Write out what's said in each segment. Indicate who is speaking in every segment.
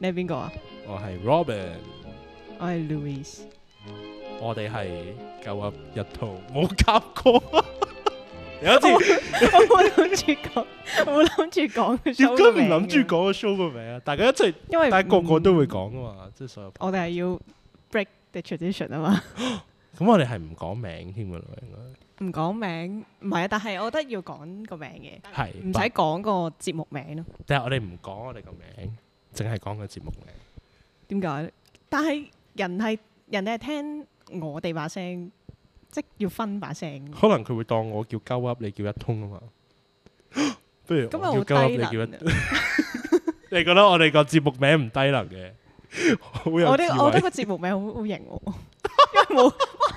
Speaker 1: 你係邊個啊？
Speaker 2: 我係 Robin，
Speaker 1: 我係 Louis。
Speaker 2: 我哋係九噏一套冇夾 過。有一次
Speaker 1: 我冇諗住講，冇諗住講佢
Speaker 2: 點
Speaker 1: 收
Speaker 2: 解
Speaker 1: 個
Speaker 2: 唔
Speaker 1: 名
Speaker 2: 諗住
Speaker 1: 嘅，
Speaker 2: 講個 show 個名啊？大家一齊，
Speaker 1: 因為
Speaker 2: 但係個個都
Speaker 1: 唔
Speaker 2: 會講噶嘛，即係所有。
Speaker 1: 我哋係要 break the tradition 啊嘛，
Speaker 2: 咁我哋係唔講名添噶啦，應
Speaker 1: 唔講名，唔係啊，但係我覺得要講個名
Speaker 2: 該係
Speaker 1: 嘅，唔使講個節目名咯。
Speaker 2: 但係我哋唔講我哋個名，淨係講個節目 名。
Speaker 1: 點解咧？但係人係人哋係聽我哋把聲，即係要分把聲。
Speaker 2: 可能佢會當我叫鳩噏，你叫一通啊嘛。不如我
Speaker 1: 咁咪好
Speaker 2: 叫鳩噏，
Speaker 1: 低
Speaker 2: 你叫一
Speaker 1: 能啊。
Speaker 2: 你覺得我哋個節目名唔低能嘅，好有
Speaker 1: 我
Speaker 2: 智
Speaker 1: 啲我覺得
Speaker 2: 慧。
Speaker 1: 個節目名好好型喎， 因為冇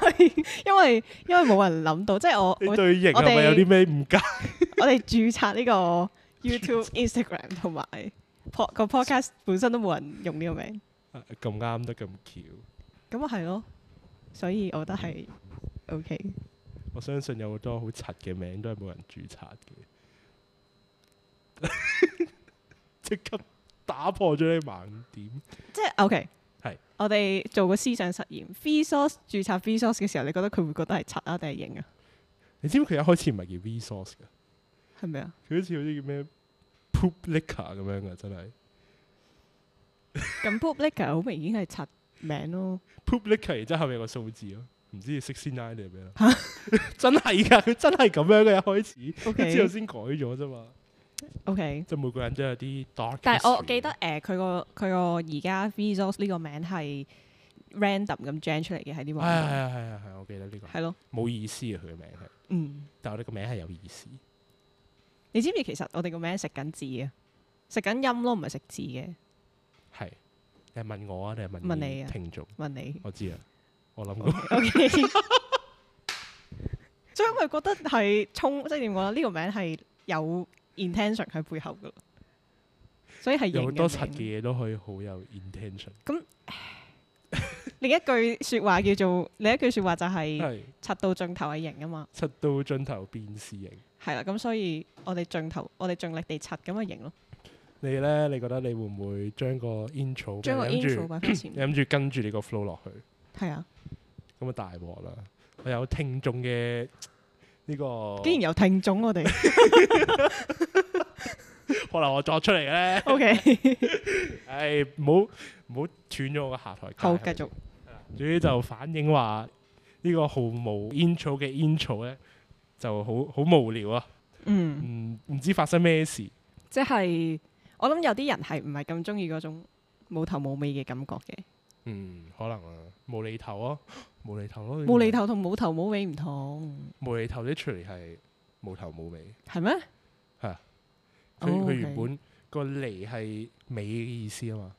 Speaker 1: 因為因為冇人諗到，即係我
Speaker 2: 你
Speaker 1: 我
Speaker 2: 對型係咪
Speaker 1: 我哋
Speaker 2: 有啲咩誤解？
Speaker 1: 我哋註冊呢個 YouTube、Instagram 同埋 pod 個 podcast 本身都冇人用呢個名，
Speaker 2: 啊咁啱得咁巧，
Speaker 1: 咁啊係咯，所以我覺得係 OK。
Speaker 2: 我相信有好多好柒嘅名都係冇人註冊嘅。 即刻打破咗你盲點，
Speaker 1: 即係 OK，
Speaker 2: 係
Speaker 1: 我哋做個思想實驗。v source 註冊 v source 嘅時候，你覺得佢會覺得係柒啊定係型啊？
Speaker 2: 你知唔知佢一開始唔係叫 V source 㗎？
Speaker 1: 係咪啊？
Speaker 2: 佢好似好似叫咩 Publica 咁樣噶，真係
Speaker 1: 咁 public 好明顯係柒名咯，
Speaker 2: Publica，然之後後面有個數字咯，唔知 sixty nine 定係咩啦？ 真係噶，佢真係咁樣嘅一開始，
Speaker 1: OK
Speaker 2: 佢之後先改咗啫嘛。
Speaker 1: OK。
Speaker 2: 即係每個人都有啲 dark。
Speaker 1: 但係我記得，誒，佢個佢個而家 v source 呢個名係 random 咁 gen 出嚟嘅，喺啲
Speaker 2: 係
Speaker 1: 網
Speaker 2: 係
Speaker 1: 站
Speaker 2: 係係係，我記得呢個
Speaker 1: 係咯，
Speaker 2: 冇意思啊嘅佢嘅名係，
Speaker 1: 嗯。
Speaker 2: 但係我哋個名係有意思。
Speaker 1: 你知唔知其實我哋個名係食緊字嘅，食緊音咯，唔係食字嘅。
Speaker 2: 係你係問我啊，定係問
Speaker 1: 問你啊
Speaker 2: 聽眾？
Speaker 1: 問 你
Speaker 2: 我知啊，我諗過
Speaker 1: ，OK？所以我咪覺得係衝，即係點講咧？呢、個名係有 intention 喺背後噶，所以係
Speaker 2: 有
Speaker 1: 型
Speaker 2: 好
Speaker 1: 嘅
Speaker 2: 多柒
Speaker 1: 名
Speaker 2: 嘅嘢都可以好有 intention。
Speaker 1: 另一句説話叫 做另一句説話就係
Speaker 2: 係
Speaker 1: 柒到盡頭係型啊嘛，
Speaker 2: 柒到盡頭變是型。
Speaker 1: 係啦。咁所以我哋盡頭，我哋盡力地柒咁咪型咯，
Speaker 2: 你咧，你覺得你會唔會將個 intro
Speaker 1: 將個
Speaker 2: 你諗
Speaker 1: intro
Speaker 2: 住
Speaker 1: 擺翻
Speaker 2: 你
Speaker 1: 前，
Speaker 2: 諗住跟住你個 flow 落去，
Speaker 1: 係啊。
Speaker 2: 咁啊大鑊啦！我有聽眾嘅呢個，
Speaker 1: 竟然有聽眾我哋
Speaker 2: 可能我作出嚟嘅咧。
Speaker 1: ，OK，
Speaker 2: 唉，唔好唔好斷咗我個下台階。
Speaker 1: 好繼續。
Speaker 2: 總之就反映話呢個毫無 intro 嘅 intro 咧，就好好無聊啊！
Speaker 1: 嗯。
Speaker 2: 唔唔知發生咩事，
Speaker 1: 即係我諗有啲人係唔係咁中意嗰種冇頭冇尾嘅感覺嘅，
Speaker 2: 嗯，可能啊，無厘頭啊，無厘頭咯，
Speaker 1: 冇厘，頭同冇頭冇尾唔同，
Speaker 2: 無厘頭啲出嚟係冇頭冇尾，
Speaker 1: 係咩？
Speaker 2: 係啊，
Speaker 1: 哦
Speaker 2: 佢佢
Speaker 1: OK
Speaker 2: 原本個離係尾嘅意思啊嘛，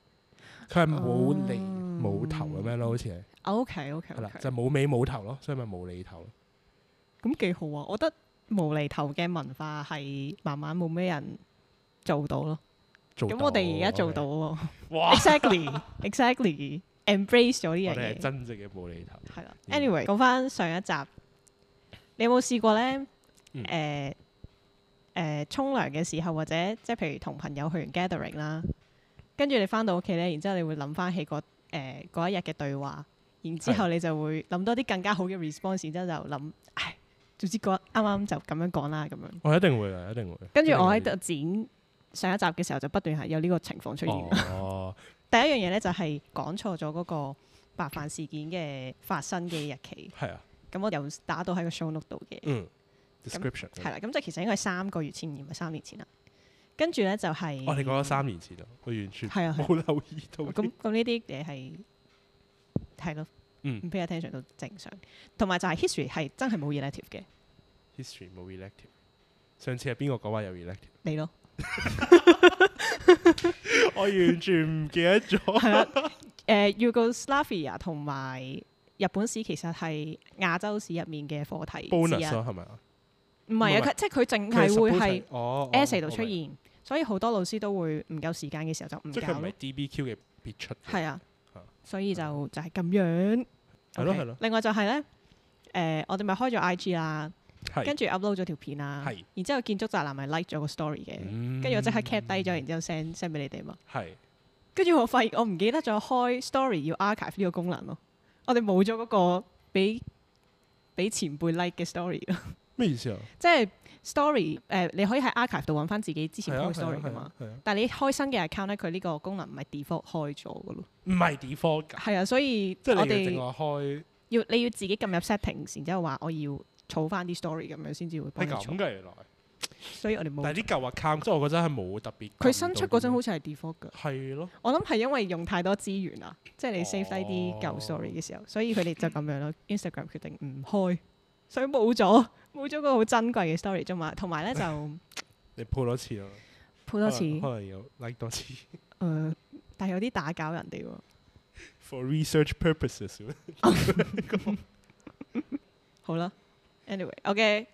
Speaker 2: 佢係冇離
Speaker 1: 哦
Speaker 2: 冇頭咁樣咯，好似係
Speaker 1: ？O K O K
Speaker 2: 係
Speaker 1: O
Speaker 2: 啦，
Speaker 1: K，
Speaker 2: 就冇尾冇頭咯，所以咪無厘頭咯。
Speaker 1: 咁幾好啊！我覺得無厘頭嘅文化係慢慢冇咩人做到咯。
Speaker 2: 做
Speaker 1: 咁
Speaker 2: 到啊
Speaker 1: 我哋而家做
Speaker 2: OK
Speaker 1: 到喎
Speaker 2: 哇！
Speaker 1: ，exactly exactly embrace 咗呢
Speaker 2: 我
Speaker 1: 樣
Speaker 2: 哋係
Speaker 1: 嘢。
Speaker 2: 真正嘅無厘頭。
Speaker 1: 係啦。
Speaker 2: 嗯
Speaker 1: anyway，講翻上一集，你有冇試過咧？
Speaker 2: 嗯
Speaker 1: 誒誒，沖涼嘅時候或者即係譬如同朋友去完 gathering 啦，跟住你翻到屋企咧，然之後你會諗翻起嗰誒嗰一日嘅對話，然之後你就會諗多啲更加好嘅 response，然之後就諗，唉，總之嗰日啱啱就咁樣講啦，咁樣。
Speaker 2: 我一定會啊嘅，一定會。
Speaker 1: 跟住
Speaker 2: 一定
Speaker 1: 我
Speaker 2: 會
Speaker 1: 喺度剪上一集嘅時候，就不斷係有呢個情況出現。
Speaker 2: 哦，
Speaker 1: 第一樣嘢咧就係講錯咗嗰個白飯事件嘅發生嘅日期。
Speaker 2: 係啊，
Speaker 1: 咁我又打到喺個 show note 度嘅，
Speaker 2: 嗯，description
Speaker 1: 係
Speaker 2: 嗯
Speaker 1: 啦，咁即係其實應該係三個月前，而唔係三年前啦。跟住咧就係、
Speaker 2: 我哋哦講咗三年前啦，我完全
Speaker 1: 係啊係啊
Speaker 2: 冇留意到。
Speaker 1: 咁咁呢啲嘢係係咯，
Speaker 2: 嗯
Speaker 1: 唔 pay attention 都正常。同埋就係 history 係真係冇 relative 嘅，
Speaker 2: history 冇 elective，上次係邊個講話有 elective？
Speaker 1: 你咯，
Speaker 2: 我完全唔記得 咗。
Speaker 1: 係啦。啊誒 Yugoslavia 同埋日本史其實係亞洲史入面嘅課題之
Speaker 2: bonus
Speaker 1: 一，
Speaker 2: 咯，係咪啊？
Speaker 1: 唔係
Speaker 2: 唔
Speaker 1: 啊，
Speaker 2: 係
Speaker 1: 佢即係佢淨
Speaker 2: 佢
Speaker 1: 係會
Speaker 2: suppose
Speaker 1: 係
Speaker 2: 哦
Speaker 1: essay 度出，
Speaker 2: 哦
Speaker 1: 現，所以好多老師都會唔夠時間嘅時候就
Speaker 2: 我
Speaker 1: 唔
Speaker 2: 明即係佢
Speaker 1: 教
Speaker 2: 唔
Speaker 1: 咯
Speaker 2: 係。DBQ 嘅必出。
Speaker 1: 係啊
Speaker 2: 啊，
Speaker 1: 所以就就係咁樣。
Speaker 2: 係咯
Speaker 1: OK，
Speaker 2: 係咯
Speaker 1: 另外就係咧，誒、我哋咪開咗 IG 啦，跟
Speaker 2: 係，
Speaker 1: 住 upload 咗條片啦
Speaker 2: 係，嗯
Speaker 1: 然之後建築宅男咪 like 咗個 story 嘅，
Speaker 2: 跟
Speaker 1: 跟住我即刻 cap 低咗，然之後 send send 俾你哋嘛。
Speaker 2: 係
Speaker 1: 跟住我發現我唔記得咗開 story 要 archive 呢個功能咯，我哋冇咗嗰個俾俾前輩 like 嘅 story 咯，
Speaker 2: 咩意思啊？
Speaker 1: 即係 story 誒、你可以喺 archive 度揾翻自己之前
Speaker 2: 係啊
Speaker 1: post
Speaker 2: 係啊
Speaker 1: story 噶
Speaker 2: 係
Speaker 1: 嘛
Speaker 2: 啊。係啊，
Speaker 1: 但係你開新嘅 account 咧，佢呢個功能唔係 default 開咗噶咯。
Speaker 2: 唔係 default 㗎，
Speaker 1: 係啊，所以
Speaker 2: 即
Speaker 1: 我
Speaker 2: 係你哋淨
Speaker 1: 哋
Speaker 2: 話開
Speaker 1: 要你要自己撳入 setting，然之後話我要儲翻啲 story 咁樣先至會幫
Speaker 2: 係
Speaker 1: 你
Speaker 2: 咁
Speaker 1: 儲。
Speaker 2: 嘅原來。
Speaker 1: 所以我哋
Speaker 2: 但
Speaker 1: 冇。
Speaker 2: 係啲嗯舊 account 即係我覺得係冇特別。
Speaker 1: 佢新出嗰陣好似係 default 㗎。
Speaker 2: 係咯，
Speaker 1: 我諗係因為用太多資源啦，即係你 save 低啲舊
Speaker 2: 哦
Speaker 1: story 嘅時候，所以佢哋 就咁樣咯。Instagram 決定唔開，所以冇咗 冇咗個好珍貴嘅 story 啫嘛。同埋咧 就
Speaker 2: 你鋪多次咯，
Speaker 1: 鋪多
Speaker 2: 可
Speaker 1: 次，
Speaker 2: 能
Speaker 1: 誒、
Speaker 2: 可能要 like 多次
Speaker 1: 但係有啲打攪人哋喎。
Speaker 2: for research purposes。
Speaker 1: 好啦，anyway，我嘅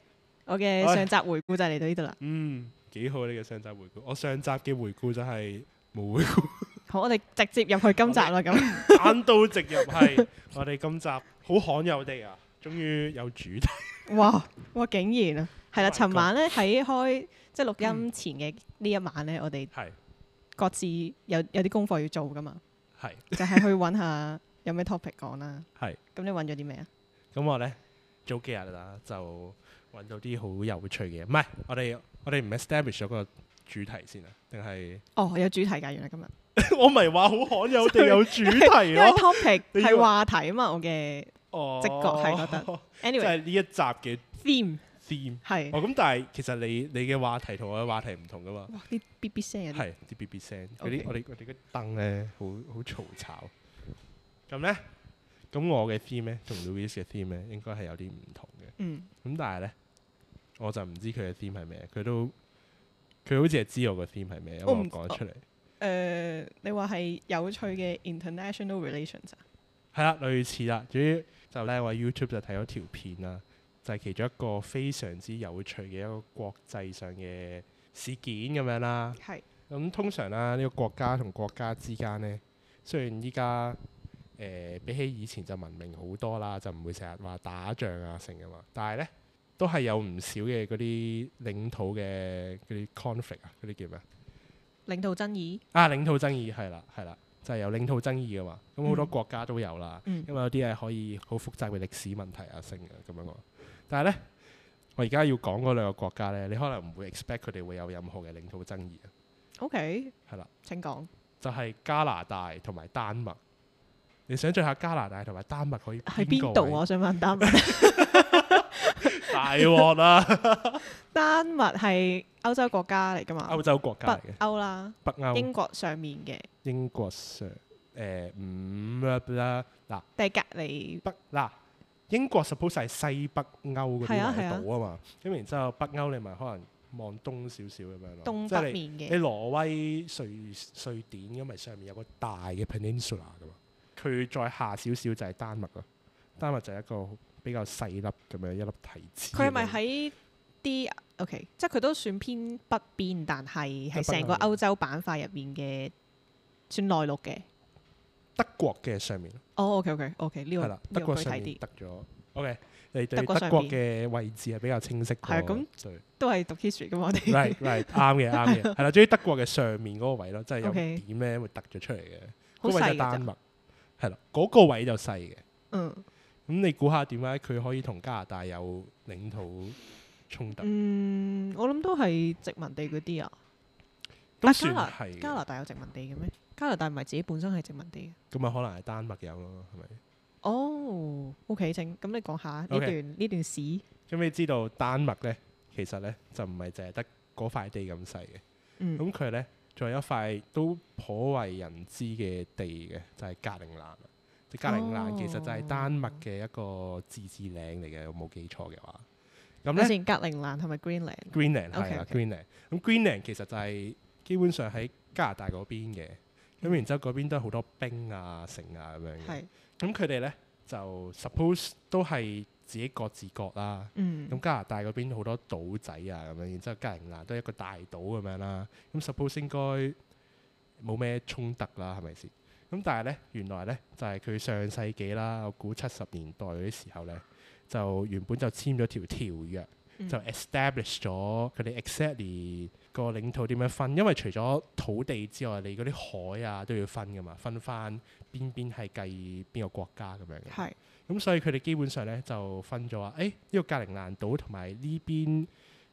Speaker 1: 我嘅上
Speaker 2: 唉
Speaker 1: 集回顧就嚟到呢度啦。
Speaker 2: 嗯，幾好呢個上集回顧。我上集嘅回顧就係冇回顧，
Speaker 1: 好，我哋直接入去今集啦。咁
Speaker 2: 單刀直入 係我哋今集好罕有地啊，終於有主題。
Speaker 1: 哇哇，竟然啊，係啦，
Speaker 2: Oh my
Speaker 1: 尋晚咧喺開即係錄音前嘅呢一晚咧，我哋
Speaker 2: 係
Speaker 1: 各自有有啲功課要做噶嘛。
Speaker 2: 係
Speaker 1: 就係去揾下 有咩 topic 講啦。
Speaker 2: 係。
Speaker 1: 咁你揾咗啲咩啊？
Speaker 2: 咁我咧早幾日啦，就揾到啲好有趣嘅嘢。唔係，我哋我哋唔 establish 咗個主題先啊，定係
Speaker 1: 哦，有主題㗎，原來今日，
Speaker 2: 我咪話好罕有地有主 題
Speaker 1: 因為
Speaker 2: 咯。
Speaker 1: topic
Speaker 2: 你以為
Speaker 1: 係話題啊嘛，我嘅
Speaker 2: 哦，
Speaker 1: 直覺係覺得
Speaker 2: 即
Speaker 1: anyway
Speaker 2: 係呢一集嘅
Speaker 1: theme
Speaker 2: theme。
Speaker 1: 係
Speaker 2: 哦，咁但係其實你你嘅話題同我嘅話題唔同噶嘛。
Speaker 1: 哇啲嗶嗶聲有啲
Speaker 2: 係啲 B B 聲，嗰
Speaker 1: 嗯
Speaker 2: 啲
Speaker 1: OK
Speaker 2: 我哋我哋嘅燈咧，好好嘈吵。咁咧，咁我嘅 theme 咧同 Louis 嘅 theme 咧，應該係有啲唔同嘅。
Speaker 1: 嗯
Speaker 2: 咁但係咧，我就唔知佢嘅 theme 係咩，佢都佢好似係知我個 theme 係咩，因為
Speaker 1: 我唔
Speaker 2: 我講出嚟。
Speaker 1: 誒，你話係有趣嘅 international relations 啊？
Speaker 2: 係啦，類似啦。至於就咧，我喺 YouTube 就睇咗條片啦，就係、其中一個非常之有趣嘅一個國際上嘅事件咁樣啦。
Speaker 1: 係
Speaker 2: 咁通常啦，呢、個國家同國家之間呢，雖然依家誒比起以前就文明好多啦，就唔會成日話打仗啊成噶嘛，但係呢，都係有唔少嘅嗰啲領土嘅嗰啲 conflict 啊，嗰啲叫咩
Speaker 1: 領導爭議
Speaker 2: 啊？領土爭議係啦，係啦，就係、有領土爭議噶嘛。咁好多
Speaker 1: 嗯
Speaker 2: 國家都有啦，
Speaker 1: 嗯
Speaker 2: 因為有啲係可以好複雜嘅歷史問題啊成啊咁樣喎。但係呢，我而家要講嗰兩個國家呢，你可能唔會 expect 佢哋會有任何嘅領土爭議啊，
Speaker 1: ，OK，
Speaker 2: 係啦。
Speaker 1: 請講。
Speaker 2: 就係加拿大同埋丹麥。你想象下加拿大同埋丹麥可以
Speaker 1: 喺
Speaker 2: 邊
Speaker 1: 邊
Speaker 2: 個
Speaker 1: 度
Speaker 2: 位
Speaker 1: 啊？？我想問丹麥，
Speaker 2: 大鑊 啦！
Speaker 1: 丹麥係歐洲國家嚟㗎嘛？
Speaker 2: 歐洲國家嚟
Speaker 1: 北
Speaker 2: 嘅
Speaker 1: 歐啦，
Speaker 2: 北歐，
Speaker 1: 英國上面嘅
Speaker 2: 英國呃上誒五啦嗱
Speaker 1: 定係隔離
Speaker 2: 北嗱英國 suppose 係西北歐嗰啲
Speaker 1: 係啊
Speaker 2: 位
Speaker 1: 係啊
Speaker 2: 島啊嘛，咁然之後北歐你咪可能望東少少咁樣咯，
Speaker 1: 東
Speaker 2: 即係
Speaker 1: 北
Speaker 2: 你
Speaker 1: 面
Speaker 2: 你
Speaker 1: 嘅
Speaker 2: 挪威瑞瑞典咁咪上面有個大嘅 peninsula 噶嘛，佢再下少少就係丹麥啦，丹麥就係一個比較細粒咁樣一粒提子咁樣。
Speaker 1: 佢係咪喺啲 OK？即係佢都算偏北邊，但係喺成個
Speaker 2: 北歐
Speaker 1: 歐洲板塊入面嘅算內陸嘅。
Speaker 2: 德國嘅上面？
Speaker 1: 哦，OK OK OK，呢
Speaker 2: 係
Speaker 1: 個
Speaker 2: 啦
Speaker 1: 呢，
Speaker 2: 德
Speaker 1: 個
Speaker 2: 國
Speaker 1: 具體
Speaker 2: 上面
Speaker 1: 啲，
Speaker 2: 得咗。OK，你對
Speaker 1: 德
Speaker 2: 德
Speaker 1: 國上
Speaker 2: 國嘅位置係比較清晰過。
Speaker 1: 係啊咁
Speaker 2: 對
Speaker 1: 都係讀 history 噶嘛，我哋
Speaker 2: ，right right，啱嘅啱 嘅，係啦，至於德國嘅上面嗰個位咯，即係有
Speaker 1: OK
Speaker 2: 點咧會突咗出嚟嘅，
Speaker 1: 好
Speaker 2: 嗰個位
Speaker 1: 細
Speaker 2: 就
Speaker 1: 嘅咋
Speaker 2: 丹。麥，係啦，嗰個位就細嘅。
Speaker 1: 嗯
Speaker 2: 咁你估下點解佢可以同加拿大有領土衝突？
Speaker 1: 嗯，我諗都係殖民地嗰啲啊。
Speaker 2: 都
Speaker 1: 啊
Speaker 2: 算
Speaker 1: 加拿
Speaker 2: 係嘅。
Speaker 1: 加拿大有殖民地嘅咩？加拿大唔係自己本身係殖民地嘅。
Speaker 2: 咁啊，可能係丹麥有咯，係咪？
Speaker 1: 哦，OK，請咁你講下呢
Speaker 2: OK
Speaker 1: 段呢段史。
Speaker 2: 咁你知道丹麥咧，其實咧就唔係淨係得嗰塊地咁細嘅。
Speaker 1: 嗯
Speaker 2: 咁佢咧仲有一塊都頗為人知嘅地嘅，就係、格陵蘭啦。即係格陵蘭其實就係丹麥嘅一個自治領嚟嘅，我冇記錯嘅話。咁
Speaker 1: 咁
Speaker 2: 咧
Speaker 1: 先，格陵蘭係咪 Greenland？
Speaker 2: Greenland 係啦
Speaker 1: OK，OK
Speaker 2: ，Greenland。咁 Greenland 其實就係基本上喺加拿大嗰邊嘅。咁然之後嗰邊都係好多冰啊、城啊咁樣嘅。
Speaker 1: 係，
Speaker 2: 咁佢哋咧就 suppose 都係自己各自各啦。
Speaker 1: 嗯
Speaker 2: 咁，加拿大嗰邊好多島仔啊，咁樣，然之後加陵蘭都係一個大島咁樣啦。咁 suppose 應該冇咩衝突啦，係咪先？咁但係呢，原來呢，就係、佢上世紀啦，我估七十年代嗰啲時候呢，就原本就簽咗條條約，
Speaker 1: 嗯
Speaker 2: 就 establish 咗佢哋 exactly 個領土點樣分，因為除咗土地之外，你嗰啲海啊都要分噶嘛，分翻邊邊係計邊個國家咁樣嘅。
Speaker 1: 係
Speaker 2: 咁所以佢哋基本上咧就分咗話，誒、呢、個格陵蘭島同埋呢邊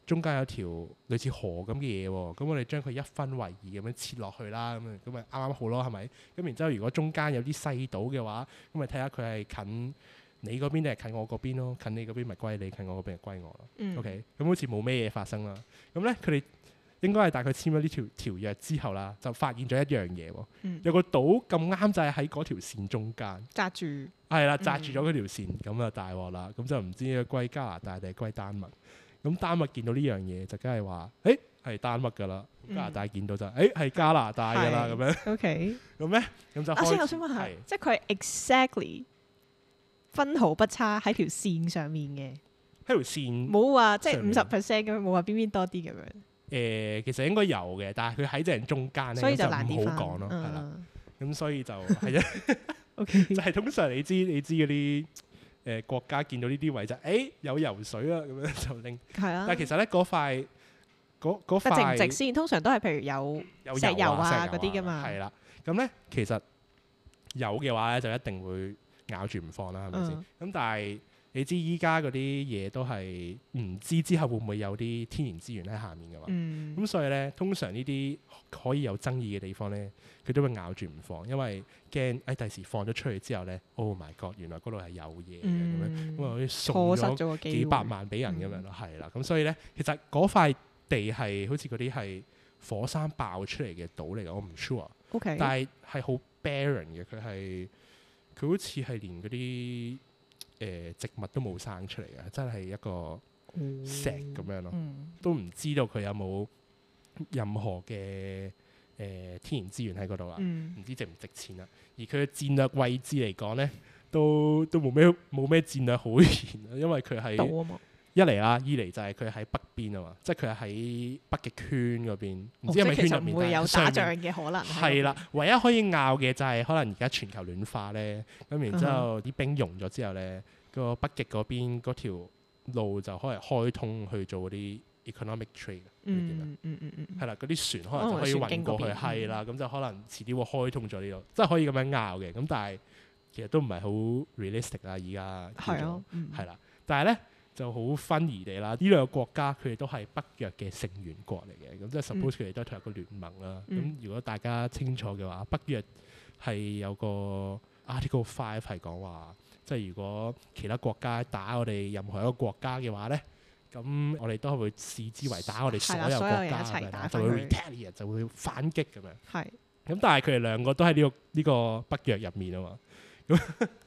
Speaker 2: 中間有條類似河咁嘅嘢喎，咁我哋將佢一分為二咁樣切落去啦，咁啊咁咪啱啱好咯，係咪？咁然之後如果中間有啲細島嘅話，咁咪睇下佢係近你嗰邊定係近我嗰邊咯，近你嗰邊咪歸你，近我嗰邊就歸我咯。
Speaker 1: 嗯
Speaker 2: OK，咁好似冇咩嘢發生啦。咁咧，佢哋應該係大概簽咗呢條條約之後啦，就發現咗一樣嘢喎。
Speaker 1: 嗯
Speaker 2: 有個島咁啱就係喺嗰條線中間，
Speaker 1: 扎住係
Speaker 2: 係啦，扎住咗嗰條線，咁啊大鑊啦。咁就唔知歸加拿大定係歸丹麥。咁丹麥見到呢樣嘢就梗係話，誒、係丹麥㗎啦。加
Speaker 1: 嗯
Speaker 2: 拿大見到就，誒哎係加拿大㗎啦咁樣。
Speaker 1: OK。
Speaker 2: 咁咧，咁就
Speaker 1: 我啊先我
Speaker 2: 開始
Speaker 1: 想問下
Speaker 2: 係，
Speaker 1: 即係佢係 exactly 分毫不差喺條線上面嘅，
Speaker 2: 喺條線。
Speaker 1: 冇話即係
Speaker 2: 嗯上
Speaker 1: 五
Speaker 2: 面
Speaker 1: 十 percent 咁樣，冇話邊邊多啲咁樣，
Speaker 2: 誒、其實應該有嘅，但係佢喺正中間咧，
Speaker 1: 所以就
Speaker 2: 咁
Speaker 1: 難
Speaker 2: 唔
Speaker 1: 啲
Speaker 2: 好講咯，
Speaker 1: 翻。
Speaker 2: 係啦、
Speaker 1: 嗯
Speaker 2: 咁所以就係啊，
Speaker 1: OK，
Speaker 2: 就係通常你知你知嗰啲誒國家見到呢啲位就誒、欸有游水啦，咁樣就拎。
Speaker 1: 係啊。
Speaker 2: 但係其實咧嗰塊嗰嗰
Speaker 1: 得值唔值
Speaker 2: 塊
Speaker 1: 先？通常都係譬如有
Speaker 2: 有
Speaker 1: 石油啊
Speaker 2: 石
Speaker 1: 嗰啲㗎嘛
Speaker 2: 係啦。咁咧其實有嘅話咧就一定會咬住唔放啦，係咪
Speaker 1: 嗯
Speaker 2: 先？咁、但係你知依家嗰啲嘢都係唔知之後會唔會有啲天然資源喺下面㗎嘛？
Speaker 1: 嗯
Speaker 2: 咁所以咧，通常呢啲可以有爭議嘅地方咧，佢都會咬住唔放，因為驚哎誒第時放咗出去之後咧，Oh my god，原來嗰度係有嘢嘅咁樣，
Speaker 1: 嗯
Speaker 2: 咁啊好似送
Speaker 1: 錯失
Speaker 2: 咗
Speaker 1: 咗個機會
Speaker 2: 幾百萬俾人咁
Speaker 1: 嗯
Speaker 2: 樣咯，係啦、咁所以咧，其實嗰塊地係好似嗰啲係火山爆出嚟嘅島嚟嘅，我唔 sure，
Speaker 1: OK，
Speaker 2: 但係係好 barren 嘅，佢係佢好似係連嗰啲誒植物都冇生出嚟嘅，真係一個
Speaker 1: 哦
Speaker 2: 石咁樣咯。
Speaker 1: 嗯
Speaker 2: 都唔知道佢有冇任何嘅誒、呃天然資源喺嗰度啦，唔、
Speaker 1: 嗯
Speaker 2: 知值唔值錢啦。而佢嘅戰略位置嚟講呢，都都冇咩冇咩戰略好言啊，因為佢係
Speaker 1: 島啊嘛，
Speaker 2: 一嚟啦，二嚟就係佢喺北邊啊嘛，即係佢係喺北極圈嗰邊，唔
Speaker 1: 哦
Speaker 2: 知
Speaker 1: 即
Speaker 2: 係咪
Speaker 1: 係其
Speaker 2: 圈
Speaker 1: 實
Speaker 2: 入
Speaker 1: 唔
Speaker 2: 面，
Speaker 1: 會有
Speaker 2: 但係
Speaker 1: 打
Speaker 2: 上
Speaker 1: 仗
Speaker 2: 面
Speaker 1: 嘅可能。
Speaker 2: 係啦，，唯一可以拗嘅就係可能而家全球暖化咧，咁然之後
Speaker 1: 嗯
Speaker 2: 啲冰融咗之後咧，個北極嗰邊嗰條路就可能開通去做嗰啲 economic trade，
Speaker 1: 嗯嗯嗯嗯，
Speaker 2: 係啦，嗰啲船可能就
Speaker 1: 哦
Speaker 2: 可以
Speaker 1: 船經嗯
Speaker 2: 運過去，
Speaker 1: 嗰邊
Speaker 2: 係啦，咁就可能遲啲會開通咗呢度，即係可以咁樣拗嘅，咁但係其實都唔係好 realistic 啦，而家叫
Speaker 1: 係
Speaker 2: 做
Speaker 1: 啊，嗯
Speaker 2: 係啦，但係咧就好分異地啦。呢兩個國家佢哋都係北約嘅成員國嚟嘅，咁即係 suppose 佢哋都係同一個聯盟啦。咁、
Speaker 1: 嗯
Speaker 2: 如果大家清楚嘅話，北約係有個 Article Five 係講話，即係如果其他國家打我哋任何一個國家嘅話咧。咁我哋都係會視之為打我哋所
Speaker 1: 係啦
Speaker 2: 有
Speaker 1: 所
Speaker 2: 國
Speaker 1: 有人
Speaker 2: 家
Speaker 1: 一齊
Speaker 2: 咁樣啦
Speaker 1: 打
Speaker 2: 就
Speaker 1: 返
Speaker 2: 會
Speaker 1: 佢
Speaker 2: retaliate 就會反擊咁樣。
Speaker 1: 係
Speaker 2: 咁但係佢哋兩個都喺呢、個呢、個北約入面啊嘛。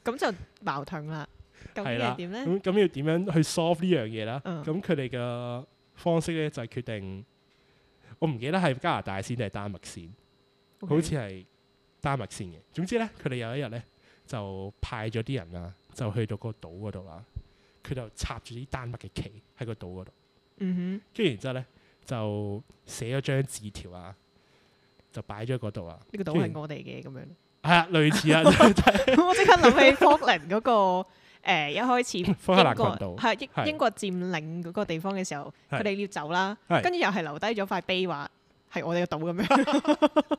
Speaker 1: 咁就矛盾啦。咁
Speaker 2: 係
Speaker 1: 係
Speaker 2: 啦嗯
Speaker 1: 點咧？
Speaker 2: 咁咁要點樣去 solve 呢樣嘢啦？
Speaker 1: 嗯
Speaker 2: 咁佢哋嘅方式咧就係、決定，我唔記得係加拿大先定係丹麥先，好似係丹麥先嘅。總之咧，佢哋有一日咧就派咗啲人啦，就去到個島嗰度啦，佢就插住啲丹麥嘅旗喺個島嗰度，
Speaker 1: 嗯
Speaker 2: 跟住然之後咧就寫咗張字條啊，就擺咗喺嗰度啊。
Speaker 1: 哼，呢個島係我哋嘅咁樣。
Speaker 2: 係啊，類似 啊，
Speaker 1: 我即刻諗起 Falkland 嗰個 誒一開 始英國
Speaker 2: 科克蘭群島
Speaker 1: 係
Speaker 2: 係
Speaker 1: 英英國佔領嗰個地方嘅時候，
Speaker 2: 係
Speaker 1: 佢哋要走啦，
Speaker 2: 係
Speaker 1: 跟住又係留低咗塊碑話係我哋嘅島咁 樣，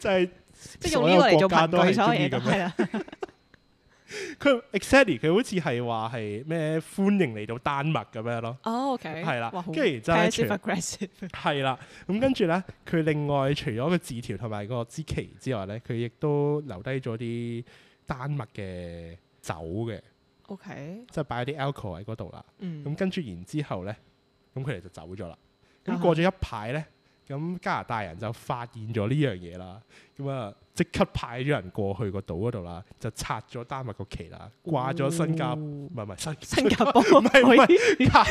Speaker 2: 就係
Speaker 1: 即係用呢個嚟做
Speaker 2: 所有國家都
Speaker 1: 憑據，
Speaker 2: 係
Speaker 1: 所有嘢都
Speaker 2: 中意咁樣
Speaker 1: 係啦，
Speaker 2: 佢 exactly 佢好似係話係咩歡迎嚟到丹麥咁樣咯，
Speaker 1: 哦，OK，
Speaker 2: 係啦
Speaker 1: 哇好
Speaker 2: 跟住然之後咧
Speaker 1: passive
Speaker 2: 全
Speaker 1: aggressive，
Speaker 2: 係啦。咁跟住咧，佢另外除咗個字條同埋個支旗之外咧，佢亦都留低咗啲丹麥嘅酒嘅，
Speaker 1: OK，
Speaker 2: 即係擺啲 alcohol 喺嗰度啦。
Speaker 1: 嗯，
Speaker 2: 咁跟住然之後咧，咁佢哋就走咗啦。
Speaker 1: 啊
Speaker 2: 咁
Speaker 1: 哈
Speaker 2: 過咗一排咧，咁加拿大人就發現咗呢樣嘢啦。咁啊，即刻派咗人過去個島嗰度啦，就拆咗丹麥個旗啦，掛咗新加坡。
Speaker 1: 哦
Speaker 2: 唔係唔係新
Speaker 1: 新加坡 唔
Speaker 2: 係唔加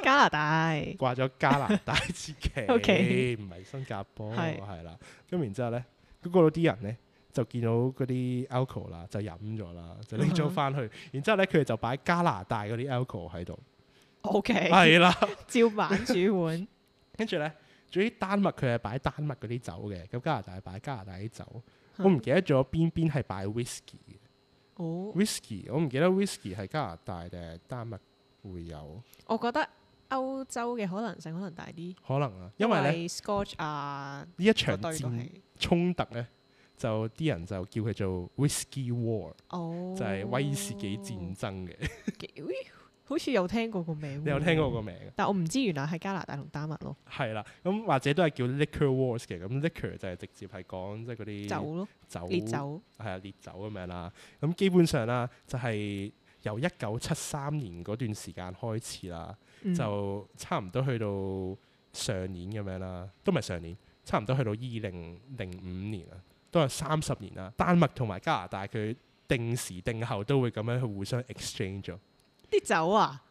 Speaker 1: 加拿大，
Speaker 2: 掛咗加拿大之旗，
Speaker 1: OK
Speaker 2: 唔係新加坡
Speaker 1: 係
Speaker 2: 係啦。咁然之後咧，咁嗰度啲人咧就見到嗰啲 alcohol 啦，就飲咗啦，就拎咗翻
Speaker 1: 嗯
Speaker 2: 去。然之後咧，佢哋就擺加拿大嗰啲 alcohol 喺度，
Speaker 1: OK，
Speaker 2: 係啦。
Speaker 1: 照板煮碗，
Speaker 2: 跟住咧，總之丹麥佢係擺丹麥嗰啲酒嘅，咁加拿大係擺加拿大啲酒。
Speaker 1: 嗯
Speaker 2: 我唔記得咗邊邊係擺 whisky 嘅
Speaker 1: 哦，
Speaker 2: whisky，我唔記得 whisky 係加拿大定係丹麥會有。
Speaker 1: 我覺得歐洲嘅可能性可能大啲，
Speaker 2: 可能啊，因
Speaker 1: 因
Speaker 2: 為咧
Speaker 1: 為 Scotch 啊
Speaker 2: 呢一
Speaker 1: 嗰
Speaker 2: 場
Speaker 1: 堆都
Speaker 2: 戰
Speaker 1: 係
Speaker 2: 衝突咧，就啲人就叫佢做 Whisky War，
Speaker 1: 哦，嗯
Speaker 2: 就係威士忌戰爭嘅。
Speaker 1: 幾。咦好似有聽過個名，
Speaker 2: 你有聽過？個名？
Speaker 1: 但我唔知原來係加拿大同丹麥咯，
Speaker 2: 係啦，咁或者都係叫 liquor wars 嘅，咁 liquor 就係直接係講即係嗰啲
Speaker 1: 酒咯，
Speaker 2: 酒
Speaker 1: 烈酒。
Speaker 2: 係啊烈酒咁樣啦。咁基本上啦，就係、由一九七三年嗰段時間開始啦，
Speaker 1: 嗯
Speaker 2: 就差唔多去到上年咁樣啦，都唔係上年，差唔多去到二零零五年啊，都係三十年啦。丹麥同埋加拿大佢定時定候都會咁樣去互相 exchange 咗。
Speaker 1: 啲酒啊，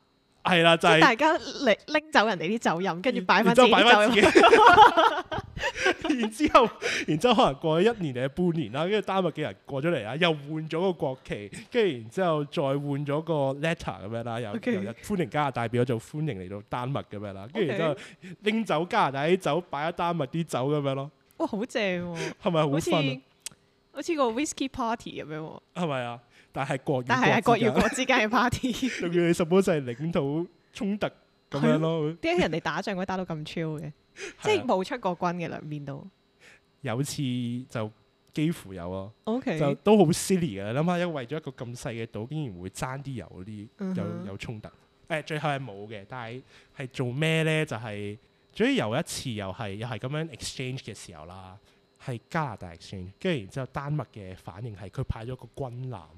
Speaker 2: 係啦，
Speaker 1: 即係
Speaker 2: 就係、嗯
Speaker 1: 大家拎拎走人哋啲酒飲，跟住擺翻
Speaker 2: 然
Speaker 1: 自
Speaker 2: 之
Speaker 1: 己
Speaker 2: 後擺
Speaker 1: 啲
Speaker 2: 翻
Speaker 1: 酒
Speaker 2: 自
Speaker 1: 入去。
Speaker 2: 己。 然之後，然之後可能過咗一年定係半年啦，跟住丹麥嘅人過咗嚟啦，又換咗個國旗，跟住然之後再換咗個 letter 咁樣啦，又
Speaker 1: OK
Speaker 2: 又又歡迎加拿大變咗做歡迎嚟到丹麥咁樣啦，跟住
Speaker 1: OK
Speaker 2: 然之後拎走加拿大啲酒，擺咗丹麥啲酒咁樣咯，
Speaker 1: 哇，好正喎！
Speaker 2: 係咪好
Speaker 1: 好似
Speaker 2: 分啊？
Speaker 1: 好似個 whisky party 咁樣喎，
Speaker 2: 係咪啊？但係國與
Speaker 1: 但係係國與
Speaker 2: 之間，
Speaker 1: 國之間嘅 party。點
Speaker 2: 仲要你 suppose 係領土衝突咁樣咯，
Speaker 1: 解人哋打仗會打到咁 chill 嘅？即
Speaker 2: 係
Speaker 1: 係
Speaker 2: 啊
Speaker 1: 冇出過軍嘅兩邊都。
Speaker 2: 有次就幾乎有啊咯。
Speaker 1: O
Speaker 2: 就
Speaker 1: K，
Speaker 2: 都好 silly 啊嘅，諗下，因為為咗一個咁細嘅島，竟然會爭啲有啲
Speaker 1: 嗯
Speaker 2: 有
Speaker 1: 哼
Speaker 2: 有衝突。誒、最後係冇嘅，但係係做咩呢？就係、總之有一次又係又係咁樣 exchange 嘅時候啦，係加拿大 exchange，跟住然之後丹麥嘅反應係佢派咗個軍艦
Speaker 1: 哦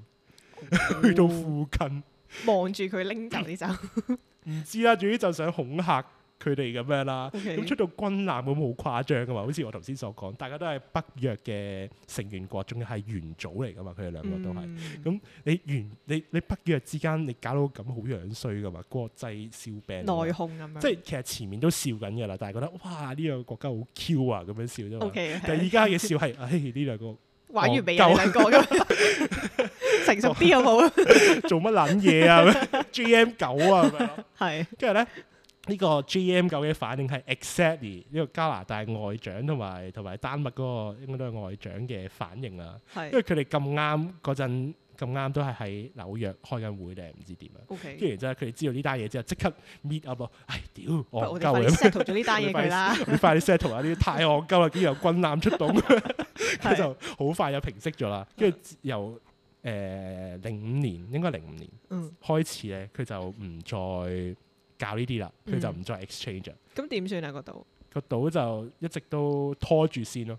Speaker 2: 去到附近，
Speaker 1: 望住佢拎走啲 酒。
Speaker 2: 唔知啦，總之就想恐嚇佢哋咁樣啦。
Speaker 1: OK
Speaker 2: 咁出到軍艦咁好誇張噶嘛，好似我頭先所講，大家都係北約嘅成員國，仲要係元組嚟噶嘛，佢哋
Speaker 1: 嗯
Speaker 2: 兩個都係。
Speaker 1: 係
Speaker 2: 咁你原你你北約之間你搞到咁好樣衰噶嘛？國際笑柄啊嘛
Speaker 1: 內訌咁樣。
Speaker 2: 即係其實前面都笑緊㗎啦，但係覺得哇呢兩個國家好 Q 啊咁樣笑啫
Speaker 1: O
Speaker 2: 嘛。
Speaker 1: K，
Speaker 2: 但係而家嘅笑係，唉呢 兩個
Speaker 1: 玩完未啊？
Speaker 2: 戇鳩
Speaker 1: 你兩個咁 成熟啲好冇？
Speaker 2: 做乜撚嘢啊 咁樣？GM 九啊咁樣咯。
Speaker 1: 係
Speaker 2: 跟住咧呢個 GM 九嘅反應係 exactly 呢個加拿大外長同埋同埋丹麥嗰個應該都係外長嘅反應啦。因
Speaker 1: 係。
Speaker 2: 為佢哋咁啱嗰陣咁啱都係喺紐約開緊會定係唔知點啊。
Speaker 1: O
Speaker 2: 跟
Speaker 1: K，
Speaker 2: 住之後佢哋知道呢單嘢之後，即刻 meet up 咯。唉，屌，
Speaker 1: 不如
Speaker 2: 戇
Speaker 1: 我哋快
Speaker 2: 鳩
Speaker 1: 啲
Speaker 2: 咁，
Speaker 1: settle 咗呢單嘢佢啦。
Speaker 2: 你快啲 settle 啊！呢啲太戇鳩啦，竟然有軍艦出 動， 佢就好快就平息咗啦。跟住由誒零五年，應該零五年
Speaker 1: 嗯，
Speaker 2: 開始咧，佢就唔再搞呢啲啦，
Speaker 1: 嗯
Speaker 2: 佢就唔再 exchange 啦。
Speaker 1: 咁點算啊？嗰度
Speaker 2: 個島就一直都拖住先咯，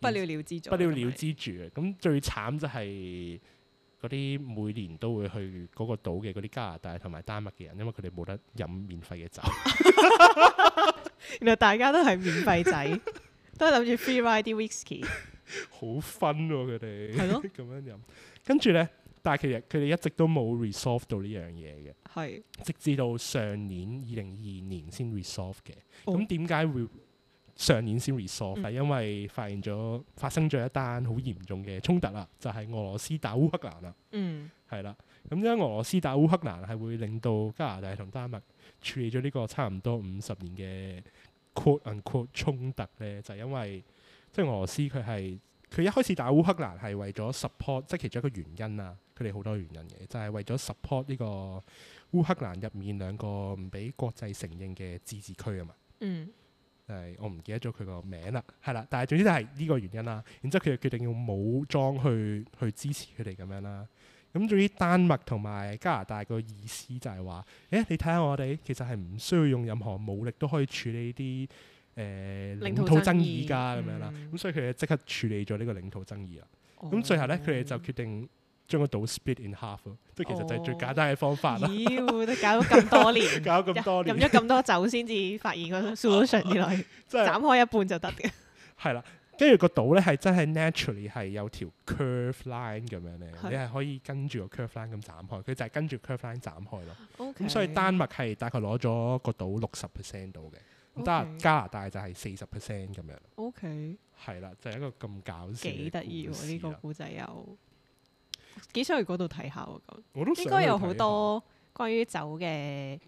Speaker 1: 不了了之咗。
Speaker 2: 不了了之住嘅。咁最慘就係嗰啲每年都會去嗰個島嘅嗰啲加拿大同埋丹麥嘅人，因為佢哋冇得飲免費嘅酒。
Speaker 1: 原來大家都係免費 仔，都係諗住 free ride 啲 whisky，
Speaker 2: 好分喎佢哋
Speaker 1: 係咯，
Speaker 2: 咁樣飲。跟住咧，但係其實佢哋一直都冇 resolve 到呢樣嘢嘅，
Speaker 1: 係
Speaker 2: 直至到上年二零二二年先 resolve 嘅。
Speaker 1: 哦嗯
Speaker 2: 咁點解會上年先 resolve？係、因為發現咗發生咗一單好嚴重嘅衝突啦，就係、俄羅斯打烏克蘭啊啦，
Speaker 1: 嗯
Speaker 2: 係啦。咁因為俄羅斯打烏克蘭係會令到加拿大同丹麥處理咗呢個差唔多五十年嘅 quote unquote 衝突咧，就係因為即係俄羅斯佢係佢一開始打烏克蘭係為咗 support，即係其中一個原因啦。佢哋好多原因嘅，就係、為咗 support 呢個烏克蘭入面兩個唔俾國際承認嘅自治區啊嘛。
Speaker 1: 嗯
Speaker 2: 誒、我唔記得咗佢個名啦，係啦，但係總之就係呢個原因啦。然之後佢就決定用武裝去去支持佢哋咁樣啦。咁總之丹麥同埋加拿大個意思就係話，誒你睇下我哋其實係唔需要用任何武力都可以處理啲誒、呃、領
Speaker 1: 領
Speaker 2: 土
Speaker 1: 土
Speaker 2: 爭
Speaker 1: 爭
Speaker 2: 議
Speaker 1: 議
Speaker 2: 㗎咁樣啦。咁、
Speaker 1: 嗯
Speaker 2: 所以佢哋即刻處理咗呢個領土爭議啦。咁、
Speaker 1: 哦
Speaker 2: 最後咧，佢哋就決定將個島 split in half 咯，即係其實就係最
Speaker 1: 哦
Speaker 2: 簡單嘅方法啦。
Speaker 1: 妖都搞咗咁多年，
Speaker 2: 搞 咁多
Speaker 1: 飲
Speaker 2: 年，
Speaker 1: 咗咁多酒先至發現個 solution 原來
Speaker 2: 真 係
Speaker 1: 斬開一半就得嘅。
Speaker 2: 係啦，跟住個島咧係真係 naturally 係有條 curve line 咁樣咧，
Speaker 1: 係
Speaker 2: 你係可以跟住個 curve line 咁斬開，佢就係跟住 curve line 斬開咯。
Speaker 1: O
Speaker 2: 咁所以丹麥係大概攞咗個島六十 percent 到嘅，咁加
Speaker 1: OK
Speaker 2: 加拿大就係四十 percent 咁樣。
Speaker 1: O K
Speaker 2: 係啦，就係、一個咁搞笑嘅
Speaker 1: 幾得意
Speaker 2: 故
Speaker 1: 喎
Speaker 2: 事
Speaker 1: 呢個
Speaker 2: 啦
Speaker 1: 古仔又幾想去嗰度睇下喎咁，
Speaker 2: 我都
Speaker 1: 應
Speaker 2: 應
Speaker 1: 該有好多關於酒嘅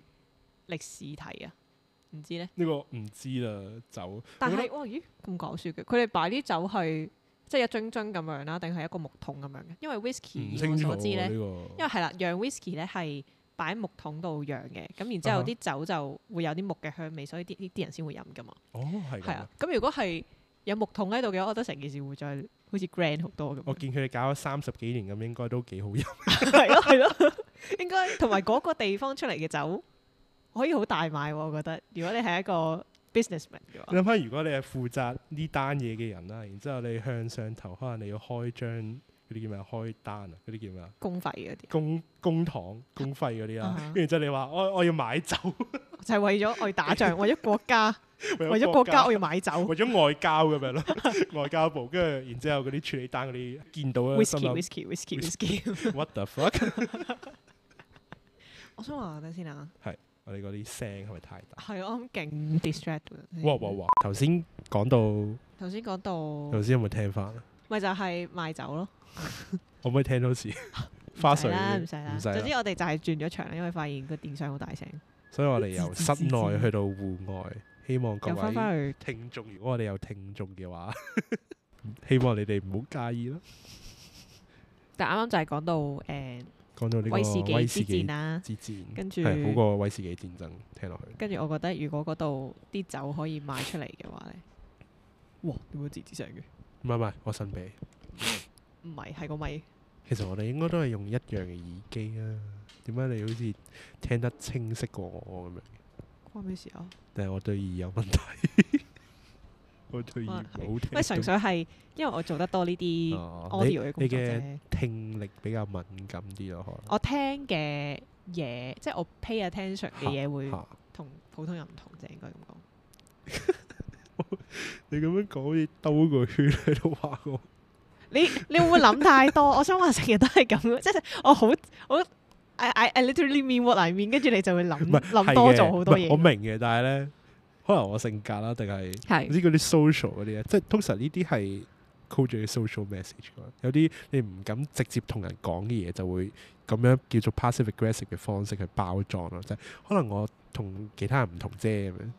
Speaker 1: 歷史睇啊，唔知咧。
Speaker 2: 呢個唔知啦，走。
Speaker 1: 但
Speaker 2: 我覺
Speaker 1: 係哇咦咁講説嘅，佢哋擺啲酒係即係一樽樽咁樣啦，定係一個木桶咁樣嘅？因為
Speaker 2: 得唔
Speaker 1: whisky
Speaker 2: 清
Speaker 1: 我
Speaker 2: 楚
Speaker 1: 所知
Speaker 2: 喎
Speaker 1: 咧，
Speaker 2: 呢
Speaker 1: 因
Speaker 2: 個
Speaker 1: 為係啦，釀 whisky 咧係擺喺木桶度釀嘅，咁然之
Speaker 2: 啊
Speaker 1: 後
Speaker 2: 哈
Speaker 1: 啲酒就會有啲木嘅香味，所以啲呢啲人先會飲噶嘛。
Speaker 2: 哦，係
Speaker 1: 係
Speaker 2: 咁
Speaker 1: 啊
Speaker 2: 啊。，
Speaker 1: 咁如果係有木桶喺度嘅話，我覺得成件事會再好似 grand 好多咁
Speaker 2: 我
Speaker 1: 樣。
Speaker 2: 見佢哋搞咗三十幾年咁，應該都幾好飲。
Speaker 1: 係咯係咯，應該同埋嗰個地方出嚟嘅酒可以好大賣喎，我覺得。如果你係一個 businessman 嘅話
Speaker 2: 你，諗下，如果你係負責呢單嘢嘅人啦，然之後你向上頭，可能你要開張嗰啲叫咩啊？開單啊，嗰啲叫咩啊？
Speaker 1: 公費嗰啲，
Speaker 2: 公公堂公費嗰啲
Speaker 1: 啊
Speaker 2: 啦
Speaker 1: 哈，
Speaker 2: 跟住之後你話我我要買酒，
Speaker 1: 就係為咗我要打 仗，為咗國家，為
Speaker 2: 為
Speaker 1: 咗國家我要買酒。
Speaker 2: 為咗外交咁樣咯，外交部，跟住然之後嗰啲處理單嗰啲見到咧，心
Speaker 1: whisky
Speaker 2: 諗
Speaker 1: whisky whisky whisky，
Speaker 2: what the fuck？
Speaker 1: 我想話等先啊，
Speaker 2: 我哋嗰啲聲係咪太大？
Speaker 1: 係我諗勁 distract 喎。
Speaker 2: 哇哇哇！頭先講到，
Speaker 1: 頭先講到
Speaker 2: 頭，先有冇聽翻？
Speaker 1: 咪就係賣酒咯，
Speaker 2: 可唔可以聽多次？花絮
Speaker 1: 唔使啦，唔使啦。
Speaker 2: 唔使
Speaker 1: 總之
Speaker 2: 啦，
Speaker 1: 我哋就係轉咗場啦，因為發現個電箱好大聲，
Speaker 2: 所以我哋由室內去到戶外，希望各
Speaker 1: 又翻
Speaker 2: 位
Speaker 1: 返去
Speaker 2: 聽眾，如果我哋有聽眾嘅話， 希望你哋唔好介意啦。
Speaker 1: 但啱啱就係講到誒、呃
Speaker 2: 講到呢個
Speaker 1: 威士
Speaker 2: 威
Speaker 1: 忌
Speaker 2: 士
Speaker 1: 之
Speaker 2: 忌
Speaker 1: 戰啦，
Speaker 2: 之戰，
Speaker 1: 跟住
Speaker 2: 係好過威士忌戰爭。聽落去，
Speaker 1: 跟住我覺得如果嗰度啲酒可以賣出嚟嘅話咧，哇！點解吱吱聲嘅？
Speaker 2: 唔係唔係，我擤鼻。
Speaker 1: 唔係，係個咪。
Speaker 2: 其實我哋應該都係用一樣嘅耳機啊。點解你好似聽得清晰過我咁樣？
Speaker 1: 關咩事啊？
Speaker 2: 但係我對耳有問題， 我對耳
Speaker 1: 可能係
Speaker 2: 冇
Speaker 1: 喂，純
Speaker 2: 聽
Speaker 1: 粹係因為我做得多呢啲
Speaker 2: 到。哦你
Speaker 1: audio 嘅工作
Speaker 2: 你嘅
Speaker 1: 啫。
Speaker 2: 聽力比較敏感啲咯，可
Speaker 1: 我聽嘅嘢，即係我 pay attention 嘅嘢會
Speaker 2: 能嚇
Speaker 1: 同普通人唔同啫，應該咁講。
Speaker 2: 你咁樣講好似兜個圈喺度話我。
Speaker 1: 你你會唔會諗太多？我想話成日都係咁，即係我好好 I I I literally mean what I mean，跟住你就會諗
Speaker 2: 唔係
Speaker 1: 嗯諗
Speaker 2: 係
Speaker 1: 多
Speaker 2: 嘅
Speaker 1: 咗好多
Speaker 2: 唔係
Speaker 1: 嘢。
Speaker 2: 我明嘅，但係咧，可能我性格啦，定係唔
Speaker 1: 係
Speaker 2: 知嗰啲 social 嗰啲咧，即係通常呢啲係 call 住 social message 㗎有啲你唔敢直接同人講嘅嘢，就會咁樣叫做 passive aggressive 嘅方式去包裝咯，即係可能我同其他人唔同啫咁樣。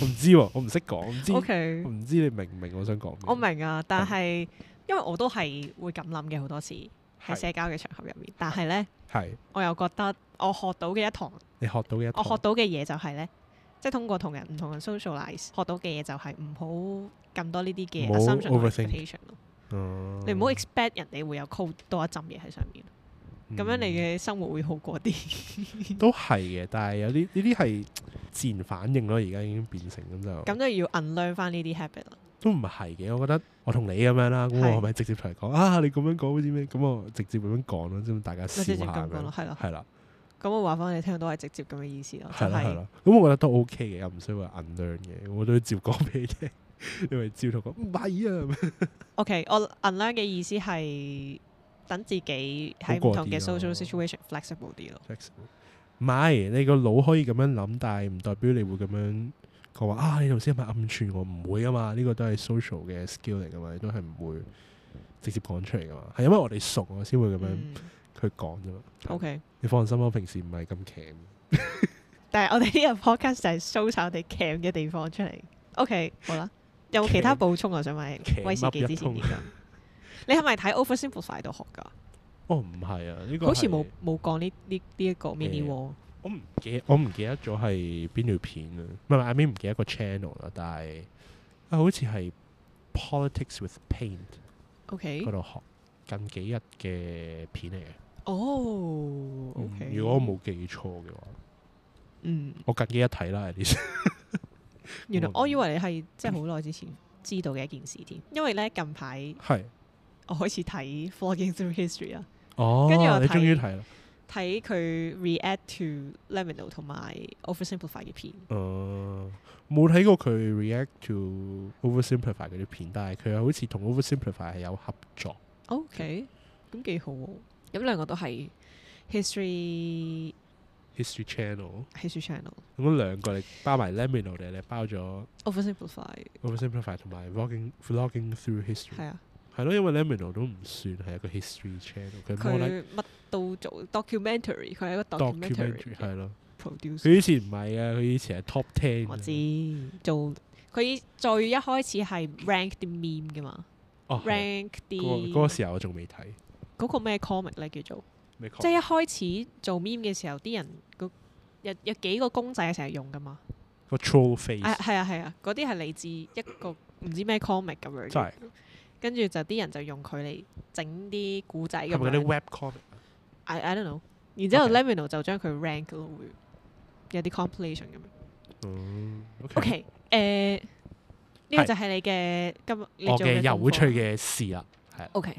Speaker 2: 我唔知喎，我唔識講，唔知嗯
Speaker 1: OK
Speaker 2: 我。唔知你明唔明我想講咩？
Speaker 1: 我明啊，但係因為我都係會咁諗嘅好多次喺
Speaker 2: 係
Speaker 1: 社交嘅場合入面，但係呢，
Speaker 2: 係
Speaker 1: 我又覺得我學到嘅一堂，
Speaker 2: 你學到嘅一
Speaker 1: 我學
Speaker 2: 堂
Speaker 1: 到嘅嘢就係呢，即係通過同人唔同人 socialize 學到嘅嘢就係唔好咁多呢啲嘅
Speaker 2: 唔好
Speaker 1: assumption 同
Speaker 2: overthink
Speaker 1: expectation 咯
Speaker 2: 哦
Speaker 1: 你唔好 expect 人哋會有 code 多一浸嘢喺上面，咁樣你
Speaker 2: 嗯
Speaker 1: 嘅生活會好過啲。
Speaker 2: 都係嘅，但係有啲呢啲係自然反應咯，而家已經變成咁就
Speaker 1: 咁就要 unlearn 翻呢啲 habit 啦。
Speaker 2: 都唔係嘅。我覺得我同你咁樣啦，咁我
Speaker 1: 係
Speaker 2: 係咪直接同你講啊？你咁樣講好似咩？咁我直接咁樣講咯，咁大家
Speaker 1: 咪
Speaker 2: 笑
Speaker 1: 直
Speaker 2: 下
Speaker 1: 接
Speaker 2: 咁
Speaker 1: 咁講咯，
Speaker 2: 樣。
Speaker 1: 係咯。
Speaker 2: 係啦，
Speaker 1: 咁我話翻你聽都係直接咁嘅意思咯，就
Speaker 2: 係啦，係
Speaker 1: 係
Speaker 2: 啦。咁我覺得都 OK 嘅，又唔需要話 unlearn 嘅，我都照講俾你聽。你咪照同我講唔係啊，
Speaker 1: OK，我 unlearn 嘅意思係等自己喺
Speaker 2: 好過
Speaker 1: 唔同嘅
Speaker 2: 啲咯
Speaker 1: social situation flexible 啲咯。
Speaker 2: 唔係你個腦可以咁樣諗，但係唔代表你會咁樣講話啊！你頭先係咪暗串我？唔會啊嘛，呢個都係 social 嘅 skill 嚟噶嘛，你都係唔會直接講出嚟噶嘛。係因為我哋熟，我先會咁樣。
Speaker 1: 嗯
Speaker 2: 佢講啫嘛。
Speaker 1: OK，
Speaker 2: 你放心啦，我平時唔係咁鉗。
Speaker 1: 但係我哋呢個 podcast 就係 show 晒我哋 cam 嘅地方出嚟。OK，好啦，有冇其 他補充啊？想問
Speaker 2: cam
Speaker 1: 威士忌之
Speaker 2: 一
Speaker 1: 前
Speaker 2: 通
Speaker 1: 點樣？你係咪睇 Oversimplify 度學㗎？
Speaker 2: 哦，唔係啊，呢個
Speaker 1: 好似
Speaker 2: 係
Speaker 1: 冇冇講呢呢呢一個 mini
Speaker 2: 誒
Speaker 1: wall。
Speaker 2: 我唔記，我唔記得咗係邊條片啊。唔係唔係，I mean 唔記得個 channel 啦，但係啊，好似係 Politics with Paint
Speaker 1: OK，
Speaker 2: 嗰度學近幾日嘅片嚟嘅。
Speaker 1: 哦，OK。
Speaker 2: 嗯如果我冇記錯嘅話，
Speaker 1: 嗯，
Speaker 2: 我近幾日睇啦，at least
Speaker 1: 原來
Speaker 2: 我
Speaker 1: 我以為你係即係好耐之前知道嘅一件事添，因為咧近排
Speaker 2: 係。
Speaker 1: 我開始睇《Flogging Through History》啊。
Speaker 2: 哦，
Speaker 1: 跟住我
Speaker 2: 你終於
Speaker 1: 睇
Speaker 2: 睇啦。
Speaker 1: 睇佢 react to Lemino 同埋 Oversimplify 嘅片，
Speaker 2: 誒哦冇睇過佢 react to oversimplify 嗰啲片，但係佢好似同 oversimplify 係有合作。
Speaker 1: OK，咁幾好喎。咁兩個都係 history
Speaker 2: History Channel
Speaker 1: history channel。
Speaker 2: 咁兩個你包埋 Lemino 定係你包咗
Speaker 1: Oversimplify
Speaker 2: Oversimplify 同埋 Vlogging Vlogging Through History
Speaker 1: 係啊，
Speaker 2: 係咯，因為 Lemino 都唔算係一個 History Channel，佢冇
Speaker 1: 佢乜都做 documentary，佢係一個 documentary 嘅
Speaker 2: documentary 係咯。
Speaker 1: producer。
Speaker 2: 佢以前唔係啊，佢以前係 Top Ten。
Speaker 1: 我知做佢最一開始係 rank 啲 meme 噶嘛
Speaker 2: 哦，係
Speaker 1: ，rank
Speaker 2: 嗰個嗰個
Speaker 1: 啲
Speaker 2: 時候我仲未睇。
Speaker 1: 嗰個咩 comic 咧叫做
Speaker 2: 你確
Speaker 1: 即係一開始做 meme 嘅時候，啲人個有有幾個公仔係成日用噶嘛？
Speaker 2: 個 troll
Speaker 1: 啊
Speaker 2: face
Speaker 1: 係啊係啊，嗰啲係嚟自一個唔知咩 comic 咁樣
Speaker 2: 真係
Speaker 1: 嘅，跟住就啲人就用佢嚟整啲古仔咁
Speaker 2: 係咪嗰啲
Speaker 1: 樣。
Speaker 2: web comic？
Speaker 1: I I don't know。然之後
Speaker 2: OK
Speaker 1: Lemino 就將佢 rank 咯，會有啲 compilation 咁樣。
Speaker 2: 嗯
Speaker 1: OK，誒呢個
Speaker 2: 係
Speaker 1: 就係你嘅今你
Speaker 2: 我
Speaker 1: 做
Speaker 2: 嘅
Speaker 1: 功課
Speaker 2: 有趣。嘅事啦，係啦
Speaker 1: OK，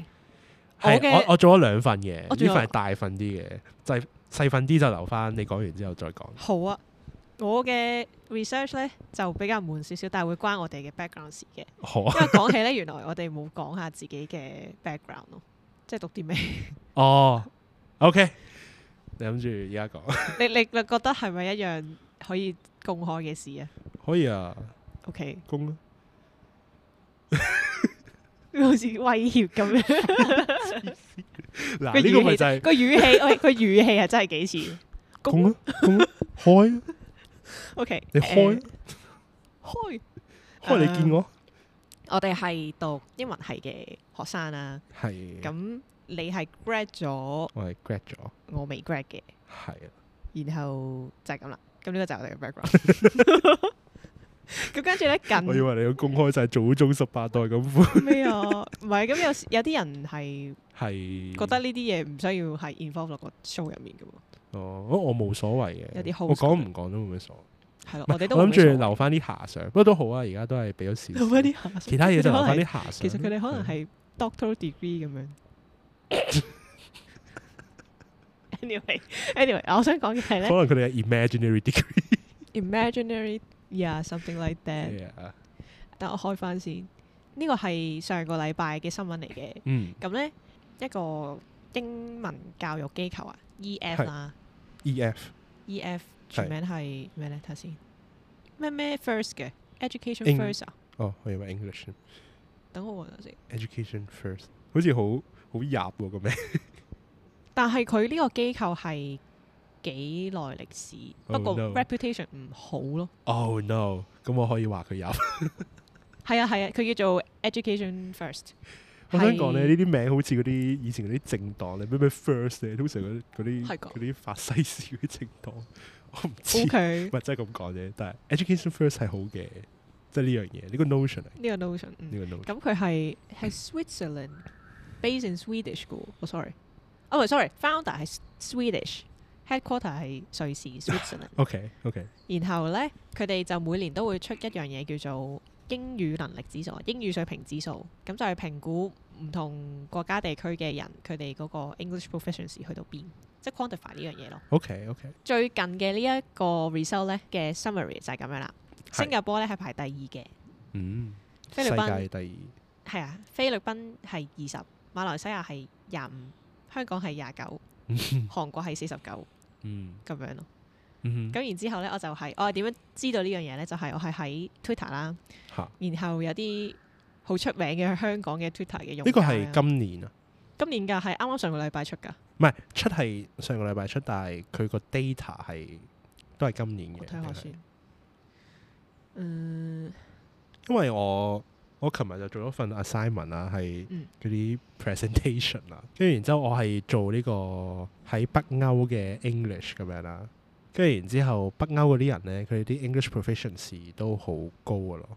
Speaker 1: 我
Speaker 2: 係
Speaker 1: 嘅
Speaker 2: 我我做咗兩份嘅，呢
Speaker 1: 我
Speaker 2: 份
Speaker 1: 仲有
Speaker 2: 係大份啲嘅，就係細份啲就留翻你講完之後再講。
Speaker 1: 好啊。我嘅 research 咧就比較悶少少，但係會關我哋嘅 background 事嘅。
Speaker 2: 好啊，
Speaker 1: 因為講起咧，原來我哋冇講下自己嘅 background 咯，即係讀 啲咩？
Speaker 2: 哦，OK，你諗住而家講
Speaker 1: 你你你覺得係咪一樣可以公開嘅事啊
Speaker 2: 可以啊，
Speaker 1: ？OK，
Speaker 2: 公啊
Speaker 1: 好似威脅咁樣。 個
Speaker 2: 嗱呢個
Speaker 1: 語
Speaker 2: 咪
Speaker 1: 氣
Speaker 2: 就係
Speaker 1: 個語氣，喂，個語氣係真係幾似
Speaker 2: 公啊公啊開啊
Speaker 1: OK，
Speaker 2: 你開啊
Speaker 1: 誒開
Speaker 2: 開你見我
Speaker 1: 我哋係讀英文系嘅學生啦，
Speaker 2: 係
Speaker 1: 咁你係 grad 咗，
Speaker 2: 我係 grad 咗，
Speaker 1: 我未 grad 嘅，
Speaker 2: 係啊，
Speaker 1: 然後就係咁啦。咁呢個就係我哋嘅 background。咁跟住咧
Speaker 2: 我以
Speaker 1: 近
Speaker 2: 為你要公開晒祖宗十八代咁款，
Speaker 1: 咩啊？ 唔係咁有時有啲人係
Speaker 2: 係
Speaker 1: 覺得呢啲嘢唔需要係 involve 落個 show 入面嘅喎，
Speaker 2: 哦，我我冇所謂嘅，
Speaker 1: 有啲
Speaker 2: 我
Speaker 1: host
Speaker 2: 講唔講都冇乜所謂。
Speaker 1: 係咯，
Speaker 2: 唔係
Speaker 1: 我哋都
Speaker 2: 諗
Speaker 1: 冇
Speaker 2: 住
Speaker 1: 乜所謂
Speaker 2: 留翻啲遐想，不過都好啊，而家都係俾咗少
Speaker 1: 留
Speaker 2: 少，
Speaker 1: 翻啲下屬
Speaker 2: 其他嘢就
Speaker 1: 佢哋可
Speaker 2: 留
Speaker 1: 能
Speaker 2: 翻啲
Speaker 1: 係
Speaker 2: 嗯遐想。
Speaker 1: 其實佢哋可能係 doctor degree 咁樣。anyway，anyway，我想講嘅係
Speaker 2: 嗯可
Speaker 1: 咧
Speaker 2: 能佢哋係 imaginary degree
Speaker 1: ，imaginary yeah something like that。
Speaker 2: 嘅，
Speaker 1: 等我開翻先，呢個係上個禮拜嘅新聞嚟嘅。
Speaker 2: 嗯
Speaker 1: 咁咧一個英文教育機構啊，EF
Speaker 2: 係
Speaker 1: 啦
Speaker 2: ，EF
Speaker 1: ，EF E 全名係咩咧？睇下先，咩咩 first 嘅 education
Speaker 2: 英
Speaker 1: first 啊？
Speaker 2: 哦，我以為 English 添
Speaker 1: 等我揾下先。
Speaker 2: education first，好似好好入喎個名，
Speaker 1: 但係佢呢個機構係幾耐歷史，
Speaker 2: Oh
Speaker 1: 不過
Speaker 2: no
Speaker 1: reputation 唔好咯。
Speaker 2: Oh no！咁我可以話佢入。
Speaker 1: 係啊係啊，佢叫做 Education First。
Speaker 2: 我想講咧，
Speaker 1: 係
Speaker 2: 呢啲名好似嗰啲以前嗰啲政黨咧，咩咩 first 咧，通常嗰啲嗰啲
Speaker 1: 係㗎
Speaker 2: 嗰啲法西斯嗰啲政黨，我唔知，
Speaker 1: O
Speaker 2: 唔
Speaker 1: K
Speaker 2: 係真係咁講啫。但係 education first 係好嘅，即係呢樣嘢，呢個 notion 嚟，
Speaker 1: 呢個 notion，嗯
Speaker 2: 呢個 notion
Speaker 1: 咁佢係係 Switzerland based in Swedish 嘅喎。我 sorry，哦唔係 sorry，founder 係 Swedish，headquarter 係瑞士 Switzerland。
Speaker 2: OK OK，
Speaker 1: 然後咧，佢哋就每年都會出一樣嘢叫做英語能力指數、英語水平指數，咁就係評估唔同國家地區嘅人佢哋嗰個 English proficiency 去到邊，即係 quantify 呢樣嘢咯。
Speaker 2: OK OK，
Speaker 1: 最近嘅呢一個 result 咧嘅 summary 就係咁樣啦。
Speaker 2: 係
Speaker 1: 新加坡咧係排第二嘅，
Speaker 2: 嗯，
Speaker 1: 菲律賓
Speaker 2: 世界第二，
Speaker 1: 係啊，菲律賓係二十，馬來西亞係廿五，香港係廿九，韓國係四十九
Speaker 2: 嗯
Speaker 1: 咁樣咯。
Speaker 2: 嗯哼，
Speaker 1: 咁然之後咧，我就係、我係點樣知道呢樣嘢咧？就係、我係喺 Twitter 啦，
Speaker 2: 嚇
Speaker 1: 然後有啲好出名嘅香港嘅 Twitter 嘅用
Speaker 2: 呢個
Speaker 1: 家
Speaker 2: 係
Speaker 1: 啦
Speaker 2: 今年啊，
Speaker 1: 今年㗎，係啱啱上個禮拜出㗎。
Speaker 2: 唔係出係上個禮拜出，但係佢個 data 係都係今年嘅。
Speaker 1: 我睇下
Speaker 2: 定係
Speaker 1: 先。嗯，
Speaker 2: 因為我我琴日就做咗份 assignment 啦，係
Speaker 1: 嗯
Speaker 2: 嗰啲 presentation 啦，跟住然之後我係做呢個喺北歐嘅 English 咁樣啦，跟住然之後北歐嗰啲人咧，佢哋啲 English proficiency 都好高嘅咯，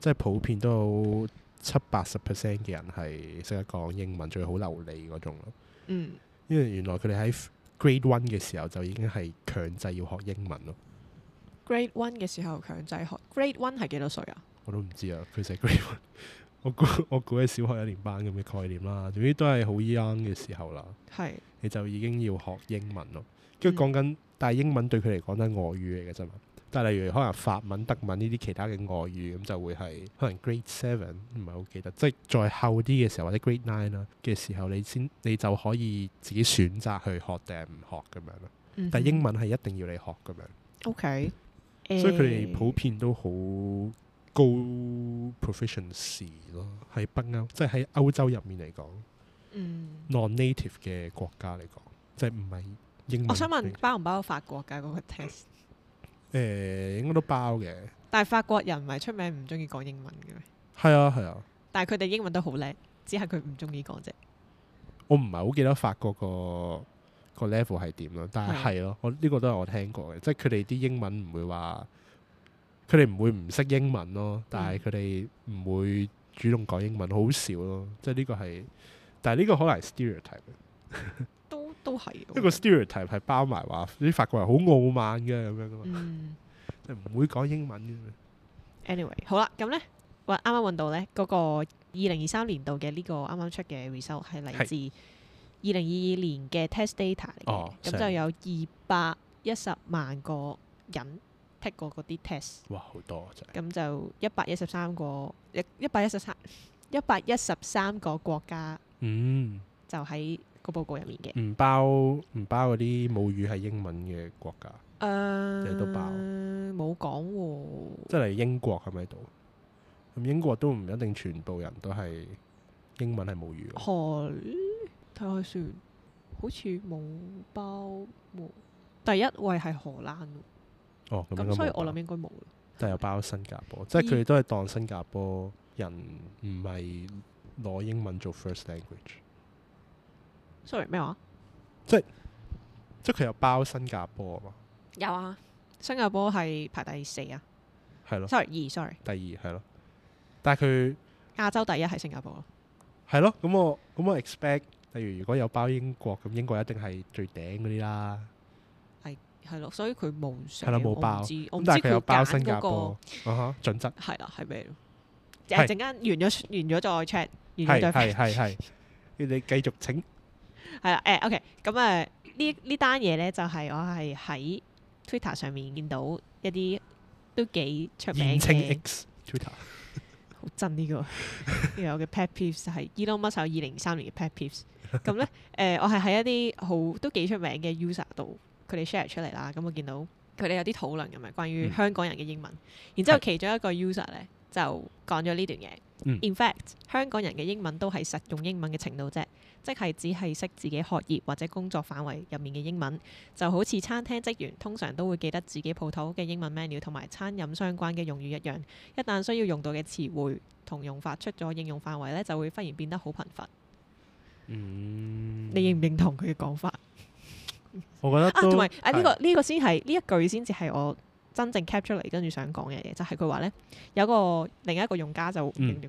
Speaker 2: 即係普遍都七八十 percent 嘅人係識得講英文，最好流利嗰種咯。
Speaker 1: 嗯，
Speaker 2: 因為原來佢哋喺 grade one 嘅時候就已經係強制要學英文咯，
Speaker 1: Grade One 嘅時候強制學，Grade One 係幾多歲啊？
Speaker 2: 我都唔知啊。佢寫 grade one，我估我估係小學一年班咁嘅概念啦。總之都係好 young 嘅時候啦，
Speaker 1: 係
Speaker 2: 你就已經要學英文咯。跟住講緊，但係英文對佢嚟講都係外語嚟嘅啫嘛。但係例如可能法文、德文呢啲其他嘅外語咁就會係可能 grade seven 唔係好記得，即係再後啲嘅時候或者 grade nine 啦嘅時候，你先你就可以自己選擇去學定係唔學咁樣咯。
Speaker 1: 嗯哼
Speaker 2: 但係英文係一定要你學咁樣。
Speaker 1: OK，
Speaker 2: 所以佢哋
Speaker 1: 誒
Speaker 2: 普遍都好高 proficiency 咯，喺北歐，即係喺歐洲入面嚟講
Speaker 1: 嗯，
Speaker 2: ，non-native 嘅國家嚟講，即係唔係英文。
Speaker 1: 我想問
Speaker 2: 誒、
Speaker 1: 包唔包法國㗎嗰個 test？
Speaker 2: 應該都包嘅，
Speaker 1: 但係法國人唔係出名唔中意講英文嘅咩？
Speaker 2: 係啊係啊，
Speaker 1: 但係佢哋英文都好叻，只係佢唔中意講啫。
Speaker 2: 我唔係好記得法國個個 level 係點咯。但係
Speaker 1: 係啊
Speaker 2: 係咯，我呢、個都係我聽過嘅，即係佢哋啲英文唔會話，佢哋唔會唔識英文咯，
Speaker 1: 嗯
Speaker 2: 但係佢哋唔會主動講英文，好少咯。即係呢個係，但係呢個可能係 stereotype。
Speaker 1: 都都係
Speaker 2: 一個
Speaker 1: 喎。
Speaker 2: stereotype 係包埋話啲法國人好傲慢嘅咁樣噶嘛，
Speaker 1: 嗯
Speaker 2: 即係唔會講英文嘅。
Speaker 1: ，anyway，好啦，咁咧，揾啱啱揾到咧嗰個二零二三年度嘅呢個啱啱出嘅 result 係嚟
Speaker 2: 係
Speaker 1: 自二零二二年嘅 test data 嚟嘅
Speaker 2: 哦，
Speaker 1: 咁
Speaker 2: 成
Speaker 1: 就有二百一十萬個人 take 過嗰啲 test。
Speaker 2: 哇，好多真係。
Speaker 1: 咁就一百一十三個一一百一十三一百一十三個國家
Speaker 2: 嗯，
Speaker 1: 就喺個報告入面嘅。
Speaker 2: 唔包唔包嗰啲母語係英文嘅國家，
Speaker 1: 誒
Speaker 2: 你都爆
Speaker 1: 冇講喎，
Speaker 2: 即係例如英國係咪喺度？咁英國都唔一定全部人都係英文係母語喎。
Speaker 1: 荷睇下先，好似冇包冇。第一位係荷蘭喎，
Speaker 2: 哦，咁應該
Speaker 1: 咁所以
Speaker 2: 冇
Speaker 1: 我
Speaker 2: 包
Speaker 1: 諗應該冇。
Speaker 2: 但係有包新加坡，即係佢哋都係當新加坡人唔係攞英文做 first language，
Speaker 1: sorry 咩話？
Speaker 2: 即係佢有包新加坡啊嘛，
Speaker 1: 有啊，新加坡係排第四啊
Speaker 2: 係咯，
Speaker 1: ，sorry 二 sorry，
Speaker 2: 第二係咯，但係佢。
Speaker 1: 亞洲第一係新加坡咯。
Speaker 2: 係咯，咁我咁我 expect，例如如果有包英國，咁英國一定係最頂嗰啲啦。
Speaker 1: 係咯，所以佢冇上，
Speaker 2: 係啦，冇
Speaker 1: 我
Speaker 2: 包。
Speaker 1: 唔知，我唔知
Speaker 2: 咁但係佢有包
Speaker 1: 揀
Speaker 2: 新加
Speaker 1: 嗰個
Speaker 2: 坡，啊哈，準則
Speaker 1: 係啦，係咩咯？誒，
Speaker 2: 係
Speaker 1: 陣間完咗完咗再 check，完
Speaker 2: 係
Speaker 1: 咗再
Speaker 2: 係
Speaker 1: check
Speaker 2: 係係。你哋繼續請
Speaker 1: 係啦。誒，OK，咁誒呢呢單嘢咧，就係我係喺 Twitter 上面見到一啲都幾出名
Speaker 2: 現稱
Speaker 1: 嘅，
Speaker 2: X Twitter
Speaker 1: 好憎呢 個呢個我嘅 pet peeves 就係 Elon Musk 有二零三年嘅 pet peeves。咁 咧誒，我係喺一啲好都幾出名嘅 user 度，佢哋 share 出嚟啦。咁我見到佢哋有啲討論咁樣關於
Speaker 2: 嗯
Speaker 1: 香港人嘅英文，然之後
Speaker 2: 係
Speaker 1: 其中一個 user 咧就講咗呢段嘢。
Speaker 2: 嗯
Speaker 1: In fact，香港人嘅英文都係實用英文嘅程度啫，即係只係識自己學業或者工作範圍入面嘅英文，就好似餐廳職員通常都會記得自己鋪頭嘅英文 menu 同埋餐飲相關嘅用語一樣。一旦需要用到嘅詞彙同用法出咗應用範圍咧，就會忽然變得好頻繁。
Speaker 2: 嗯，
Speaker 1: 你認唔認同佢嘅講法
Speaker 2: 我
Speaker 1: 啊？
Speaker 2: 覺得
Speaker 1: 同
Speaker 2: 都
Speaker 1: 埋啊，
Speaker 2: 係
Speaker 1: 呢個呢個先係呢一句先至係我真正 capture 嚟，跟住想講嘅嘢，就係佢話咧有個另一個用家就、
Speaker 2: 嗯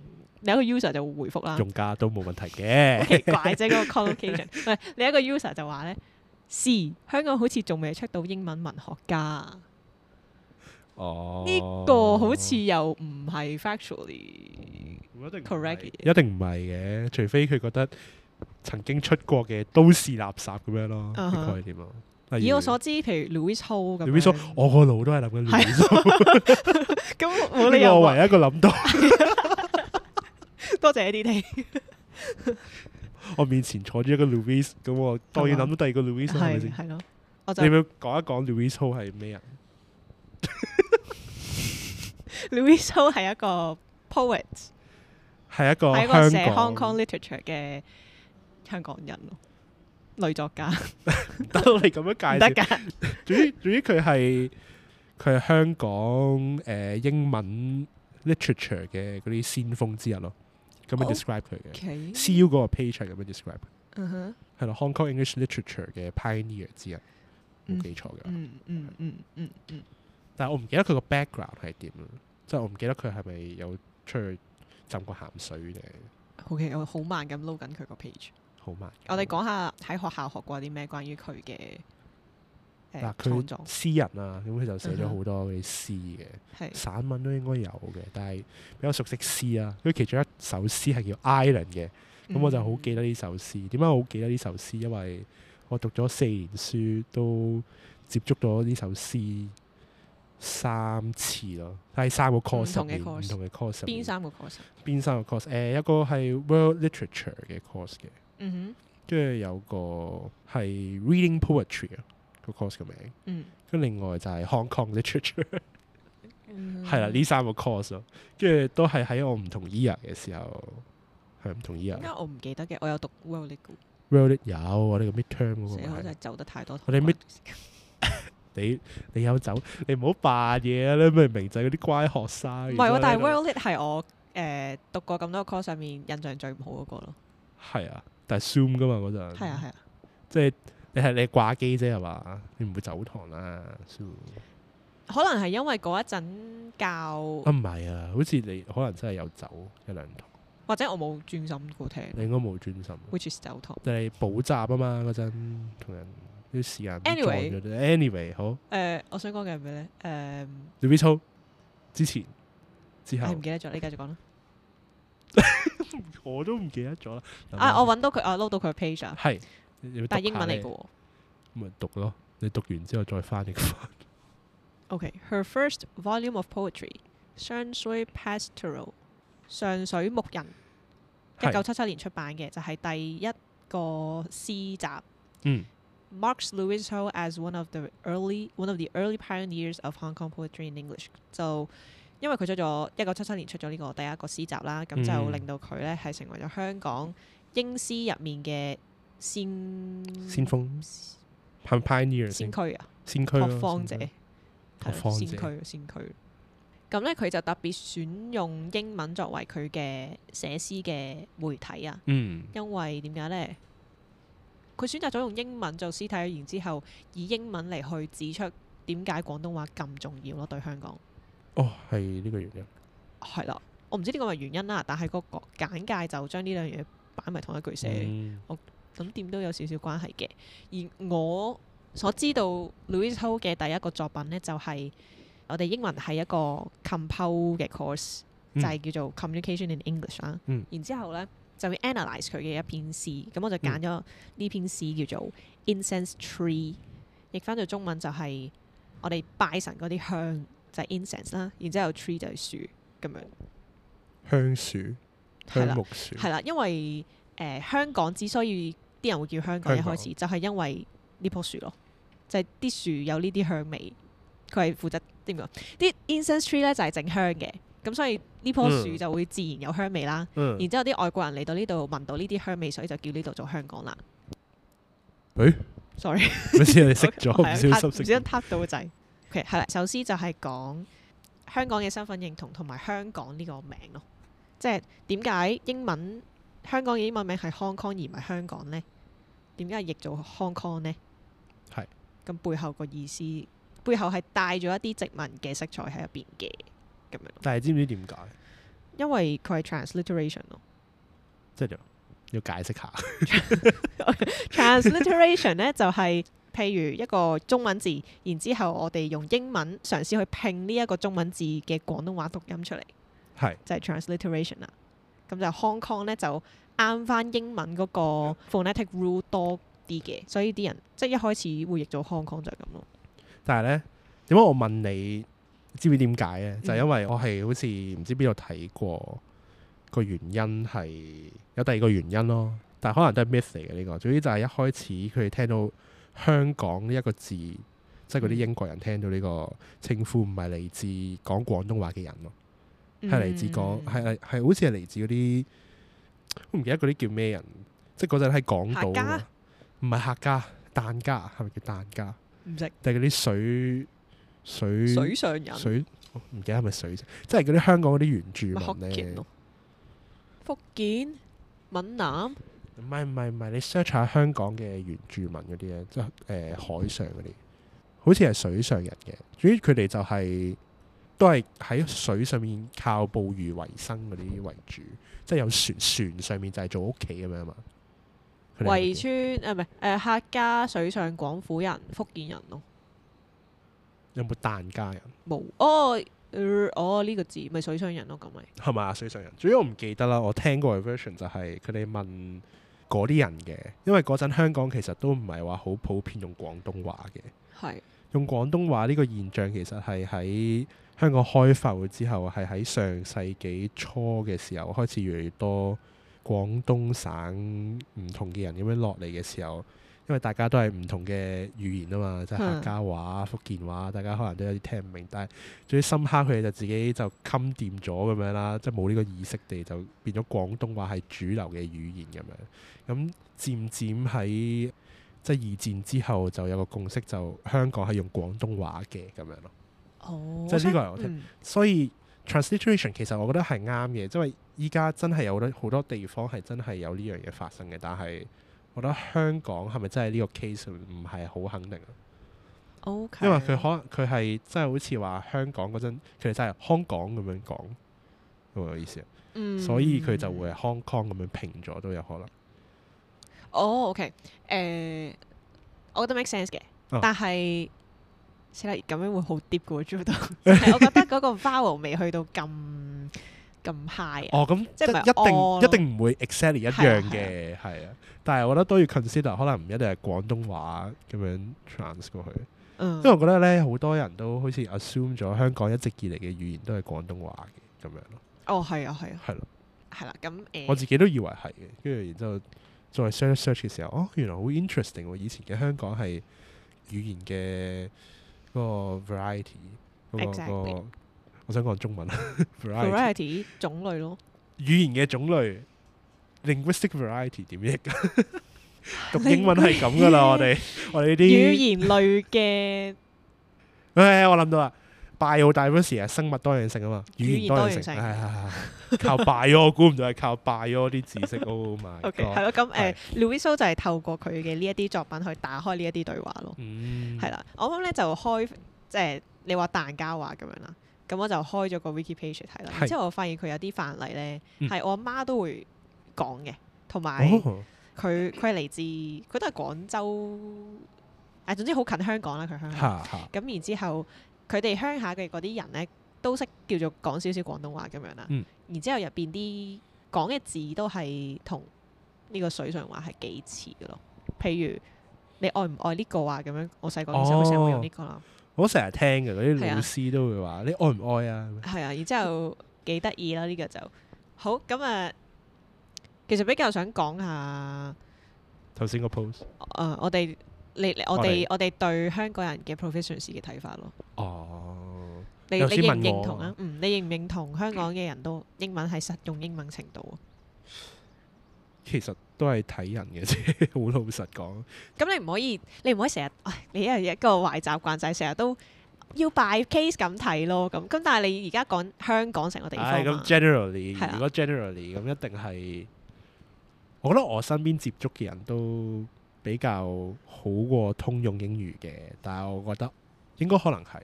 Speaker 1: 另一個 user 就回覆啦。
Speaker 2: 用家都冇問題嘅。
Speaker 1: 奇怪啫，嗰個 collocation。唔係，你一個 user 就話咧，是香港好似仲未出到英文文學家，呢、
Speaker 2: 哦，
Speaker 1: 個好似又唔係 factually
Speaker 2: 唔一定唔係
Speaker 1: correct 嘅。
Speaker 2: 一定唔係嘅，除非佢覺得曾經出過嘅都是垃圾咁樣咯，
Speaker 1: 啊哈
Speaker 2: 啲概念咯。例
Speaker 1: 以
Speaker 2: 如
Speaker 1: 我所知，譬如 Louis Ho 咁
Speaker 2: 你 Louis
Speaker 1: 樣，
Speaker 2: Ho，我個腦都係諗緊 Louis Ho，
Speaker 1: 咁
Speaker 2: 呢
Speaker 1: 冇理
Speaker 2: 個
Speaker 1: 由
Speaker 2: 我
Speaker 1: 話。
Speaker 2: 唯一一個諗到。
Speaker 1: 多謝呢啲你，
Speaker 2: 我面前坐住一個 Louis，咁我當然諗到第二個 Louis 啦，係咪
Speaker 1: 啊係
Speaker 2: 先？
Speaker 1: 係咯，我就
Speaker 2: 你要唔要講一講 Louis Ho 係咩人？啊
Speaker 1: Louis Ho 係一個 poet，
Speaker 2: 係一個
Speaker 1: 係一個寫
Speaker 2: 哦香
Speaker 1: Hong
Speaker 2: 港
Speaker 1: Kong literature 嘅香港人咯，女作家唔
Speaker 2: 唔得你咁樣介
Speaker 1: 得
Speaker 2: 紹。
Speaker 1: 㗎，
Speaker 2: 總之總之佢係佢係香港誒、呃英文 literature 嘅嗰啲先鋒之一咯。咁樣
Speaker 1: 哦
Speaker 2: describe 佢嘅
Speaker 1: OK，
Speaker 2: CU 嗰個 page 係咁樣 describe 佢。
Speaker 1: 嗯哼
Speaker 2: 係咯，Hong Kong English literature 嘅 pioneer 之一，
Speaker 1: 嗯
Speaker 2: 冇記錯嘅。
Speaker 1: 嗯嗯嗯嗯嗯，
Speaker 2: 但係我唔記得佢個 background 係點啦，即係我唔記得佢係咪有出去浸過鹹水定係
Speaker 1: 好嘅，我好慢咁撈緊佢個 page。
Speaker 2: 好慢。
Speaker 1: 我哋講下喺學校學過啲咩關於佢嘅誒
Speaker 2: 嗱，
Speaker 1: 創
Speaker 2: 佢
Speaker 1: 作，
Speaker 2: 詩人啊，咁佢就寫
Speaker 1: 嗯
Speaker 2: 咗
Speaker 1: 哼
Speaker 2: 好多嗰啲詩嘅，
Speaker 1: 係
Speaker 2: 散文都應該有嘅，但係比較熟悉詩啊。佢其中一首詩係叫《Island》嘅，
Speaker 1: 嗯
Speaker 2: 咁我就好記得呢首詩。點解我好記得呢首詩？因為我讀咗四年書，都接觸咗呢首詩三次咯，喺三個 course 入面
Speaker 1: 唔同嘅
Speaker 2: 唔
Speaker 1: course
Speaker 2: 同嘅 course 入
Speaker 1: 邊
Speaker 2: 面
Speaker 1: 三個 course？啊
Speaker 2: 邊三個 course？誒、一個係 World Literature 嘅 course 嘅，
Speaker 1: 嗯
Speaker 2: 跟住有個係 Reading Poetry 啊個 course 嘅名。
Speaker 1: 哼，嗯
Speaker 2: 跟住另外就係 Hong Kong literature，
Speaker 1: 嗯，
Speaker 2: 係啦呢三個 course 咯，跟住都係喺我唔同 year 嘅時候，係唔同 year
Speaker 1: 點解我唔記得嘅？我有讀 World Lit 嘅
Speaker 2: World Lit 有我哋個 midterm 嗰個
Speaker 1: 寫好就
Speaker 2: 咪係
Speaker 1: 係走得太多。
Speaker 2: 我哋搣你你有走，你唔好扮嘢啊！你明明就係嗰啲乖學生。
Speaker 1: 唔係
Speaker 2: 然之後
Speaker 1: 喎，但係
Speaker 2: 喺度
Speaker 1: World Lit 係我誒讀過咁多個 course 上面印象最唔好嗰個咯。
Speaker 2: 係啊，但係 Zoom 噶嘛嗰陣，
Speaker 1: 係啊係啊，
Speaker 2: 即係你係你掛機啫係嘛？你唔會走堂啦。so-
Speaker 1: 可能係因為嗰一陣教
Speaker 2: 啊，唔係啊，好似你可能真係有走一兩堂，
Speaker 1: 或者我冇專心過聽
Speaker 2: 你應該冇專心。啊
Speaker 1: ，which is 走堂。
Speaker 2: 但係補習啊嘛，嗰陣同人啲時間
Speaker 1: Anyway
Speaker 2: anyway，anyway 好
Speaker 1: 誒、我想講嘅係咩咧？誒、
Speaker 2: ，Louis 粗之前之
Speaker 1: 唉
Speaker 2: 後
Speaker 1: 唔，記得咗，你繼續講啦。
Speaker 2: 我都唔記得咗啦。
Speaker 1: 啊，我揾到佢，啊撈到佢嘅 page 啊，
Speaker 2: 係，你你要
Speaker 1: 但係
Speaker 2: 讀
Speaker 1: 英文
Speaker 2: 下
Speaker 1: 嚟嘅
Speaker 2: 咧
Speaker 1: 喎。
Speaker 2: 咪讀咯。你讀完之後再翻譯翻。
Speaker 1: Okay, her first volume of poetry, 上水 Pastoral，上水牧人，一九
Speaker 2: 係，
Speaker 1: 七七年出版嘅，就係、第一個詩集。
Speaker 2: 嗯
Speaker 1: Marks Louis Ho as one of the early one of the early pioneers of Hong Kong poetry in English。就因為佢出咗一九七七年出咗呢個第一個詩集啦，咁就
Speaker 2: 嗯
Speaker 1: 令到佢咧係成為咗香港英詩入面嘅先
Speaker 2: 先鋒 p i o n e e r
Speaker 1: 嗯先
Speaker 2: 先
Speaker 1: 驅啊，
Speaker 2: 先驅咯
Speaker 1: 拓荒者。啊
Speaker 2: 拓荒
Speaker 1: 先
Speaker 2: 者
Speaker 1: 驅先驅。咁咧，佢就特別選用英文作為佢嘅寫詩嘅媒體啊，
Speaker 2: 嗯，
Speaker 1: 因為點解呢？佢選擇咗用英文做詩體，然之後以英文嚟去指出點解廣東話咁重要咯，對香港
Speaker 2: 哦，係呢個原因。
Speaker 1: 係啦。我唔知呢個係咪原因啦，但係個個簡介就將呢兩樣嘢擺埋同一句寫。
Speaker 2: 嗯
Speaker 1: 咁點都有少少關係嘅。而我所知道 Louis Ho 嘅第一個作品呢，就係、我哋英文係一個 compose 嘅 course，、
Speaker 2: 嗯
Speaker 1: 就係叫做 Communication in English 啦。
Speaker 2: 嗯
Speaker 1: 然之後呢，就會 analyse 佢嘅一篇詩，咁我就
Speaker 2: 嗯
Speaker 1: 揀咗呢篇詩叫做 Incense Tree，譯翻做中文就係我哋拜神嗰啲香就係 incense 啦，然之後 tree 就係樹咁樣，
Speaker 2: 香樹、
Speaker 1: 係啦
Speaker 2: 香。木樹，
Speaker 1: 係啦，因為誒、呃香港之所以啲人會叫香港一
Speaker 2: 香港
Speaker 1: 開始，就係因為呢棵樹咯，就係、啲樹有呢啲香味，佢係負責點講？啲 incense tree 咧就係整香嘅，咁所以呢棵樹
Speaker 2: 嗯
Speaker 1: 就會自然有香味啦。
Speaker 2: 嗯，
Speaker 1: 然之後啲外國人嚟到呢度聞到呢啲香味，所以就叫呢度做香港啦。
Speaker 2: 誒
Speaker 1: sorry，
Speaker 2: 咪先你識咗，
Speaker 1: 我
Speaker 2: 唔
Speaker 1: 係
Speaker 2: 小
Speaker 1: 撻唔
Speaker 2: 心識
Speaker 1: 小
Speaker 2: 咗
Speaker 1: 心。撻到個掣。OK，係啦，首先就係講香港嘅身份認同同埋香港呢個名咯，即係點解英文香港嘅英文名係 Hong Kong 而唔係香港呢？點解係譯做 Hong Kong 呢？
Speaker 2: 係
Speaker 1: 咁背後個意思，背後係帶咗一啲殖民嘅色彩喺入邊嘅咁樣咯，
Speaker 2: 但係知唔知點解？
Speaker 1: 因為佢係 transliteration 咯。
Speaker 2: 即係就要解釋下。
Speaker 1: transliteration 咧就係、譬如一個中文字，然之後我哋用英文嘗試去拼呢一個中文字嘅廣東話讀音出嚟，
Speaker 2: 係
Speaker 1: 就係、transliteration 啦。咁就 Hong Kong 咧就啱翻英文嗰個 phonetic rule 多啲嘅，所以啲人即係一開始會譯做 Hong Kong 就係咁咯。
Speaker 2: 但係咧，點解我問你知唔知點解咧？就係
Speaker 1: 嗯
Speaker 2: 因為我係好似唔知邊度睇過個原因係有第二個原因咯，但係可能都係 miss 嚟嘅呢個。總之就係一開始佢哋聽到香港呢一個字，即係嗰啲英國人聽到呢個
Speaker 1: 嗯
Speaker 2: 稱呼唔係嚟自講廣東話嘅人咯，係嚟自講係啊係係好似係嚟自嗰啲我唔記得嗰啲叫咩人，即係嗰陣喺港
Speaker 1: 客
Speaker 2: 島
Speaker 1: 家
Speaker 2: 啊嘛唔係客家，疍家係咪叫疍家？
Speaker 1: 唔識
Speaker 2: 定係嗰啲水水
Speaker 1: 水上人，
Speaker 2: 水哦唔記得係咪水啫，即係嗰啲香港嗰啲原住
Speaker 1: 咪福
Speaker 2: 民咧
Speaker 1: 建。咯，福建、閩南，
Speaker 2: 唔係唔係唔係，你 search 下香港嘅原住民嗰啲咧，即係誒、呃海上嗰啲，好似係水上人嘅。主要佢哋就係、都係喺水上面靠捕魚為生嗰啲為主，即係有船船上面就係做屋企咁樣嘛。佢哋係
Speaker 1: 圍村啊誒唔係誒客家、水上廣府人、福建人咯。
Speaker 2: 有冇啊疍家人
Speaker 1: 冇哦，呃哦呢個字咪水上人咯，咁咪
Speaker 2: 係嘛？水上人，主要我唔記得啦。我聽過嘅 version 就係佢哋問嗰啲人嘅，因為嗰陣香港其實都唔係話好普遍用廣東話嘅。
Speaker 1: 係
Speaker 2: 用廣東話呢個現象其實係喺香港開埠之後，係喺上世紀初嘅時候開始越嚟越多廣東省唔同嘅人咁樣落嚟嘅時候，因為大家都係唔同嘅語言啊嘛，即係客
Speaker 1: 嗯
Speaker 2: 家話、福建話，大家可能都有啲聽唔明，但係最深刻佢哋就自己就襟掂咗咁樣啦，即係冇呢個意識地就變咗廣東話係主流嘅語言咁樣。咁漸漸喺即係二戰之後就有個共識，就香港係用廣東話嘅咁樣咯。
Speaker 1: 哦，
Speaker 2: 即係呢個
Speaker 1: 想
Speaker 2: 係我
Speaker 1: 嗯
Speaker 2: 所以 transliteration 其實我覺得係啱嘅，因為依家真係有好多好多地方係真係有呢樣嘢發生嘅，但係我覺得香港係咪真係呢個 case 唔係好肯定啊
Speaker 1: O K，
Speaker 2: 因為佢可能佢係真係好似話香港嗰陣，佢哋真係香港咁樣講，明唔明我意思啊？
Speaker 1: 嗯
Speaker 2: 所以佢就會係 Hong Kong 咁樣拼咗都有可能。
Speaker 1: 哦，OK，誒，我覺得 make sense 嘅
Speaker 2: 啊，
Speaker 1: 但係死啦，咁樣會好 deep 嘅喎，做 到，係我覺得嗰個 vowel 未去到咁咁 high 啊，
Speaker 2: 哦，咁
Speaker 1: 即係咪哦
Speaker 2: 一
Speaker 1: 咯
Speaker 2: 定一定唔會 exactly
Speaker 1: 係
Speaker 2: 一
Speaker 1: 啊
Speaker 2: 樣嘅，係啊。但係我覺得都要 consider，可能唔一定係廣東話咁樣 trans 過去，
Speaker 1: 嗯
Speaker 2: 因為我覺得咧好多人都好似 assume 咗香港一直以嚟嘅語言都係廣東話嘅咁樣咯，
Speaker 1: 哦，係啊，係啊，
Speaker 2: 係咯。
Speaker 1: 係啦，咁誒，
Speaker 2: 我自己都以為係嘅，跟住然之後再 search search 嘅時候，哦，原來好 interesting 喎！以前嘅香港係語言嘅嗰個 variety，嗰、個
Speaker 1: Exactly
Speaker 2: 嗰個我想講中文啊 variety
Speaker 1: variety 種類咯，
Speaker 2: 語言嘅種類 linguistic variety 點譯？讀英文係咁噶啦，我哋我哋呢
Speaker 1: 語
Speaker 2: 啲，
Speaker 1: 言類嘅
Speaker 2: 唉，我諗到啦，biodiversity 係生物多樣性啊嘛，語
Speaker 1: 語
Speaker 2: 言
Speaker 1: 言
Speaker 2: 多
Speaker 1: 多
Speaker 2: 樣
Speaker 1: 樣
Speaker 2: 性，
Speaker 1: 性
Speaker 2: 係係係係靠 bio，我估唔到係靠 bio 啲知識，Oh my
Speaker 1: OK
Speaker 2: god！
Speaker 1: 係咯，咁
Speaker 2: 係
Speaker 1: 誒 Louis So 就係透過佢嘅呢一啲作品去打開呢一啲對話咯。
Speaker 2: 嗯
Speaker 1: 係啦，我啱啱咧就開即係你話蛋膠話咁樣啦，咁我就開咗個 wiki page 睇啦，
Speaker 2: 係
Speaker 1: 然之後我發現佢有啲範例咧
Speaker 2: 嗯
Speaker 1: 係我阿媽都會講嘅，同埋
Speaker 2: 哦，
Speaker 1: 佢佢係嚟自佢都係廣州，誒總之好近香港啦，佢鄉下。
Speaker 2: 嚇嚇，
Speaker 1: 咁然之後佢哋鄉下嘅嗰啲人咧都識叫做講少少廣東話咁樣啦，
Speaker 2: 嗯
Speaker 1: 然之後入邊啲講嘅字都係同呢個水上話係幾似嘅咯，譬如。你愛唔愛呢個啊？咁樣我細個嘅時候成日會用呢個
Speaker 2: 哦
Speaker 1: 啦。
Speaker 2: 我成日聽嘅嗰啲
Speaker 1: 係
Speaker 2: 老
Speaker 1: 啊
Speaker 2: 師都會話：你愛唔愛啊？
Speaker 1: 係啊，然之後幾得意啦，呢、個就好咁啊。其實比較想講下
Speaker 2: 頭先個 post
Speaker 1: 誒、呃我哋你你我
Speaker 2: 我哋
Speaker 1: 哋我哋對香港人嘅 proficiency 嘅睇法咯。
Speaker 2: 哦，
Speaker 1: 你你
Speaker 2: 有時
Speaker 1: 認唔
Speaker 2: 問我
Speaker 1: 認同啊？嗯，你認唔認同香港嘅人都英文係實用英文程度啊？
Speaker 2: 其實都係睇人嘅啫，好老實講。
Speaker 1: 咁你唔可以，你唔可以成日，唉你係一個壞習慣就係成日都要 by case 咁睇咯。咁咁，但係你而家講香港成個地方
Speaker 2: 唉，
Speaker 1: 嘛，係
Speaker 2: 咁
Speaker 1: 啊
Speaker 2: generally，
Speaker 1: 啦
Speaker 2: 如果 generally 咁一定係，我覺得我身邊接觸嘅人都比較好過通用英語嘅，但係我覺得應該可能係。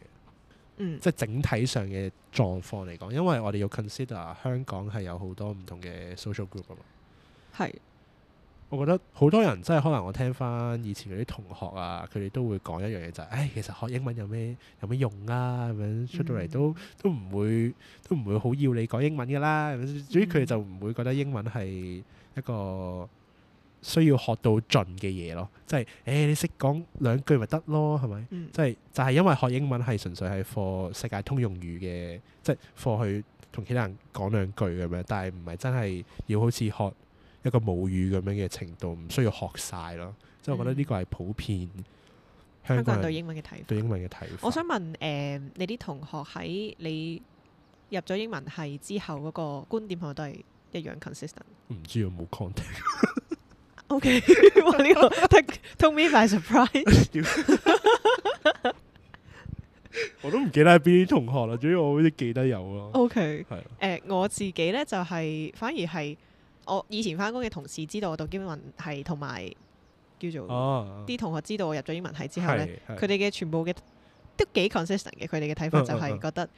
Speaker 1: 嗯
Speaker 2: 即係整體上嘅狀況嚟講，因為我哋要 consider 香港係有好多唔同嘅 social group 啊嘛。
Speaker 1: 係
Speaker 2: 我覺得好多人真係可能我聽翻以前嗰啲同學啊，佢哋都會講一樣嘢就係、唉，其實學英文有咩有咩用啊？咁樣出到嚟
Speaker 1: 嗯
Speaker 2: 都都唔會都唔會好要你講英文㗎啦。咁樣所以佢
Speaker 1: 嗯
Speaker 2: 哋就唔會覺得英文係一個需要學到盡嘅嘢咯。即係誒，你識講兩句咪得咯，係咪？
Speaker 1: 嗯
Speaker 2: 即係就係因為學英文係純粹係 for 世界通用語嘅，即係 for 去同其他人講兩句咁樣，但係唔係真係要好似學一個母語咁樣嘅程度，唔需要學晒咯。即係我覺得呢個係普遍香
Speaker 1: 嗯香港
Speaker 2: 港
Speaker 1: 人對
Speaker 2: 人
Speaker 1: 英文嘅睇法。
Speaker 2: 對英文嘅睇法。
Speaker 1: 我想問誒、你啲同學喺你入咗英文系之後嗰個觀點，係咪都係一樣 consistent？
Speaker 2: 唔知有冇 contact？
Speaker 1: O K，哇！呢、個 take took me by surprise。
Speaker 2: 我都唔記得係邊啲同學啦，總之我好似記得有咯。
Speaker 1: O K，
Speaker 2: 係啊
Speaker 1: 誒我自己咧就係、反而係我以前翻工嘅同事知道我讀英文系，同埋叫做
Speaker 2: 哦，
Speaker 1: 啲同學知道我入咗英文系之後咧，
Speaker 2: 係係
Speaker 1: 佢哋嘅全部嘅都幾 consistent 嘅，佢哋嘅睇法就
Speaker 2: 嗯嗯
Speaker 1: 係
Speaker 2: 嗯
Speaker 1: 覺得。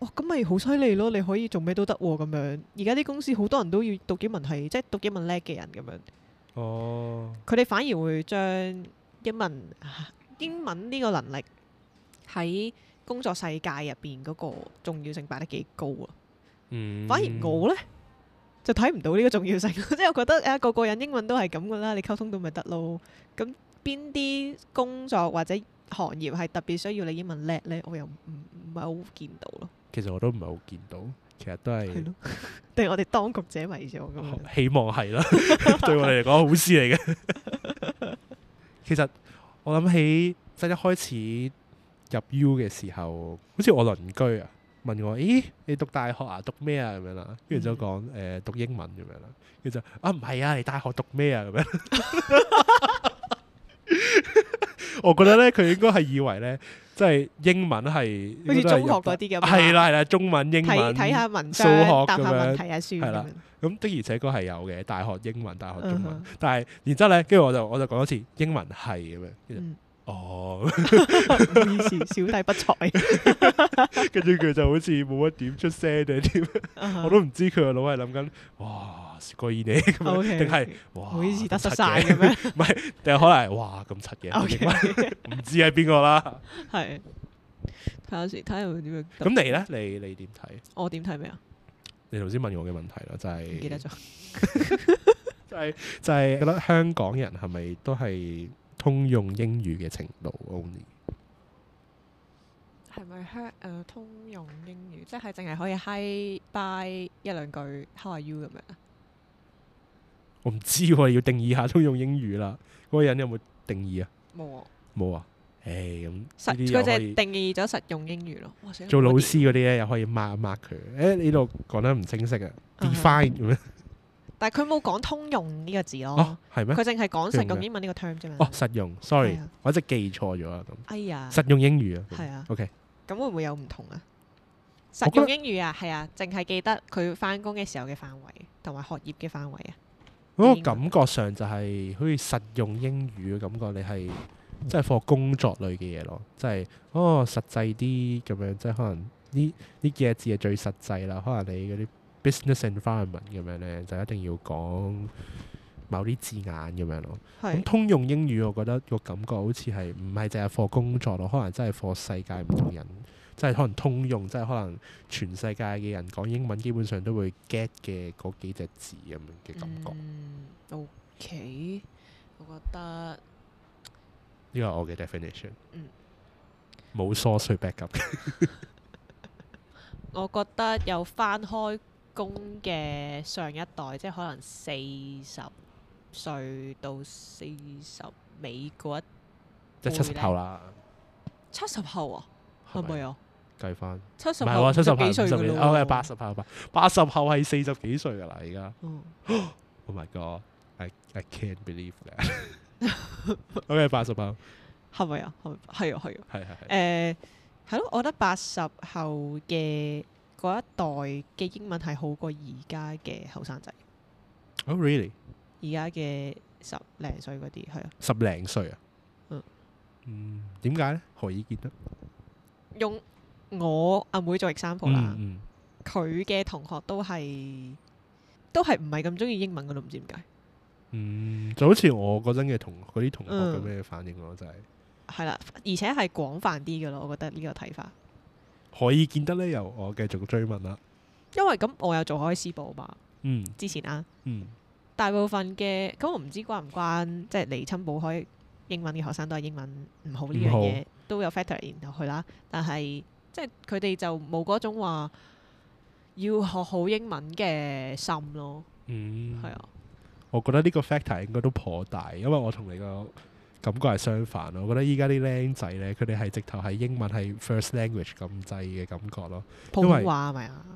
Speaker 1: 哇，咁咪好犀利咯！你可以做咩都得喎咁樣。而家啲公司好多人都要讀英文系，即係讀英文叻嘅人咁樣。
Speaker 2: 哦，
Speaker 1: 佢哋反而會將英文英文呢個能力喺工作世界入邊嗰個重要性擺得幾高啊！
Speaker 2: 嗯，
Speaker 1: 反而我呢，就睇唔到呢個重要性， 即係我覺得誒個個人英文都係咁噶啦，你溝通到咪得咯。咁邊啲工作或者行業係特別需要你英文叻呢？我又唔唔係好見到咯，
Speaker 2: 其實我都唔係好見到，其實都係
Speaker 1: 係咯， 定係我哋當局者迷咗咁樣。
Speaker 2: 希望係啦，對我哋嚟講好事嚟嘅。 其實我諗起即係一開始入 U 嘅時候，好似我鄰居啊問我：咦，你讀大學啊？讀咩啊？咁樣啦，跟
Speaker 3: 嗯
Speaker 2: 住就講誒讀英文咁樣啦，跟住就啊唔係啊，你大學讀咩啊？咁 樣。我覺得咧，佢應該係以為咧，即係英文係
Speaker 3: 好似中學嗰
Speaker 2: 啲
Speaker 3: 啲咁啊。
Speaker 2: 係啦係啦，中文英
Speaker 3: 睇
Speaker 2: 文
Speaker 3: 睇下文
Speaker 2: 數學
Speaker 3: 章，答
Speaker 2: 咁
Speaker 3: 下
Speaker 2: 樣
Speaker 3: 問題啊，書咁
Speaker 2: 係啦
Speaker 3: 樣。
Speaker 2: 咁的而且確係有嘅，大學英文、大學中
Speaker 3: 嗯
Speaker 2: 文，
Speaker 3: 哼
Speaker 2: 但係然之後咧，跟住我就我就講多次英文係咁樣，跟住
Speaker 3: 嗯
Speaker 2: 哦，
Speaker 3: 唔 好意思，小弟不才。
Speaker 2: 跟住佢就好似冇乜點出聲定係點，
Speaker 3: 嗯
Speaker 2: 我都唔知佢個腦係諗緊，哇，過意你咁樣，
Speaker 3: OK，
Speaker 2: 定係哇，
Speaker 3: 唔好意思，得失
Speaker 2: 咁柒
Speaker 3: 晒
Speaker 2: 嘅
Speaker 3: 咁樣。
Speaker 2: 定係可能係哇咁柒
Speaker 3: O
Speaker 2: 嘅英
Speaker 3: K，
Speaker 2: 文，唔知係邊個啦。
Speaker 3: 係。睇下先，睇下佢點樣。
Speaker 2: 咁你咧，你你點睇？
Speaker 3: 我點睇咩啊？
Speaker 2: 你頭先問我嘅問題啦，就係、
Speaker 3: 唔記得咗。
Speaker 2: 就係、就係、覺得香港人係咪都係通用英語嘅程度啊 only？
Speaker 1: 係咪香誒、呃通用英語？即係淨係可以 hi bye 一兩句 how are you 咁樣啊？
Speaker 2: 我唔知喎，要定義下通用英語啦。 嗰、個人有冇定義啊？
Speaker 1: 冇啊，
Speaker 2: 冇啊。誒咁呢
Speaker 1: 實
Speaker 2: 啲
Speaker 1: 佢
Speaker 2: 又
Speaker 1: 就
Speaker 2: 可
Speaker 1: 係
Speaker 2: 以
Speaker 1: 定義咗實用英語咯。哇死啦
Speaker 2: 做
Speaker 1: 我
Speaker 2: 老
Speaker 1: 啲
Speaker 2: 師嗰啲啊咧，又可以 mark 一 mark 佢。誒、你呢度講得唔清晰啊
Speaker 1: 啊
Speaker 2: ，define 咁樣
Speaker 1: 但係佢冇講通用呢個字
Speaker 2: 哦
Speaker 1: 咯，，
Speaker 2: 係咩
Speaker 1: 佢？淨係講實
Speaker 2: 用
Speaker 1: 用
Speaker 2: 咩
Speaker 1: 英文呢個 term 啫嘛。
Speaker 2: 哦，實用，sorry，
Speaker 1: 係啊
Speaker 2: 我一直記錯咗啊咁。
Speaker 1: 哎呀，
Speaker 2: 實用英語啊，
Speaker 1: 係啊
Speaker 2: OK，
Speaker 1: 咁會唔會有唔同啊？
Speaker 2: 我
Speaker 1: 實
Speaker 2: 覺得
Speaker 1: 用英語啊，係啊，淨係記得佢翻工嘅時候嘅範圍同埋學業嘅範圍啊。
Speaker 2: 嗰個
Speaker 1: 英文
Speaker 2: 感覺上就係好似實用英語嘅感覺，你係
Speaker 1: 嗯
Speaker 2: 即係 for 工作類嘅嘢咯，即係哦實際啲咁樣，即係可能呢呢幾隻字係最實際啦。可能你嗰啲 business environment 咁樣咧，就一定要講某啲字眼咁樣咯。咁
Speaker 1: 係
Speaker 2: 通用英語，我覺得個感覺好似係唔係淨係 for 工作咯，可能真係 for 世界唔同人，即係可能通用，即係可能全世界嘅人講英文基本上都會 get 嘅嗰幾隻字咁樣嘅感覺。
Speaker 1: 嗯，OK，我覺得
Speaker 2: 呢個係我嘅 definition。
Speaker 1: 嗯
Speaker 2: 冇 source 去 back up。
Speaker 1: 我覺得有翻開工嘅上一代，即係可能四十歲到四十尾嗰一
Speaker 2: 即係七十後啦，
Speaker 1: 七十後啊，係咪啊？
Speaker 2: 計翻？唔
Speaker 1: 七十
Speaker 2: 係
Speaker 1: 後
Speaker 2: 喎，七十後
Speaker 1: 幾歲
Speaker 2: 五十
Speaker 1: 㗎
Speaker 2: 幾，
Speaker 1: 咯
Speaker 2: 哦
Speaker 1: 喎
Speaker 2: 係八十後八八十後係四十幾歲㗎啦，而家。
Speaker 1: 嗯
Speaker 2: Oh my god！I I can't believe that。OK，八十後
Speaker 1: 係咪啊？係咪係啊係啊。
Speaker 2: 係係係。
Speaker 1: 誒係咯，我覺得八十後嘅嗰一代嘅英文係好過而家嘅後生仔，
Speaker 2: Oh really？
Speaker 1: 而家嘅十零歲嗰啲係啊，
Speaker 2: 十零歲啊
Speaker 1: 嗯？
Speaker 2: 嗯，點解咧？何以見得？
Speaker 1: 用我阿妹做 example 啦。
Speaker 2: 嗯
Speaker 1: 佢嘅同學都係都係唔係咁中意英文嘅咯，唔知點解。
Speaker 2: 嗯嗯，就好似我嗰陣嘅同嗰啲同學咁
Speaker 1: 嗯
Speaker 2: 嘅反應咯，就係
Speaker 1: 係啦，而且係廣泛啲嘅咯，我覺得呢個睇法。
Speaker 2: 何以見得咧？又我繼續追問啦。
Speaker 1: 因為咁我有做開私部嘛，
Speaker 2: 嗯
Speaker 1: 之前啊，
Speaker 2: 嗯，
Speaker 1: 大部分嘅咁我唔知關唔關即係嚟親補開英文嘅學生都係英文唔好呢樣
Speaker 2: 唔
Speaker 1: 嘢都有 factor 然後去啦，但係即係佢哋就冇嗰種話要學好英文嘅心咯，
Speaker 2: 嗯，
Speaker 1: 係啊，
Speaker 2: 我覺得呢個 factor 應該都頗大，因為我同你個感覺係相反咯。我覺得依家啲僆仔咧，佢哋係直頭係英文係 first language 咁滯嘅感覺咯。
Speaker 1: 普
Speaker 2: 因為
Speaker 1: 通話係咪啊？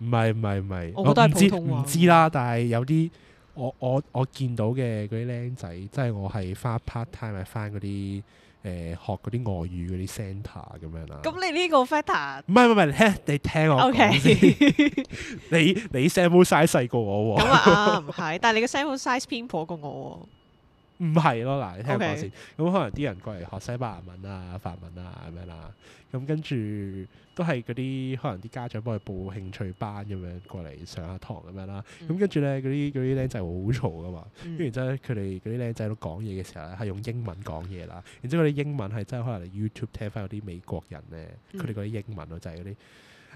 Speaker 2: 唔係唔係唔係，
Speaker 1: 我覺哦得係
Speaker 2: 唔知
Speaker 1: 普通話
Speaker 2: 唔知啦。但係有啲我我我見到嘅嗰啲僆仔，即係我係翻 part time 係翻嗰啲誒學嗰啲外語嗰啲 centre 咁樣啦。
Speaker 1: 咁你呢個 factor
Speaker 2: 唔係唔係唔係，你聽我
Speaker 1: OK
Speaker 2: 講先。 你你 sample size 細過我喎
Speaker 1: 咁。啊啱，係，但係你嘅 sample size 偏頗過我
Speaker 2: 唔係咯，嗱，你聽我講
Speaker 1: OK
Speaker 2: 先。咁可能啲人過嚟學西班牙文啊、法文啊咁樣啦，咁跟住都係嗰啲可能啲家長幫佢報興趣班咁樣過嚟上下堂咁樣啦。咁
Speaker 1: 嗯
Speaker 2: 跟住咧，嗰啲嗰啲僆仔好嘈噶嘛。
Speaker 1: 喎。
Speaker 2: 跟住之後咧，佢哋嗰啲僆仔都講嘢嘅時候咧，係用英文講嘢啦。然之後佢啲英文係真係可能你 YouTube 聽翻嗰啲美國人咧，
Speaker 1: 嗯
Speaker 2: 佢哋嗰啲英文咯，就係嗰啲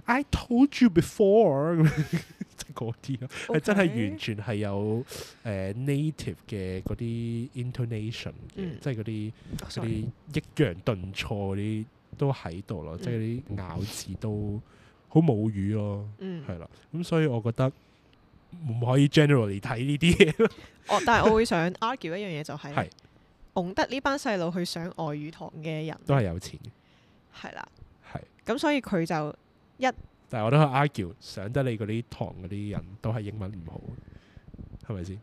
Speaker 2: I told you before 咁樣， 即係嗰啲咯。
Speaker 1: 哦
Speaker 2: 係真係完全係有誒、呃 native 嘅嗰啲 intonation 嘅，
Speaker 1: 嗯
Speaker 2: 即係嗰啲
Speaker 1: 哦
Speaker 2: 嗰
Speaker 1: sorry
Speaker 2: 啲抑揚頓挫嗰啲都喺度咯，
Speaker 1: 嗯
Speaker 2: 即係嗰啲咬字都好母語咯，
Speaker 1: 嗯，
Speaker 2: 係啦。咁所以我覺得唔可以 generally 睇呢啲嘢咯。
Speaker 1: 我哦但係我會想 argue 一樣嘢就係
Speaker 2: 係
Speaker 1: 咧，拱得呢班細路去上外語堂嘅人
Speaker 2: 都係有錢嘅，
Speaker 1: 係啦，
Speaker 2: 係。
Speaker 1: 咁所以佢就
Speaker 2: 但係我都可以 argue，上得你嗰啲堂嗰啲人都係英文唔好，係咪先？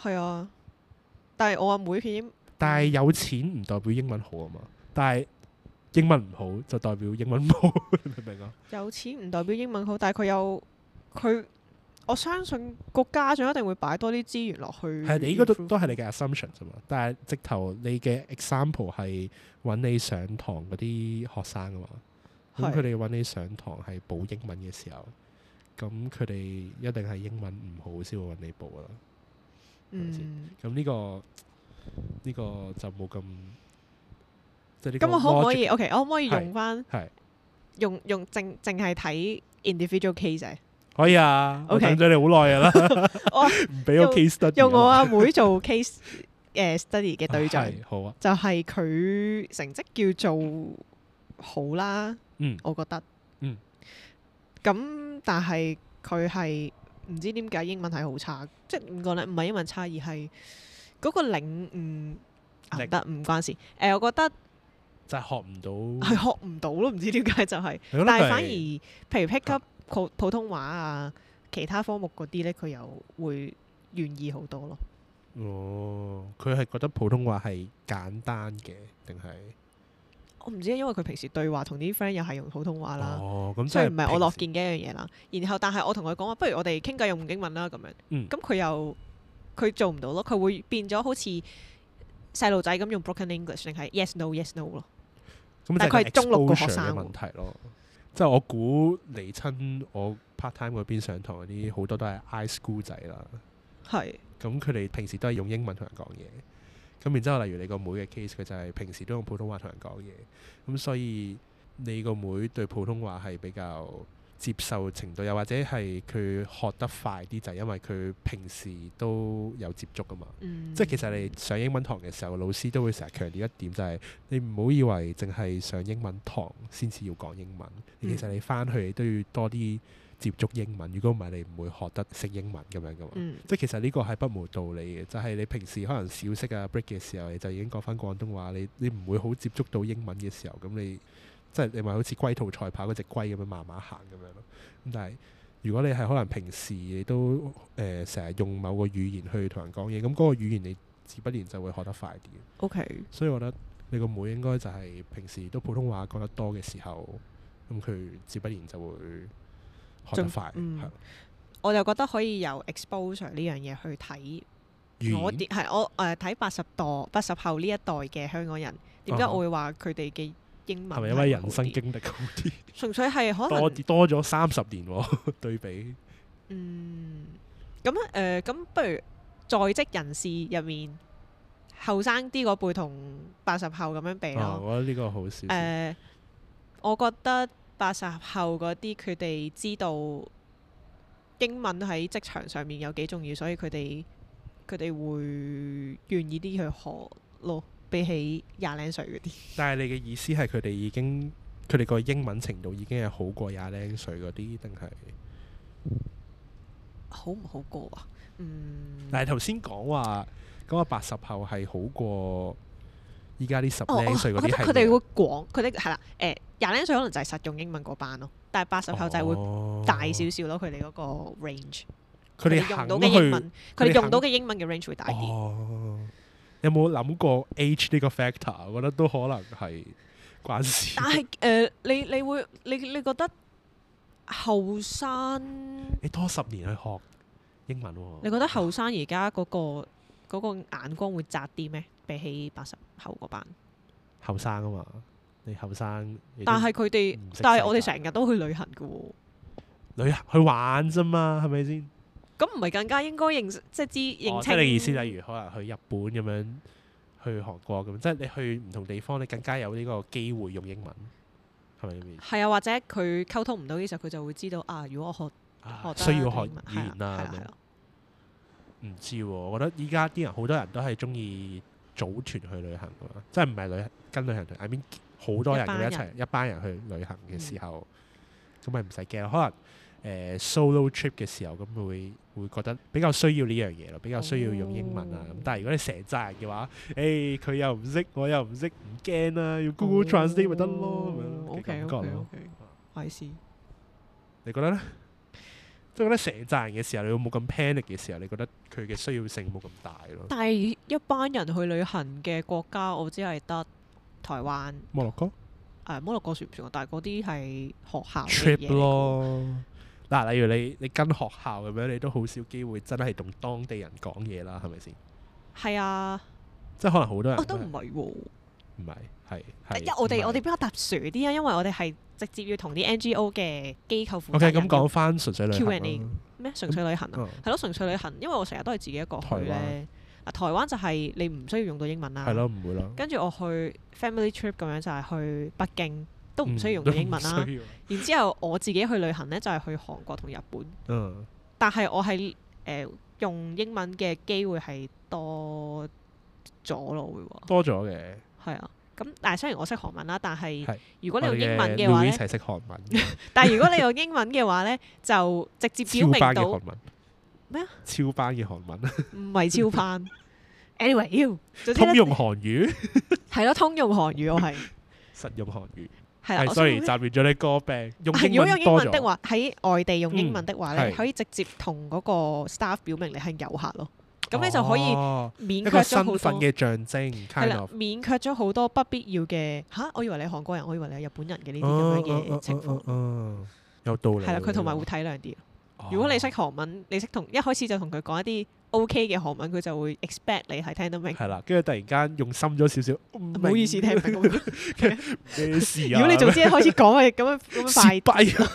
Speaker 1: 係啊。但係我阿妹佢已經
Speaker 2: 但係有錢唔代表英文好啊嘛。但係英文唔好就代表英文冇， 你明唔明啊？
Speaker 1: 有錢唔代表英文好，但係佢有佢，我相信個家長一定會擺多啲資源落去。
Speaker 2: 係你嗰度都係你嘅 assumption 啫嘛，但係直頭你嘅 example 係揾你上堂嗰啲學生啊嘛，咁
Speaker 1: 係
Speaker 2: 佢哋揾你上堂係補英文嘅時候，咁佢哋一定係英文唔好先會揾你補㗎啦。
Speaker 1: 嗯，
Speaker 2: 咁呢、個呢、個就冇咁即係呢個
Speaker 1: 咁我可唔可
Speaker 2: logic-
Speaker 1: 以？OK，我可唔可以
Speaker 2: 係
Speaker 1: 用翻
Speaker 2: 係
Speaker 1: 用用淨淨係睇 individual case 啊
Speaker 2: 可以啊我
Speaker 1: OK
Speaker 2: 等咗你好耐㗎啦，
Speaker 1: 我
Speaker 2: 唔俾個 case study
Speaker 1: 用我
Speaker 2: 啊
Speaker 1: 阿妹做 case 誒 study 嘅
Speaker 2: 嘛
Speaker 1: 對象，
Speaker 2: 係好啊，
Speaker 1: 就係佢成績叫做好啦，
Speaker 2: 嗯
Speaker 1: 我覺得，
Speaker 2: 嗯，
Speaker 1: 咁但係佢係唔知點解英文係好差，即係唔講咧，唔係英文差，而係嗰個領悟啊
Speaker 2: 力
Speaker 1: 唔得，唔關事。誒、我覺得
Speaker 2: 就係學唔到
Speaker 1: 係，學唔到咯，唔知點解就係、
Speaker 2: 係 咯
Speaker 1: 但係
Speaker 2: 佢
Speaker 1: 反而譬如 pick
Speaker 2: 啊
Speaker 1: up 普普通話啊，其他科目嗰啲咧，佢又會願意好多咯。
Speaker 2: 哦，佢係覺得普通話係簡單嘅，定係
Speaker 1: 我唔知，因為佢平時對話同啲 friend 又係用普通話啦，
Speaker 2: 哦咁即
Speaker 1: 雖然唔係我樂
Speaker 2: 平時
Speaker 1: 見嘅一樣嘢啦。然後但係我同佢講話，不如我哋傾偈用英文啦咁樣。
Speaker 2: 嗯
Speaker 1: 咁佢又佢做唔到咯，佢會變咗好似細路仔咁用 broken English 定係 yes no yes no 咯。
Speaker 2: 咁
Speaker 1: 但係佢係中六個學生
Speaker 2: 嘅
Speaker 1: 喎
Speaker 2: 問題咯。即係我估嚟親我 part time 嗰邊上堂嗰啲好多都係 I school 仔啦，
Speaker 1: 係
Speaker 2: 咁佢哋平時都係用英文同人講嘢。咁然之後，例如你個妹嘅 case，佢就係平時都用普通話同人講嘢，咁所以你個妹對普通話係比較接受程度，又或者係佢學得快啲，就係因為佢平時都有接觸啊嘛。
Speaker 1: 嗯，
Speaker 2: 即係其實你上英文堂嘅時候，老師都會成日強調一點，就係你唔好以為淨係上英文堂先至要講英文。
Speaker 1: 嗯
Speaker 2: 其實你翻去都要多啲接觸英文，如果唔係你唔會學得識英文咁樣噶嘛。
Speaker 1: 嗯
Speaker 2: 即係其實呢個係不無道理嘅，就係、你平時可能小息啊 break 嘅時候，你就已經講翻廣東話，你你唔會好接觸到英文嘅時候，咁你即係你咪好似龜兔賽跑嗰只龜咁樣慢慢行咁樣咯。咁但係如果你係可能平時你都誒成日用某個語言去同人講嘢，咁嗰個語言你自不然就會學得快啲。
Speaker 1: OK
Speaker 2: 所以我覺得你個妹應該就係平時都普通話講得多嘅時候，咁佢自不然就會學得
Speaker 1: 進
Speaker 2: 快，
Speaker 1: 嗯
Speaker 2: 係
Speaker 1: 我就覺得可以由 exposure 呢樣嘢去睇我
Speaker 2: 語言
Speaker 1: 啲係我誒睇八十代八十後呢一代嘅香港人，點解
Speaker 2: 啊哈
Speaker 1: 我會話佢哋嘅英文
Speaker 2: 係咪因為人
Speaker 1: 好
Speaker 2: 生
Speaker 1: 啲
Speaker 2: 經歷好啲？
Speaker 1: 純粹係可能
Speaker 2: 多啲多咗三十年喎， 對比
Speaker 1: 嗯，咁誒，呃咁、不如在職人士入面，後生啲嗰輩同八十後咁樣比
Speaker 2: 啊，
Speaker 1: 咯。
Speaker 2: 我覺得呢個好少
Speaker 1: 誒、
Speaker 2: 少。
Speaker 1: 我覺得八十後嗰啲佢哋知道英文喺職場上面有幾重要，所以佢哋佢哋會願意啲去學咯，比起廿零歲嗰啲。
Speaker 2: 但係你嘅意思係佢哋已經佢哋個英文程度已經係好過廿零歲嗰啲，定係？
Speaker 1: 好唔好過啊？嗯，
Speaker 2: 但係頭先講話講話八十後係好過依家啲十
Speaker 1: 哦，
Speaker 2: 零歲嗰
Speaker 1: 我覺
Speaker 2: 啲
Speaker 1: 得
Speaker 2: 係啊
Speaker 1: 佢哋會廣，佢哋係啦，誒廿零歲可能就係實用英文嗰班咯，但係八十
Speaker 2: 哦
Speaker 1: 後就係會
Speaker 2: 會
Speaker 1: 大少少咯，佢哋嗰個 range，
Speaker 2: 佢哋
Speaker 1: 用
Speaker 2: 肯
Speaker 1: 到嘅英
Speaker 2: 去
Speaker 1: 文，佢
Speaker 2: 佢哋
Speaker 1: 哋用到嘅英文嘅 range 會大啲。
Speaker 2: 哦。有冇諗過 age 呢個 factor？我覺得都可能係關事。
Speaker 1: 但係誒、呃你你會你你覺得後生，
Speaker 2: 你多十年去學英文喎，
Speaker 1: 你覺得後生而家嗰個嗰、個眼光會窄啲咩？比起八十後嗰班，
Speaker 2: 後生啊嘛，你後生，你都
Speaker 1: 但係佢哋
Speaker 2: 唔識，
Speaker 1: 但
Speaker 2: 世
Speaker 1: 係我哋
Speaker 2: 界
Speaker 1: 成日都去旅行嘅喎。
Speaker 2: 旅行去玩啫嘛，係咪先？
Speaker 1: 咁唔係更加應該認識即係知認
Speaker 2: 哦即
Speaker 1: 清？
Speaker 2: 係你意思，例如可能去日本咁樣，去韓國咁，即係你去唔同地方，你更加有呢個機會用英文，係咪咁嘅意思？
Speaker 1: 係啊，或者佢溝通唔到嘅時候，佢就會知道啊。如果我學
Speaker 2: 啊
Speaker 1: 學得
Speaker 2: 需要學
Speaker 1: 英文
Speaker 2: 語言
Speaker 1: 係啊
Speaker 2: 啦，
Speaker 1: 啦
Speaker 2: 咁
Speaker 1: 係
Speaker 2: 樣
Speaker 1: 啦
Speaker 2: 唔知喎。我覺得依家啲人好多人都係中意組團去旅行㗎嘛，即係唔係旅行跟旅行團，I mean 好多人咁樣一
Speaker 1: 一班
Speaker 2: 齊一班人去旅行嘅
Speaker 1: 嗯
Speaker 2: 時候，咁咪唔使驚咯。可能誒、呃 solo trip 嘅時候，咁會會覺得比較需要呢樣嘢咯，比較需要用英文啊。咁、
Speaker 1: 哦
Speaker 2: 但係如果你成扎人嘅話，誒、佢又唔識，我又唔識，唔驚啦，用
Speaker 1: 哦
Speaker 2: Google Translate 咪得咯，咁樣嘅
Speaker 1: O
Speaker 2: 感
Speaker 1: K
Speaker 2: 覺
Speaker 1: O K
Speaker 2: 咯
Speaker 1: O。K，係是。
Speaker 2: 你覺得呢？即係覺得成扎人嘅時候，你會冇咁 panic 嘅時候，你覺得佢嘅需要性冇咁大咯。
Speaker 1: 但係一班人去旅行嘅國家，我只係得台灣、
Speaker 2: 摩洛哥
Speaker 1: 誒摩洛哥算唔算啊？但係嗰啲係學校嘅嘢
Speaker 2: trip 咯。嗱，例如你你跟學校咁樣，你都好少機會真係同當地人講嘢啦，係咪先？
Speaker 1: 係啊，
Speaker 2: 即係可能好多人
Speaker 1: 哦
Speaker 2: 都
Speaker 1: 都
Speaker 2: 係
Speaker 1: 唔係喎。
Speaker 2: 唔係係
Speaker 1: 但
Speaker 2: 係。
Speaker 1: 因為我
Speaker 2: 唔
Speaker 1: 哋
Speaker 2: 係啊
Speaker 1: 我哋比較特殊啲啊，因為我哋係直接要同啲 NGO 嘅機構負
Speaker 2: OK
Speaker 1: 責人
Speaker 2: 咁講翻純粹旅行
Speaker 1: Q&A
Speaker 2: 啦
Speaker 1: 咩純粹旅行啊，
Speaker 2: 嗯
Speaker 1: 係咯純粹旅行，因為我成日都係自己一個去咧。嗱，台灣就係你唔需要用到英文啊啦。
Speaker 2: 係咯，唔會咯，
Speaker 1: 跟住我去 family trip 咁樣就係去北京，都唔需要用到
Speaker 2: 到
Speaker 1: 英文啦。
Speaker 2: 嗯需要
Speaker 1: 然之後我自己去旅行呢，就係、去韓國同日本，
Speaker 2: 嗯，
Speaker 1: 但係我係誒、呃用英文嘅機會係多咗咯，會話
Speaker 2: 多咗嘅。
Speaker 1: 係啊。咁但係雖然我識韓文啦，但係
Speaker 2: 係
Speaker 1: 如果你用英文
Speaker 2: 嘅
Speaker 1: 嘅話
Speaker 2: 一
Speaker 1: 呢，
Speaker 2: 齊識韓文嘅，
Speaker 1: 但係如果你用英文嘅話呢，就直接表
Speaker 2: 超
Speaker 1: 明
Speaker 2: 班嘅
Speaker 1: 到
Speaker 2: 韓文
Speaker 1: 咩啊？
Speaker 2: 超班嘅韓文，
Speaker 1: 唔係超班。anyway，妖總之呢
Speaker 2: 通用韓語，
Speaker 1: 係咯，通用韓語我係
Speaker 2: 實用韓語。
Speaker 1: 係啦。
Speaker 2: 係
Speaker 1: 我
Speaker 2: ，sorry，
Speaker 1: 想
Speaker 2: 雜亂咗你歌病，用
Speaker 1: 係
Speaker 2: 英
Speaker 1: 如果
Speaker 2: 文
Speaker 1: 用英
Speaker 2: 多
Speaker 1: 文的
Speaker 2: 咗。嗯
Speaker 1: 話，喺外地用英文的話咧，
Speaker 2: 係
Speaker 1: 可以直接同嗰個 staff 表明你係遊客咯。咁你就可以
Speaker 2: 哦
Speaker 1: 免
Speaker 2: 一
Speaker 1: 卻
Speaker 2: 個
Speaker 1: 咗
Speaker 2: 身
Speaker 1: 好
Speaker 2: 份
Speaker 1: 多
Speaker 2: 嘅象徵
Speaker 1: 係
Speaker 2: ，kind
Speaker 1: 啦
Speaker 2: of，。
Speaker 1: 免卻咗好多不必要嘅吓，我以為你係韓國人，我以為你係日本人嘅呢啲
Speaker 2: 哦
Speaker 1: 咁樣嘅情況。
Speaker 2: 哦哦哦哦有道理喎。
Speaker 1: 係啦，佢同埋會
Speaker 2: 呢
Speaker 1: 體諒啲。
Speaker 2: 個
Speaker 1: 如果你
Speaker 2: 哦
Speaker 1: 識韓文，你識同一開始就同佢講一啲 OK 嘅韓文，佢就會 expect 你係聽得 明。
Speaker 2: 係啦，跟住突然間用深咗少少，唔
Speaker 1: 唔好意思，聽唔明。
Speaker 2: 明咩 事
Speaker 1: 如
Speaker 2: 啊？
Speaker 1: 果你早知一開始講，我哋咁樣咁樣 快
Speaker 2: 蝕底啊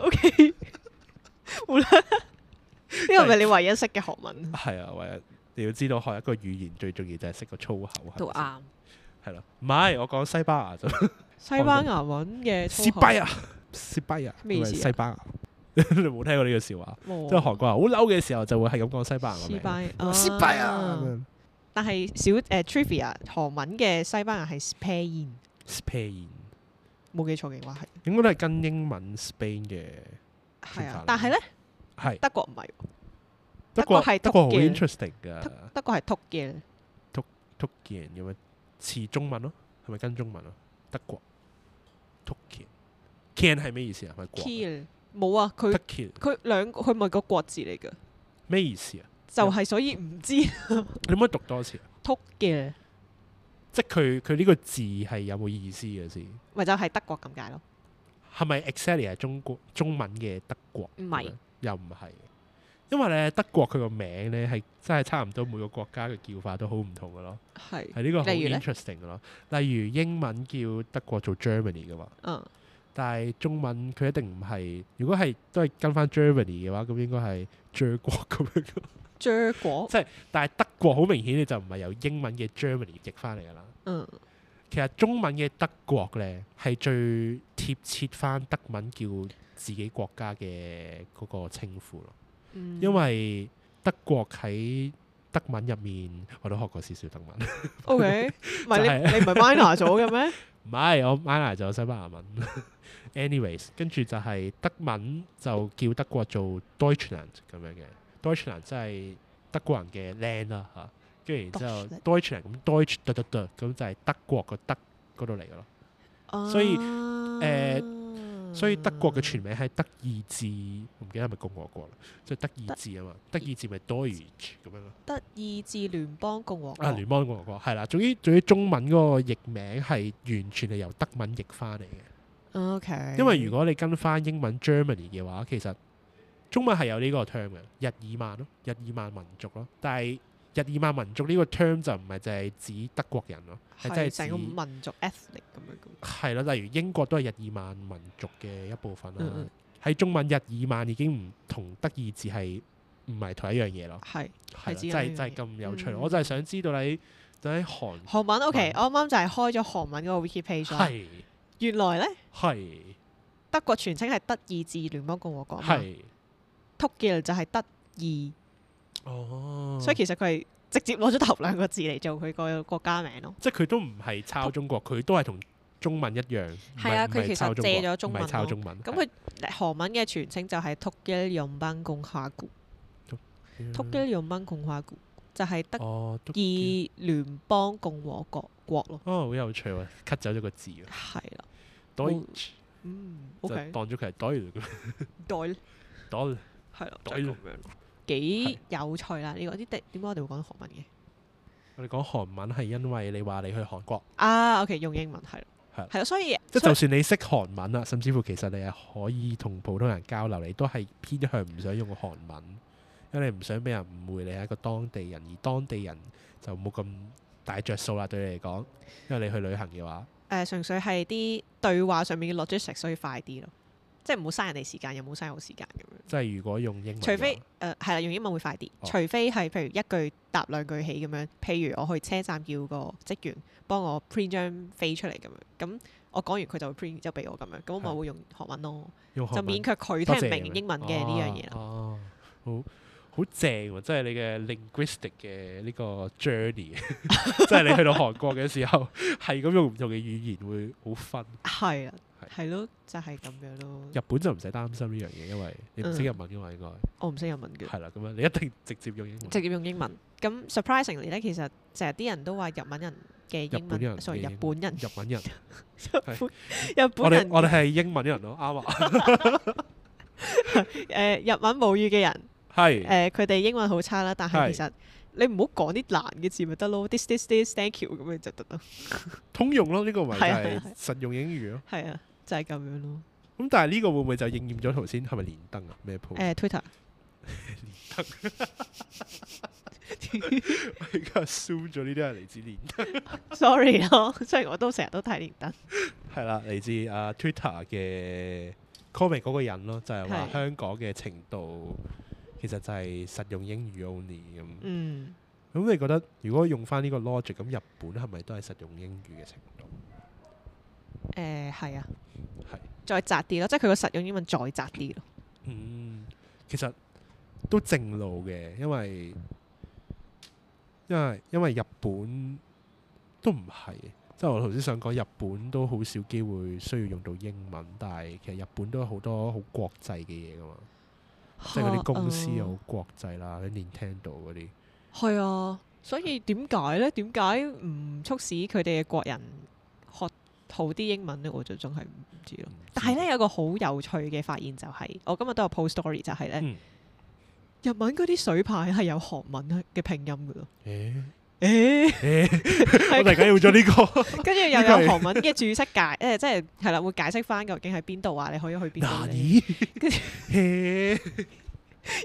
Speaker 1: OK，好啦，呢個係咪你唯一識嘅韓文？
Speaker 2: 係啊，喂，你要知道學一個語言最重要就係識個粗口，係咪
Speaker 1: 都啱。
Speaker 2: 先。係啦，唔係我講西班牙 就
Speaker 1: 西班牙文嘅粗
Speaker 2: 蝕
Speaker 1: 口
Speaker 2: 底啊，蝕底啊，
Speaker 1: 咩意思啊
Speaker 2: 因為西班牙， 你冇聽過呢個笑話？
Speaker 1: 冇
Speaker 2: 即係韓國人好嬲嘅時候就會係咁講西班牙個
Speaker 1: 西
Speaker 2: 名。
Speaker 1: 班牙，
Speaker 2: 失敗啊！咁樣
Speaker 1: 但係小誒 trivia 韓文嘅西班牙係 Spain，
Speaker 2: Spain
Speaker 1: 冇記錯嘅話係
Speaker 2: 應該都係跟英文 Spain 嘅，
Speaker 1: 係
Speaker 2: 算法
Speaker 1: 啊
Speaker 2: 啦。
Speaker 1: 但係咧
Speaker 2: 係
Speaker 1: 德國唔係喎，德
Speaker 2: 德國
Speaker 1: 國係
Speaker 2: 德國好
Speaker 1: 篤嘅
Speaker 2: interesting 㗎，
Speaker 1: 德德國係讀嘅，
Speaker 2: t o k i n 咁樣似中文咯，係咪跟中文啊？德國 t o k i n can 係咩意思啊？係咪國
Speaker 1: kill 冇啊，
Speaker 2: 德
Speaker 1: 佢
Speaker 2: k i n
Speaker 1: 佢兩個佢咪個國字嚟嘅，
Speaker 2: 咩意思啊？
Speaker 1: 就係所以 唔知
Speaker 2: 你可唔可以讀多次啊？
Speaker 1: 讀嘅，
Speaker 2: 即係佢佢呢個字係有冇意思嘅先？
Speaker 1: 咪就係德國咁解咯。
Speaker 2: 係咪 exactly 係中國中文嘅德國？
Speaker 1: 唔係，
Speaker 2: 又唔係，因為咧德國佢個名咧係真係差唔多每個國家嘅叫法都好唔同嘅咯，
Speaker 1: 係
Speaker 2: 係呢個好
Speaker 1: 例如咧
Speaker 2: interesting 嘅咯。例如英文叫德國做 Germany 嘅嘛，
Speaker 1: 嗯
Speaker 2: 但係中文佢一定唔係，如果係都係跟翻 Germany 嘅話，咁應該係 j 國咁樣 咯。
Speaker 1: ，j 果
Speaker 2: 即係但係德國好明顯你就唔係由英文嘅 Germany 譯翻嚟㗎啦。
Speaker 1: 嗯
Speaker 2: 其實中文嘅德國咧係最貼切翻德文叫自己國家嘅嗰個稱呼咯。
Speaker 1: 嗯
Speaker 2: 因為德國喺德文入面，我都學過少少德文。
Speaker 1: OK，唔係
Speaker 2: 就係
Speaker 1: 你你唔係 minor 咗嘅咩？
Speaker 2: 唔係，我 minor 就有西班牙文。Anyways，跟住就係德文就叫德國做 Deutschland 咁樣嘅，Deutschland 即係德國人嘅 land 啦嚇。跟住然之後 Deutschland 咁 Deutsch 得得得咁就係德國個德嗰度嚟嘅咯。所以
Speaker 1: 啊
Speaker 2: 誒所以德國嘅全名係德意志，唔記得係咪共和國啦，即係德意志啊嘛。德意志咪 Deutsch 咁樣咯。
Speaker 1: 德意志聯邦共和國
Speaker 2: 啊，聯邦共和國係啦，總之總之中文嗰個譯名係完全係由德文譯翻嚟嘅，
Speaker 1: OK，
Speaker 2: 因為如果你跟翻英文 Germany 嘅話，其實中文係有呢個 term 嘅，日耳曼咯，日耳曼民族咯，但係日耳曼民族呢個 term 就唔係就係指德國人咯，係真
Speaker 1: 係
Speaker 2: 係
Speaker 1: 成個
Speaker 2: 指啊
Speaker 1: 民族 ethnic 咁樣嘅。
Speaker 2: 係啦，例如英國都係日耳曼民族嘅一部分啦
Speaker 1: 嗯嗯。
Speaker 2: 喺中文日耳曼已經唔同德意志係唔係同一樣嘢咯，
Speaker 1: 係
Speaker 2: 係啦，
Speaker 1: 指緊呢樣
Speaker 2: 真係真係
Speaker 1: 嘢
Speaker 2: 咁有趣。
Speaker 1: 嗯
Speaker 2: 我就係想知道你就喺韓
Speaker 1: 韓文 OK，
Speaker 2: 韓
Speaker 1: 我啱啱就係開咗韓文嗰個 wiki page 啦。
Speaker 2: 係
Speaker 1: 原來咧，
Speaker 2: 係
Speaker 1: 德國全稱係德意志聯邦共和國嘛
Speaker 2: 係
Speaker 1: t o k 就係德意，
Speaker 2: 哦，
Speaker 1: 所以其實佢係直接攞咗頭兩個字嚟做佢個國家名咯。
Speaker 2: 即係佢都唔係抄中國，佢都係同中文一樣。唔
Speaker 1: 係啊
Speaker 2: 唔
Speaker 1: 佢其實
Speaker 2: 抄國
Speaker 1: 借咗中文
Speaker 2: 唔係抄中文。
Speaker 1: 咁佢韓文嘅全稱就係 t o k 聯邦共和國
Speaker 2: 嗯
Speaker 1: t o k 聯邦共和國就係德
Speaker 2: 哦，都
Speaker 1: 意聯邦共和國國咯。
Speaker 2: 哦，好有趣喎！cut 走咗個字喎
Speaker 1: 係啦，
Speaker 2: ，Deutsch
Speaker 1: 嗯
Speaker 2: 就
Speaker 1: ，OK，
Speaker 2: 當咗佢係 Deutsch
Speaker 1: 代
Speaker 2: Deutsch
Speaker 1: 係啦，
Speaker 2: 代嗯
Speaker 1: 就係咁樣咯幾有趣啦！呢個啲地點解我哋會講韓文嘅？
Speaker 2: 我哋講韓文係因為你話你去韓國，
Speaker 1: 啊，OK，用英文係
Speaker 2: 係
Speaker 1: 咯，係咯，所以
Speaker 2: 即係
Speaker 1: 所以
Speaker 2: 就算你識韓文啦，甚至乎其實你係可以同普通人交流，你都係偏向唔想用韓文，因為你唔想俾人誤會你係一個當地人，而當地人就冇咁大着數啦對你嚟講，因為你去旅行嘅話，
Speaker 1: 誒純粹係啲對話上面嘅 logistics 所以快啲咯，即係唔好嘥人哋時間，又冇嘥我時間咁樣。
Speaker 2: 即係如果用英文嘅話，
Speaker 1: 除非誒係啦，用英文會快啲。
Speaker 2: 哦
Speaker 1: 除非係譬如一句搭兩句起咁樣，譬如我去車站叫個職員幫我 print 張飛出嚟咁樣，咁我講完佢就會 print 咗俾我咁樣，咁我咪
Speaker 2: 係
Speaker 1: 會用韓文咯，
Speaker 2: 用
Speaker 1: 就
Speaker 2: 韓文
Speaker 1: 勉強佢
Speaker 2: 多
Speaker 1: 聽唔
Speaker 2: 謝
Speaker 1: 明英文嘅呢樣嘢啦。
Speaker 2: 哦，哦好好正喎！即係你嘅 linguistic 嘅呢個 journey，即 係你去到韓國嘅時候， 係咁用唔同嘅語言會好分。
Speaker 1: 係啦，
Speaker 2: 係
Speaker 1: 係咯，就係咁樣咯。
Speaker 2: 日本就唔使擔心呢樣嘢，因為
Speaker 1: 嗯
Speaker 2: 你唔識日文嘅嘛，應該
Speaker 1: 我唔識日文嘅。
Speaker 2: 係啦。咁樣你一定直接用英文。
Speaker 1: 嗯直接用英文。咁 surprisingly 咧，其實成日啲人都話日文人嘅英
Speaker 2: 日本人
Speaker 1: 文
Speaker 2: 嘅
Speaker 1: ，sorry
Speaker 2: 英
Speaker 1: 日
Speaker 2: 文
Speaker 1: 本人，
Speaker 2: 日文人，
Speaker 1: 日
Speaker 2: 我
Speaker 1: 本
Speaker 2: 哋
Speaker 1: 人
Speaker 2: 我哋係英文人咯，啱啊，
Speaker 1: 誒呃日文母語嘅人，
Speaker 2: 係
Speaker 1: 誒佢哋英文好差啦，但
Speaker 2: 係
Speaker 1: 係其實你唔好講啲難嘅字咪得咯，this this this thank you 咁樣就得咯。
Speaker 2: 通用咯，呢個咪就
Speaker 1: 係啊
Speaker 2: 係
Speaker 1: 係啊
Speaker 2: 實用英語咯。
Speaker 1: 係啊，就係咁樣咯。
Speaker 2: 咁但係呢個會唔會就應驗咗頭先係咪連登啊咩 post？
Speaker 1: 誒 Twitter
Speaker 2: 我 而家 assume 咗呢啲係嚟自連
Speaker 1: sorry 咯，雖然我都成日都睇連登，
Speaker 2: 係啦，嚟自啊 Twitter 嘅 comment 嗰個人咯，就係話
Speaker 1: 係
Speaker 2: 香港嘅程度其實就係實用英語 only 咁。咁、
Speaker 1: 嗯，
Speaker 2: 你覺得如果用翻呢個 logic，咁日本係咪都係實用英語嘅程度？
Speaker 1: 誒係啊，
Speaker 2: 係，
Speaker 1: 再窄啲咯，即係佢個實用英文再窄啲咯。
Speaker 2: 嗯，其實都正路嘅，因為因為因為日本都唔係，即係我頭先想講日本都好少機會需要用到英文，但係其實日本都有好多好國際嘅嘢噶嘛。即係嗰啲公司又好國際
Speaker 1: 啊
Speaker 2: 啦，啲 Nintendo 嗰啲，
Speaker 1: 哦係啊，所以點解咧？點解唔促使佢哋嘅國人學好啲英文咧？我就真係唔知咯。但
Speaker 2: 嗯
Speaker 1: 係咧有個好有趣嘅發現就係、我今日都有 post story 就係咧，
Speaker 2: 嗯
Speaker 1: 日文嗰啲水牌係有韓文嘅拼音噶咯。
Speaker 2: 誒
Speaker 1: 誒、
Speaker 2: 誒，我
Speaker 1: 係
Speaker 2: 突然間要咗呢 個
Speaker 1: 跟住又有
Speaker 2: 呢個係
Speaker 1: 韓文嘅注釋解，誒、即係係啦，會解釋翻究竟喺邊度啊？你可以去邊度
Speaker 2: 嗱
Speaker 1: 呢？
Speaker 2: 咦，
Speaker 1: 跟住
Speaker 2: 誒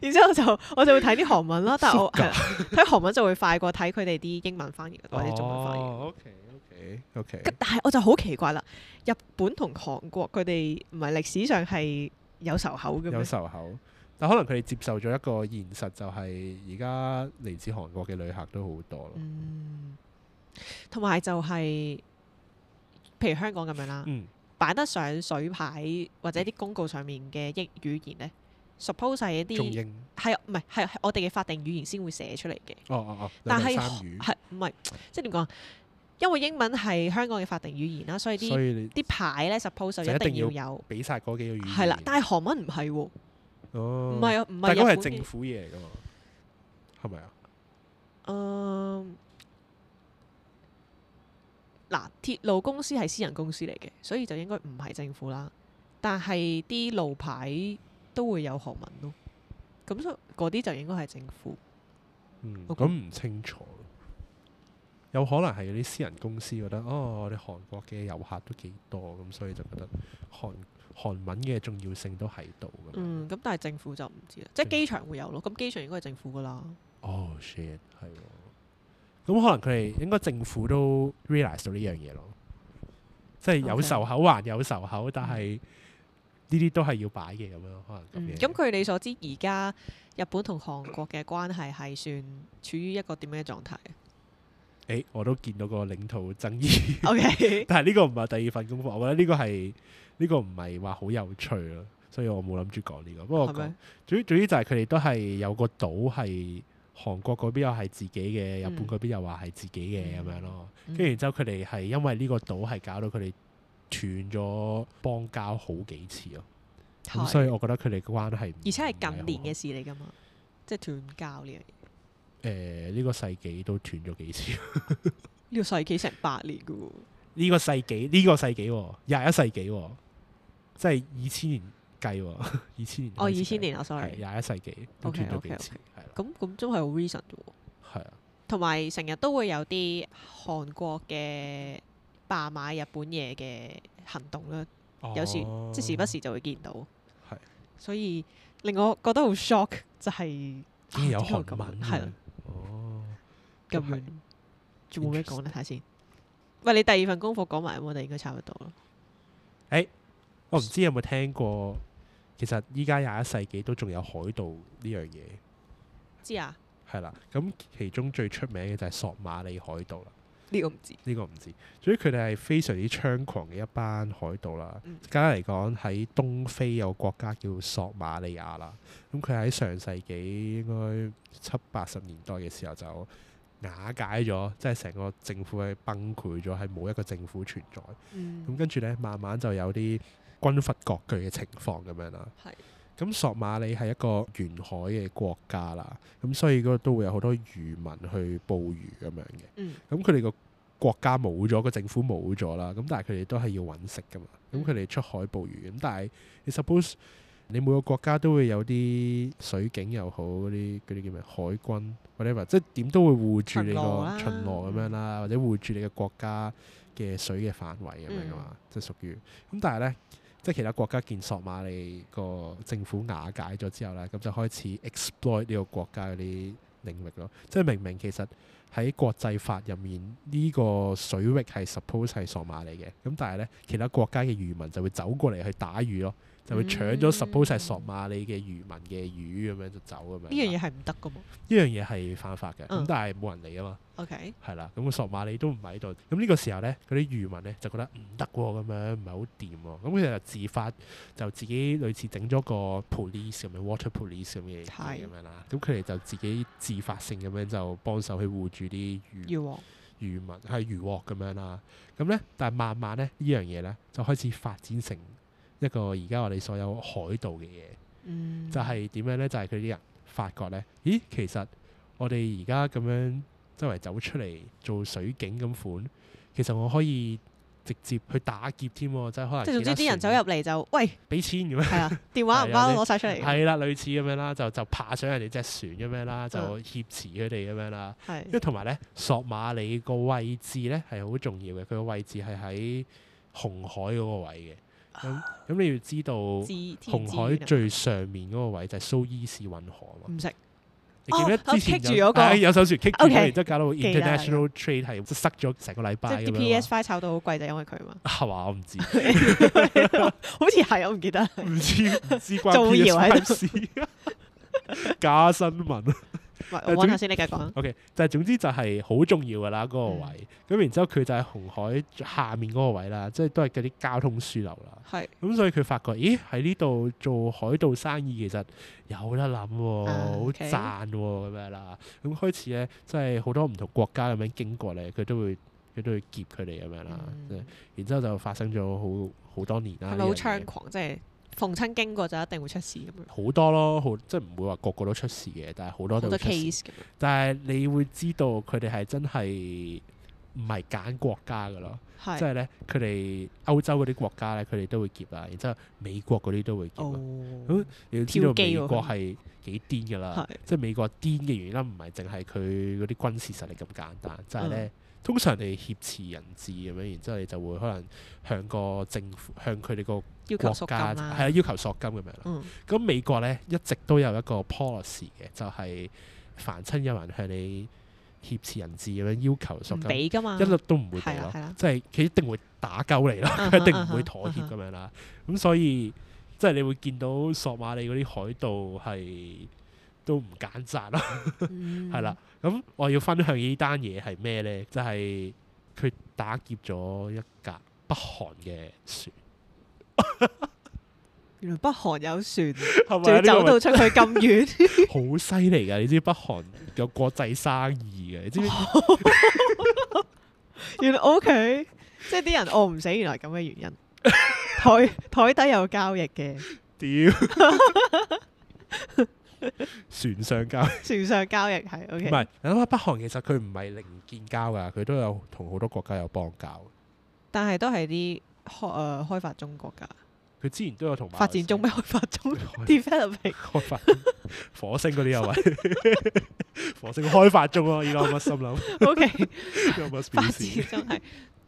Speaker 1: 然之後就我就會睇啲韓文啦，但 係我
Speaker 2: 縮㗎
Speaker 1: 係啦睇韓文就會快過睇佢哋啲英文翻譯或者中文翻譯。
Speaker 2: 哦，OK OK OK，
Speaker 1: 咁但係我就好奇怪啦，日本同韓國佢哋唔係歷史上係有仇口嘅
Speaker 2: 有
Speaker 1: 咩？
Speaker 2: 仇口，但可能佢哋接受咗一個現實，就係而家嚟自韓國嘅旅客都好多咯。
Speaker 1: 嗯，同埋就係、譬如香港咁樣啦，
Speaker 2: 嗯，
Speaker 1: 擺得上水牌或者啲公告上面嘅英語言咧，suppose 係一
Speaker 2: 中
Speaker 1: 啲
Speaker 2: 英，
Speaker 1: 係唔係係係我哋嘅法定語言先會寫出嚟嘅，
Speaker 2: 哦哦哦，
Speaker 1: 但係
Speaker 2: 兩文三語，
Speaker 1: 係唔係即係點講啊？因為英文係香港嘅法定語言啦，所以
Speaker 2: 所
Speaker 1: 啲
Speaker 2: 以你
Speaker 1: 啲牌咧 suppose
Speaker 2: 就
Speaker 1: 就
Speaker 2: 一
Speaker 1: 一
Speaker 2: 定
Speaker 1: 定
Speaker 2: 要
Speaker 1: 要有
Speaker 2: 俾晒嗰幾個語言。
Speaker 1: 係啦，但係韓文唔係喎，唔
Speaker 2: 係唔
Speaker 1: 係啊，唔係
Speaker 2: 但
Speaker 1: 日
Speaker 2: 嗰個
Speaker 1: 本
Speaker 2: 係
Speaker 1: 嘅
Speaker 2: 政府嘢嚟噶嘛？係咪啊？
Speaker 1: 嗯，嗱，鐵路公司係私人公司嚟嘅，所以就應該唔係政府啦。但係啲路牌都會有韓文咯，咁所以嗰啲就應該係政府。
Speaker 2: 嗯，
Speaker 1: OK
Speaker 2: 咁唔清楚咯，有可能係嗰啲私人公司覺得哦，我哋韓國嘅遊客都幾多，咁所以就覺得韓韓文嘅重要性都喺度咁樣。
Speaker 1: 嗯，咁但係政府就唔知啦，即係
Speaker 2: 政
Speaker 1: 機場會有咯，咁機場應該係政府噶啦。
Speaker 2: 哦，shit，係喎。咁可能佢哋應該政府都 realize 到呢樣嘢咯，即係有
Speaker 1: OK
Speaker 2: 仇口還有仇口，但係呢啲都係要擺嘅咁樣，可能
Speaker 1: 嗯
Speaker 2: 咁嘅。
Speaker 1: 咁據你所知，而家日本同韓國嘅關係係算處於一個點樣嘅狀 態
Speaker 2: 誒，我都見到個領土爭議。
Speaker 1: ？O K，
Speaker 2: 但係呢個唔係第二份功課，我覺得呢個係呢、個唔係話好有趣咯，所以我冇諗住講呢、個。不過
Speaker 1: 係
Speaker 2: 我講
Speaker 1: 咪？
Speaker 2: 總之總之就係佢哋都係有個島係韓國嗰邊又係自己嘅，日本
Speaker 1: 嗯
Speaker 2: 嗰邊又話係自己嘅咁、樣咯。
Speaker 1: 嗯
Speaker 2: 跟住然之後佢哋係因為呢個島係搞到佢哋斷咗邦交好幾次咯。咁
Speaker 1: 係
Speaker 2: 所以我覺得佢哋嘅關係唔
Speaker 1: 而且係近
Speaker 2: 唔係好啊
Speaker 1: 年嘅事嚟㗎嘛，即係斷交呢樣嘢。
Speaker 2: 誒呢、個世紀都斷咗幾次。
Speaker 1: 呢個世紀成百年㗎喎，
Speaker 2: 呢個世紀，呢、個世紀喎，廿一世紀喎，即係二千年計喎， 二千年。
Speaker 1: 哦，二千。年啊
Speaker 2: 係
Speaker 1: ，sorry。
Speaker 2: 廿一世紀都
Speaker 1: OK，
Speaker 2: 斷咗
Speaker 1: OK，
Speaker 2: 幾次，係啦
Speaker 1: 咁咁都係好 recent 啫喎，
Speaker 2: 係啊，
Speaker 1: 同埋成日都會有啲韓國嘅霸買日本嘢嘅行動啦，
Speaker 2: 啊
Speaker 1: 有時即係時不時就會見到。
Speaker 2: 哦係
Speaker 1: 所以令我覺得好 shock 就係
Speaker 2: 已經有
Speaker 1: 啊點解會
Speaker 2: 韓
Speaker 1: 咁
Speaker 2: 文
Speaker 1: 係
Speaker 2: 嘅
Speaker 1: 啦，
Speaker 2: 哦，
Speaker 1: 咁
Speaker 2: 都係
Speaker 1: 樣，仲冇咩講咧？睇下先。喂，你第二份功課講埋，我哋應該差唔多啦。
Speaker 2: 我唔知有冇聽過，其實依家廿一世紀都仲有海盜呢樣嘢，
Speaker 1: 知啊？
Speaker 2: 係啦。咁其中最出名嘅就係索馬里海盜啦。
Speaker 1: 呢個唔知。
Speaker 2: 呢個唔知。所以佢哋係非常之猖狂嘅一班海盜啦。
Speaker 1: 嗯
Speaker 2: 簡單嚟講，喺東非有個國家叫索馬利亞啦。咁佢喺上世紀應該七八十年代嘅時候就瓦解咗，即係成個政府係崩潰咗，係冇一個政府存在。咁
Speaker 1: 嗯，
Speaker 2: 跟住呢，慢慢就有啲軍閥割據嘅情況咁樣啦。
Speaker 1: 係。
Speaker 2: 咁索馬里係一個沿海嘅國家啦，咁所以嗰度都會有好多漁民去捕魚咁樣嘅。
Speaker 1: 嗯
Speaker 2: 咁佢哋個國家冇咗，個政府冇咗啦，咁但係佢哋都係要揾食噶嘛，咁佢哋出海捕魚，咁但係你 suppose 你每個國家都會有啲水警又好，嗰啲嗰啲叫咩海軍 whatever，即係點都會護住你
Speaker 1: 巡邏
Speaker 2: 個
Speaker 1: 啦
Speaker 2: 巡邏咁樣啦，或者護住你嘅國家嘅水嘅範圍咁樣噶
Speaker 1: 嗯
Speaker 2: 嘛，即係屬於咁，但係呢。即係其他國家見索馬里個政府瓦解咗之後咧，咁就開始 exploit 呢個國家嗰啲領域咯。即係明明其實喺國際法入面呢個水域係 suppose 係索馬里嘅，咁但係咧其他國家嘅漁民就會走過嚟去打魚咯，就會搶咗
Speaker 1: 嗯
Speaker 2: suppose 係索馬里嘅漁民嘅魚咁樣就走咁樣啦。
Speaker 1: 呢樣嘢係唔得噶嘛。
Speaker 2: 呢樣嘢係犯法嘅，咁、
Speaker 1: 嗯
Speaker 2: 但係冇人理啊嘛。
Speaker 1: OK。
Speaker 2: 係啦，咁個索馬里都唔喺度，咁呢個時候呢，嗰啲漁民呢就覺得唔得喎，咁樣唔係好掂喎，咁佢哋就自發就自己類似整咗個 police 咁樣 water police 咁嘅嘢
Speaker 1: 係
Speaker 2: 咁樣啦，咁佢哋就自己自發性咁樣就幫手去護住啲漁
Speaker 1: 要王。
Speaker 2: 漁民係漁獲咁樣啦，咁呢，但係慢慢呢，呢樣嘢呢，就開始發展成一個而家我哋所有海盜嘅嘢。
Speaker 1: 嗯。
Speaker 2: 就係點樣呢？就係佢啲人發覺呢，咦，其實我哋而家咁樣周圍走出嚟做水警咁款，其實我可以直接去打劫添喎，即係可能
Speaker 1: 即係總之
Speaker 2: 啊其
Speaker 1: 啲
Speaker 2: 他
Speaker 1: 人走入
Speaker 2: 船
Speaker 1: 嚟就喂，
Speaker 2: 俾錢咁樣，
Speaker 1: 係 啊，電話
Speaker 2: 係啊
Speaker 1: 銀包
Speaker 2: 你
Speaker 1: 攞晒出嚟。
Speaker 2: 係啦，類似咁樣啦，就就爬上人哋隻船咁樣啦，就
Speaker 1: 嗯
Speaker 2: 挾持佢哋咁樣啦。因
Speaker 1: 係。
Speaker 2: 為同埋咧，索馬里個位置咧係好重要嘅，佢個位置係喺紅海嗰個位嘅。咁咁你要知道，
Speaker 1: 啊知天
Speaker 2: 紅
Speaker 1: 知
Speaker 2: 海
Speaker 1: 源啊
Speaker 2: 最上面嗰個位就係蘇伊士運河啊
Speaker 1: 唔
Speaker 2: 嘛。
Speaker 1: 識。
Speaker 2: 你記唔記得
Speaker 1: 哦
Speaker 2: 之前
Speaker 1: 棘住
Speaker 2: 有
Speaker 1: 嗰個
Speaker 2: 係有手船棘住咗，
Speaker 1: OK，
Speaker 2: 然之後搞到
Speaker 1: 記得啦
Speaker 2: international trade 係塞咗成個禮
Speaker 1: 即
Speaker 2: 拜
Speaker 1: 係
Speaker 2: 咁
Speaker 1: 啲
Speaker 2: 樣
Speaker 1: PS
Speaker 2: 啊
Speaker 1: Five 炒到好貴就因為佢嘛，
Speaker 2: 係嘛？我唔知，
Speaker 1: 好似係我唔記得。
Speaker 2: 唔知唔知
Speaker 1: 造
Speaker 2: 關 PS
Speaker 1: 謠喺
Speaker 2: Five 事。 假新聞
Speaker 1: 唔係我揾下先，你繼續講啊。
Speaker 2: ，OK，就係總之就係好重要㗎啦嗰個
Speaker 1: 嗯
Speaker 2: 位。咁然之後佢就係紅海下面嗰個位啦，即係都係嗰啲交通樞紐啦。
Speaker 1: 係
Speaker 2: 咁所以佢發覺，咦喺呢度做海盜生意其實有得諗喎，
Speaker 1: 啊
Speaker 2: 好
Speaker 1: OK
Speaker 2: 賺喎咁樣啦。咁開始咧，即係好多唔同國家咁樣經過咧，佢都會佢都會劫佢哋咁樣啦。即係
Speaker 1: 嗯
Speaker 2: 然之後就發生咗好好多年啦。
Speaker 1: 係咪
Speaker 2: 呢
Speaker 1: 好
Speaker 2: 樣嘢
Speaker 1: 猖狂？即係逢親經過就一定會出事咁樣，
Speaker 2: 好多咯，好即係唔會話個個都出事嘅，但係好多
Speaker 1: 好
Speaker 2: 都
Speaker 1: 多
Speaker 2: 會出事。
Speaker 1: case 咁樣。
Speaker 2: 但係你會知道佢哋係真係唔係揀國家噶咯。即
Speaker 1: 係
Speaker 2: 係咧，佢哋歐洲嗰啲國家咧，佢哋都會劫啊，然之後美國嗰啲都會劫啊。咁
Speaker 1: 哦，
Speaker 2: 你要知
Speaker 1: 挑
Speaker 2: 道
Speaker 1: 機
Speaker 2: 美
Speaker 1: 喎
Speaker 2: 國係幾癲㗎啦
Speaker 1: 係，
Speaker 2: 即係美國癲嘅原因唔係淨係佢嗰啲軍事實力咁簡單，就係
Speaker 1: 嗯
Speaker 2: 咧通常你挾持人質咁樣，然之後你就會可能向個政府向佢哋個
Speaker 1: 要求
Speaker 2: 國
Speaker 1: 贖
Speaker 2: 家
Speaker 1: 金
Speaker 2: 係
Speaker 1: 啦。
Speaker 2: 啊要求索金咁樣啦。
Speaker 1: 嗯，
Speaker 2: 咁美國咧一直都有一個 policy 嘅，就係凡親有人向你挾持人質咁樣要求索
Speaker 1: 唔
Speaker 2: 金，
Speaker 1: 俾噶嘛。
Speaker 2: 一律都唔會俾
Speaker 1: 啊係
Speaker 2: 咯
Speaker 1: 啦係啦，
Speaker 2: 即係佢一定會打鳩你咯，
Speaker 1: 啊哈
Speaker 2: 佢一定唔
Speaker 1: 啊哈
Speaker 2: 會妥協
Speaker 1: 啊
Speaker 2: 咁
Speaker 1: 哈
Speaker 2: 樣啦。咁所以即係你會見到索馬里嗰啲海盜係都唔揀擇咯，係
Speaker 1: 係
Speaker 2: 啦。。咁我要分享呢單嘢係咩呢？就係佢打劫咗一架北韓嘅 船，
Speaker 1: 原來北韓有船，
Speaker 2: 係
Speaker 1: 仲
Speaker 2: 咪
Speaker 1: 要
Speaker 2: 啊呢個
Speaker 1: 走
Speaker 2: 咪
Speaker 1: 到出去咁遠，
Speaker 2: 好犀利㗎？你知北韓有國際生意嘅，你知唔知？
Speaker 1: 原來 OK，即係啲人哦餓唔死，原來係咁嘅原 因。台台底有交易嘅，
Speaker 2: 屌 船上交
Speaker 1: 船上交易係
Speaker 2: 唔
Speaker 1: OK。
Speaker 2: 係，你諗下北韓其實佢唔係零建交㗎，佢都有同好多國家有邦交，
Speaker 1: 呃但係都係啲開誒開發中國家，
Speaker 2: 佢佢之前都有同馬來
Speaker 1: 發展中
Speaker 2: 西亞
Speaker 1: 咩開發中 developing
Speaker 2: 開開發中火星嗰啲有咪？ 火星開發中咯，依家我乜心諗
Speaker 1: OK
Speaker 2: 有乜
Speaker 1: 發
Speaker 2: 表示？
Speaker 1: 展中係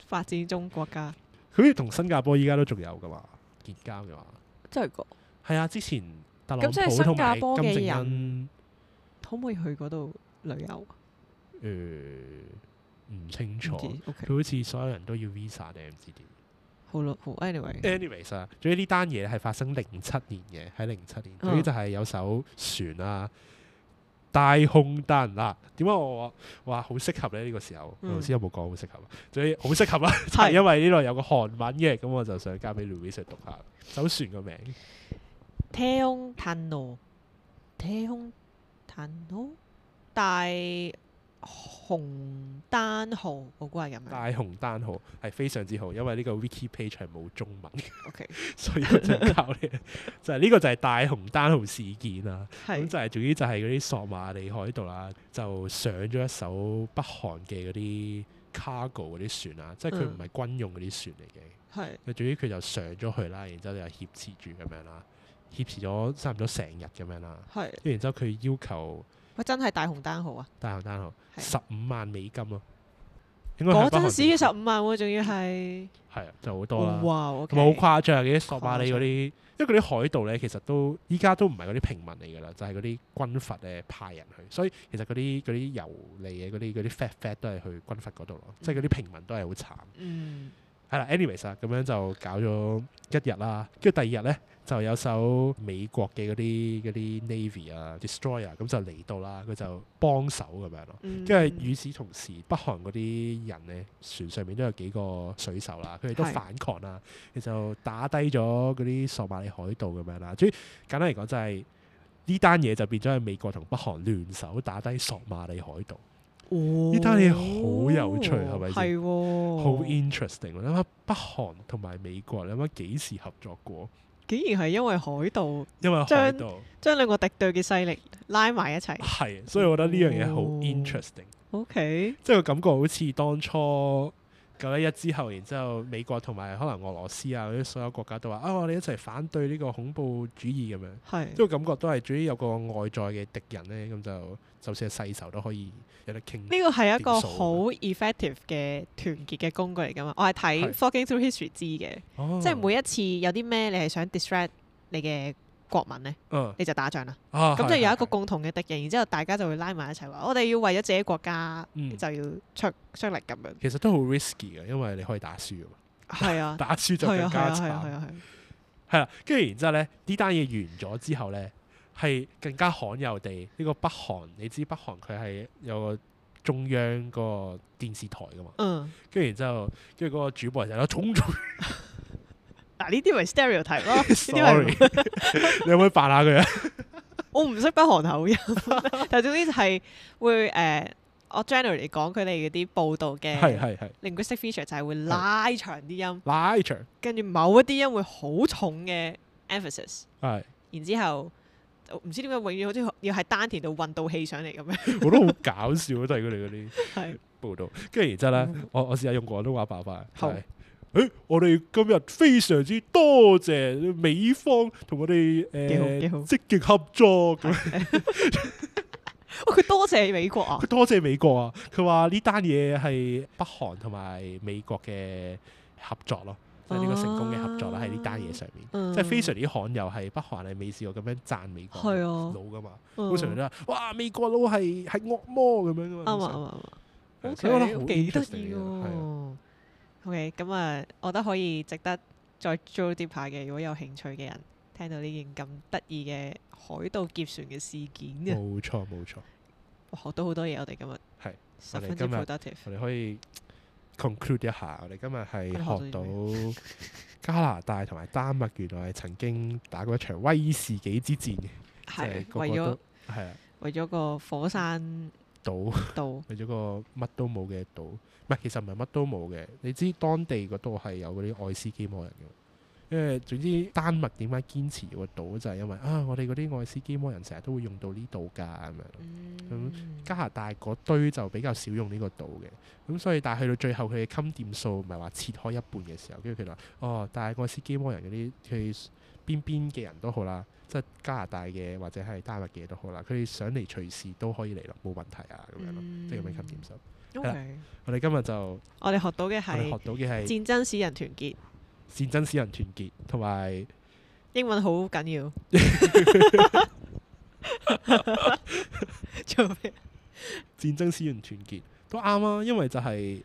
Speaker 1: 發展中國家，
Speaker 2: 佢同新加坡依家都仲有噶嘛？結交嘅話，
Speaker 1: 真係個
Speaker 2: 係啊，之前特朗
Speaker 1: 咁即係
Speaker 2: 普
Speaker 1: 新
Speaker 2: 同
Speaker 1: 加
Speaker 2: 埋
Speaker 1: 坡嘅
Speaker 2: 金正
Speaker 1: 人
Speaker 2: 恩，
Speaker 1: 可唔可以去嗰度旅遊？
Speaker 2: 誒呃唔清楚
Speaker 1: 唔，知 OK
Speaker 2: 佢好似所有人都要 visa 定係唔知點。
Speaker 1: 好咯，好 anyway
Speaker 2: anyways 啊，總之呢單嘢係發生零七年嘅，喺零七年，
Speaker 1: 嗯
Speaker 2: 總之就係有艘船啊大空單啦。點解我話話好適合咧？呢、個時候
Speaker 1: 嗯
Speaker 2: 老師有冇講好適合啊？總之好適合啦，就係
Speaker 1: 係
Speaker 2: 因為呢度有個韓文嘅，咁我就想交俾 Louis 去讀下艘船個名。
Speaker 1: 태용 탄노 태용 탄노 大紅單號，我估係咁樣。
Speaker 2: 大空單號係非常之好，因為呢個 wiki page 係冇中文，
Speaker 1: OK
Speaker 2: 所以我就教你，就係呢個就係大空單號事件啊。咁
Speaker 1: 係
Speaker 2: 就係總之就係嗰啲索馬里海度啦，就上咗一艘北韓嘅嗰啲 cargo 嗰啲船啦，啊即係
Speaker 1: 嗯
Speaker 2: 佢唔係軍用嗰啲船嚟嘅。
Speaker 1: 係
Speaker 2: 佢總之佢就上咗去啦，然之後就挾持住咁樣啦，挾持咗差唔多成日咁樣啦。
Speaker 1: 係，
Speaker 2: 跟住然之後佢要求
Speaker 1: 喂真係大紅單號啊！
Speaker 2: 大韓單號
Speaker 1: 係
Speaker 2: 十五萬美金咯，應該係
Speaker 1: 嗰
Speaker 2: 北韓
Speaker 1: 陣時嘅
Speaker 2: 政
Speaker 1: 十
Speaker 2: 府
Speaker 1: 五萬喎，仲要係
Speaker 2: 係啊，就好多啦。
Speaker 1: 哇，OK，
Speaker 2: 咁好誇張嘅啲索馬里
Speaker 1: 誇
Speaker 2: 嗰
Speaker 1: 張
Speaker 2: 啲，因為嗰啲海盜咧，其實都依家都唔係嗰啲平民嚟㗎啦，就係嗰啲軍閥咧派人去，所以其實嗰啲嗰啲遊嚟嘅嗰啲嗰啲 fat fat 都係去軍閥嗰度咯，即係嗰啲平民都係好慘。
Speaker 1: 嗯
Speaker 2: 係啦，anyways 啊，咁樣就搞咗一日啦，跟住第二日咧就有艘美國嘅嗰啲嗰啲 navy 啊 destroyer 咁就嚟到啦，佢就幫手咁樣咯。
Speaker 1: 嗯，
Speaker 2: 跟住與此同時，北韓嗰啲人呢，船上面都有幾個水手啦，佢哋都
Speaker 1: 係
Speaker 2: 反抗啦，佢就打低咗嗰啲索馬里海盜咁樣啦。所以簡單嚟講就係呢單嘢就變咗係美國同北韓聯手打低索馬里海盜，呢
Speaker 1: 呢
Speaker 2: 單嘢好有趣係
Speaker 1: 哦
Speaker 2: 咪先
Speaker 1: 係喎，
Speaker 2: 好 interesting 啊喎。諗下北韓同埋美國，你諗下幾時合作過？
Speaker 1: 竟然係因為海盜
Speaker 2: 因為海盜
Speaker 1: 將兩個敵對嘅勢力拉埋一齊。
Speaker 2: 係，所以我覺得呢樣嘢好
Speaker 1: 哦
Speaker 2: interesting。
Speaker 1: OK，
Speaker 2: 即係個感覺好似當初九一一之後，然之後美國同埋可能俄羅斯啊嗰啲所有國家都話啊，我哋一齊反對呢個恐怖主義咁樣。
Speaker 1: 係
Speaker 2: 即係個感覺都係，主要有個外在嘅敵人咧，咁就就算係世仇都可以有得傾。
Speaker 1: 呢個係一個
Speaker 2: 點數啊
Speaker 1: 好 effective 嘅團結嘅工具嚟㗎嘛。我係睇《
Speaker 2: 係
Speaker 1: Forging Through History》知嘅，
Speaker 2: 哦
Speaker 1: 即係每一次有啲咩你係想 distract 你嘅國民呢，
Speaker 2: 嗯
Speaker 1: 你就打仗啦。
Speaker 2: 啊，
Speaker 1: 咁
Speaker 2: 係
Speaker 1: 就有一個
Speaker 2: 係係
Speaker 1: 共同嘅敵人，然之後大家就會拉埋一齊話：我哋要為咗自己國家
Speaker 2: 嗯
Speaker 1: 就要出出力咁 樣。
Speaker 2: 其實都好 risky 嘅，因為你可以打輸啊嘛，
Speaker 1: 係啊，
Speaker 2: 打輸就
Speaker 1: 係
Speaker 2: 更
Speaker 1: 啊，係
Speaker 2: 加
Speaker 1: 啊，係啊，係
Speaker 2: 慘。
Speaker 1: 啊，係啊
Speaker 2: 係啦，跟住然之後咧，呢單嘢完咗之後咧，係更加罕有地呢、個北韓，你知北韓佢係有個中央個電視台噶嘛，
Speaker 1: 嗯，
Speaker 2: 跟住然之後，跟住嗰個主播就有重重
Speaker 1: 嗱呢啲咪 stereotype 咯，呢 啲
Speaker 2: sorry，
Speaker 1: 咪
Speaker 2: 啊 你可唔可以扮下 佢啊？
Speaker 1: 我唔識北韓口音， 但係總之就係會誒，我 generally 講佢哋嗰啲報道
Speaker 2: 係
Speaker 1: 嘅
Speaker 2: 係係，
Speaker 1: linguistic feature 就係會拉長啲音。
Speaker 2: 拉長
Speaker 1: 跟住某一啲音會好重嘅 emphasis，
Speaker 2: 係，
Speaker 1: 然之後呃唔知點解永遠好似要喺丹田度運到氣上嚟咁樣，
Speaker 2: 我都好搞笑啊！都係佢哋嗰啲
Speaker 1: 係
Speaker 2: 報道，跟住然之後咧，我我試下用廣東話辦法，就
Speaker 1: 嗯好
Speaker 2: 係誒，我哋今日非常之多謝美方同我哋
Speaker 1: 幾好
Speaker 2: 誒
Speaker 1: 幾好
Speaker 2: 積極合作咁樣
Speaker 1: 哇佢多謝美國啊
Speaker 2: 佢，多謝美國啊！佢話呢單嘢係北韓同埋美國嘅合作咯，即係呢個成功嘅合作啦，喺呢單嘢上面，
Speaker 1: 哦嗯
Speaker 2: 即係非常之罕有，係北韓係未試過咁樣讚美國
Speaker 1: 係啊
Speaker 2: 佬噶嘛，
Speaker 1: 嗯
Speaker 2: 通常都話哇美國佬係係惡魔咁樣噶嘛，
Speaker 1: 啱
Speaker 2: 通
Speaker 1: 啊啱啊啱
Speaker 2: 常係
Speaker 1: 啊，
Speaker 2: 所以我覺
Speaker 1: OK，
Speaker 2: 得好
Speaker 1: 幾得
Speaker 2: interesting
Speaker 1: 意
Speaker 2: 嘅係啊
Speaker 1: 喎。OK，咁啊，我覺得可以值得再 drill deep 下嘅，如果有興趣嘅人聽到呢件咁得意嘅海盜劫船嘅事件啊，
Speaker 2: 冇錯冇錯，
Speaker 1: 哇學到好多嘢，我哋今日
Speaker 2: 係
Speaker 1: 十
Speaker 2: 我哋
Speaker 1: 分之
Speaker 2: 今日
Speaker 1: productive，
Speaker 2: 我哋可以 conclude 一下，我哋今日係
Speaker 1: 我哋
Speaker 2: 學
Speaker 1: 學
Speaker 2: 到
Speaker 1: 到
Speaker 2: 加拿大同埋丹麥原來係曾經打過一場威士忌之戰嘅，即係
Speaker 1: 係
Speaker 2: 個個
Speaker 1: 為咗
Speaker 2: 都係啊
Speaker 1: 為咗個火山
Speaker 2: 賭。
Speaker 1: 度
Speaker 2: 去咗個乜都冇嘅島，唔係其實唔係乜都冇嘅。你知當地嗰度係有嗰啲愛斯基摩人嘅，因為總之丹麥點解堅持個島就係因為啊，我哋嗰啲愛斯基摩人成日都會用到呢度㗎咁樣。
Speaker 4: 嗯
Speaker 2: 加拿大嗰堆就比較少用呢個島嘅，咁所以但係去到最後佢哋襟掂數，唔係話切開一半嘅時候，跟住佢就話哦，但係愛斯基摩人嗰啲佢邊邊嘅人都好啦，即係加拿大嘅或者係丹麥嘅都好啦，佢哋想嚟隨時都可以嚟咯，冇問題啊咁樣咯，即係咁樣襟
Speaker 1: 嗯
Speaker 2: 掂數。係啦
Speaker 4: OK，
Speaker 2: 我哋今日就我
Speaker 4: 我哋學到嘅
Speaker 2: 哋
Speaker 4: 係
Speaker 2: 學到嘅係
Speaker 4: 戰爭使人團結，
Speaker 2: 戰爭使人團結，同埋
Speaker 4: 英文好緊 要。做咩？
Speaker 2: 戰爭使人團結都啱啊，因為就係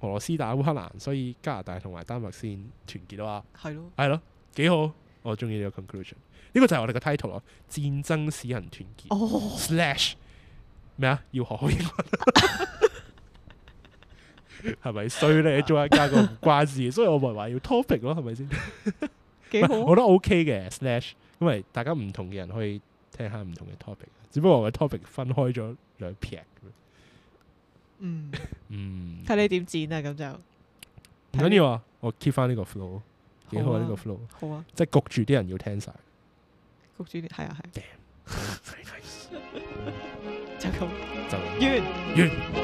Speaker 2: 俄羅斯打烏克蘭，所以加拿大同埋丹麥先團結啊嘛。
Speaker 4: 係咯，
Speaker 2: 係咯，幾好，我中意呢個 conclusion。呢個就係我哋嘅 title 咯，戰爭使人團結、
Speaker 4: 哦，
Speaker 2: slash 咩啊？要學好英文，係咪衰咧？做一加個唔關事，所以我咪話要 topic 咯，係咪先？
Speaker 4: 幾
Speaker 2: 唔係
Speaker 4: 好
Speaker 2: 我。覺得 OK 嘅 slash，因為大家唔同嘅人可以聽下唔同嘅 topic，只不過我嘅 topic 分開咗兩撇咁樣。
Speaker 4: 嗯，
Speaker 2: 嗯，
Speaker 4: 睇你點剪啊，咁就
Speaker 2: 唔緊要啊，我 keep 翻呢個 flow，幾好啊呢個 flow，
Speaker 4: 好啊，
Speaker 2: 即係焗住啲人要聽 晒。
Speaker 4: 焗住啲，係啊係啊，
Speaker 2: Damn，very nice，
Speaker 4: 就咁
Speaker 2: 就咁
Speaker 4: 完。
Speaker 2: 完。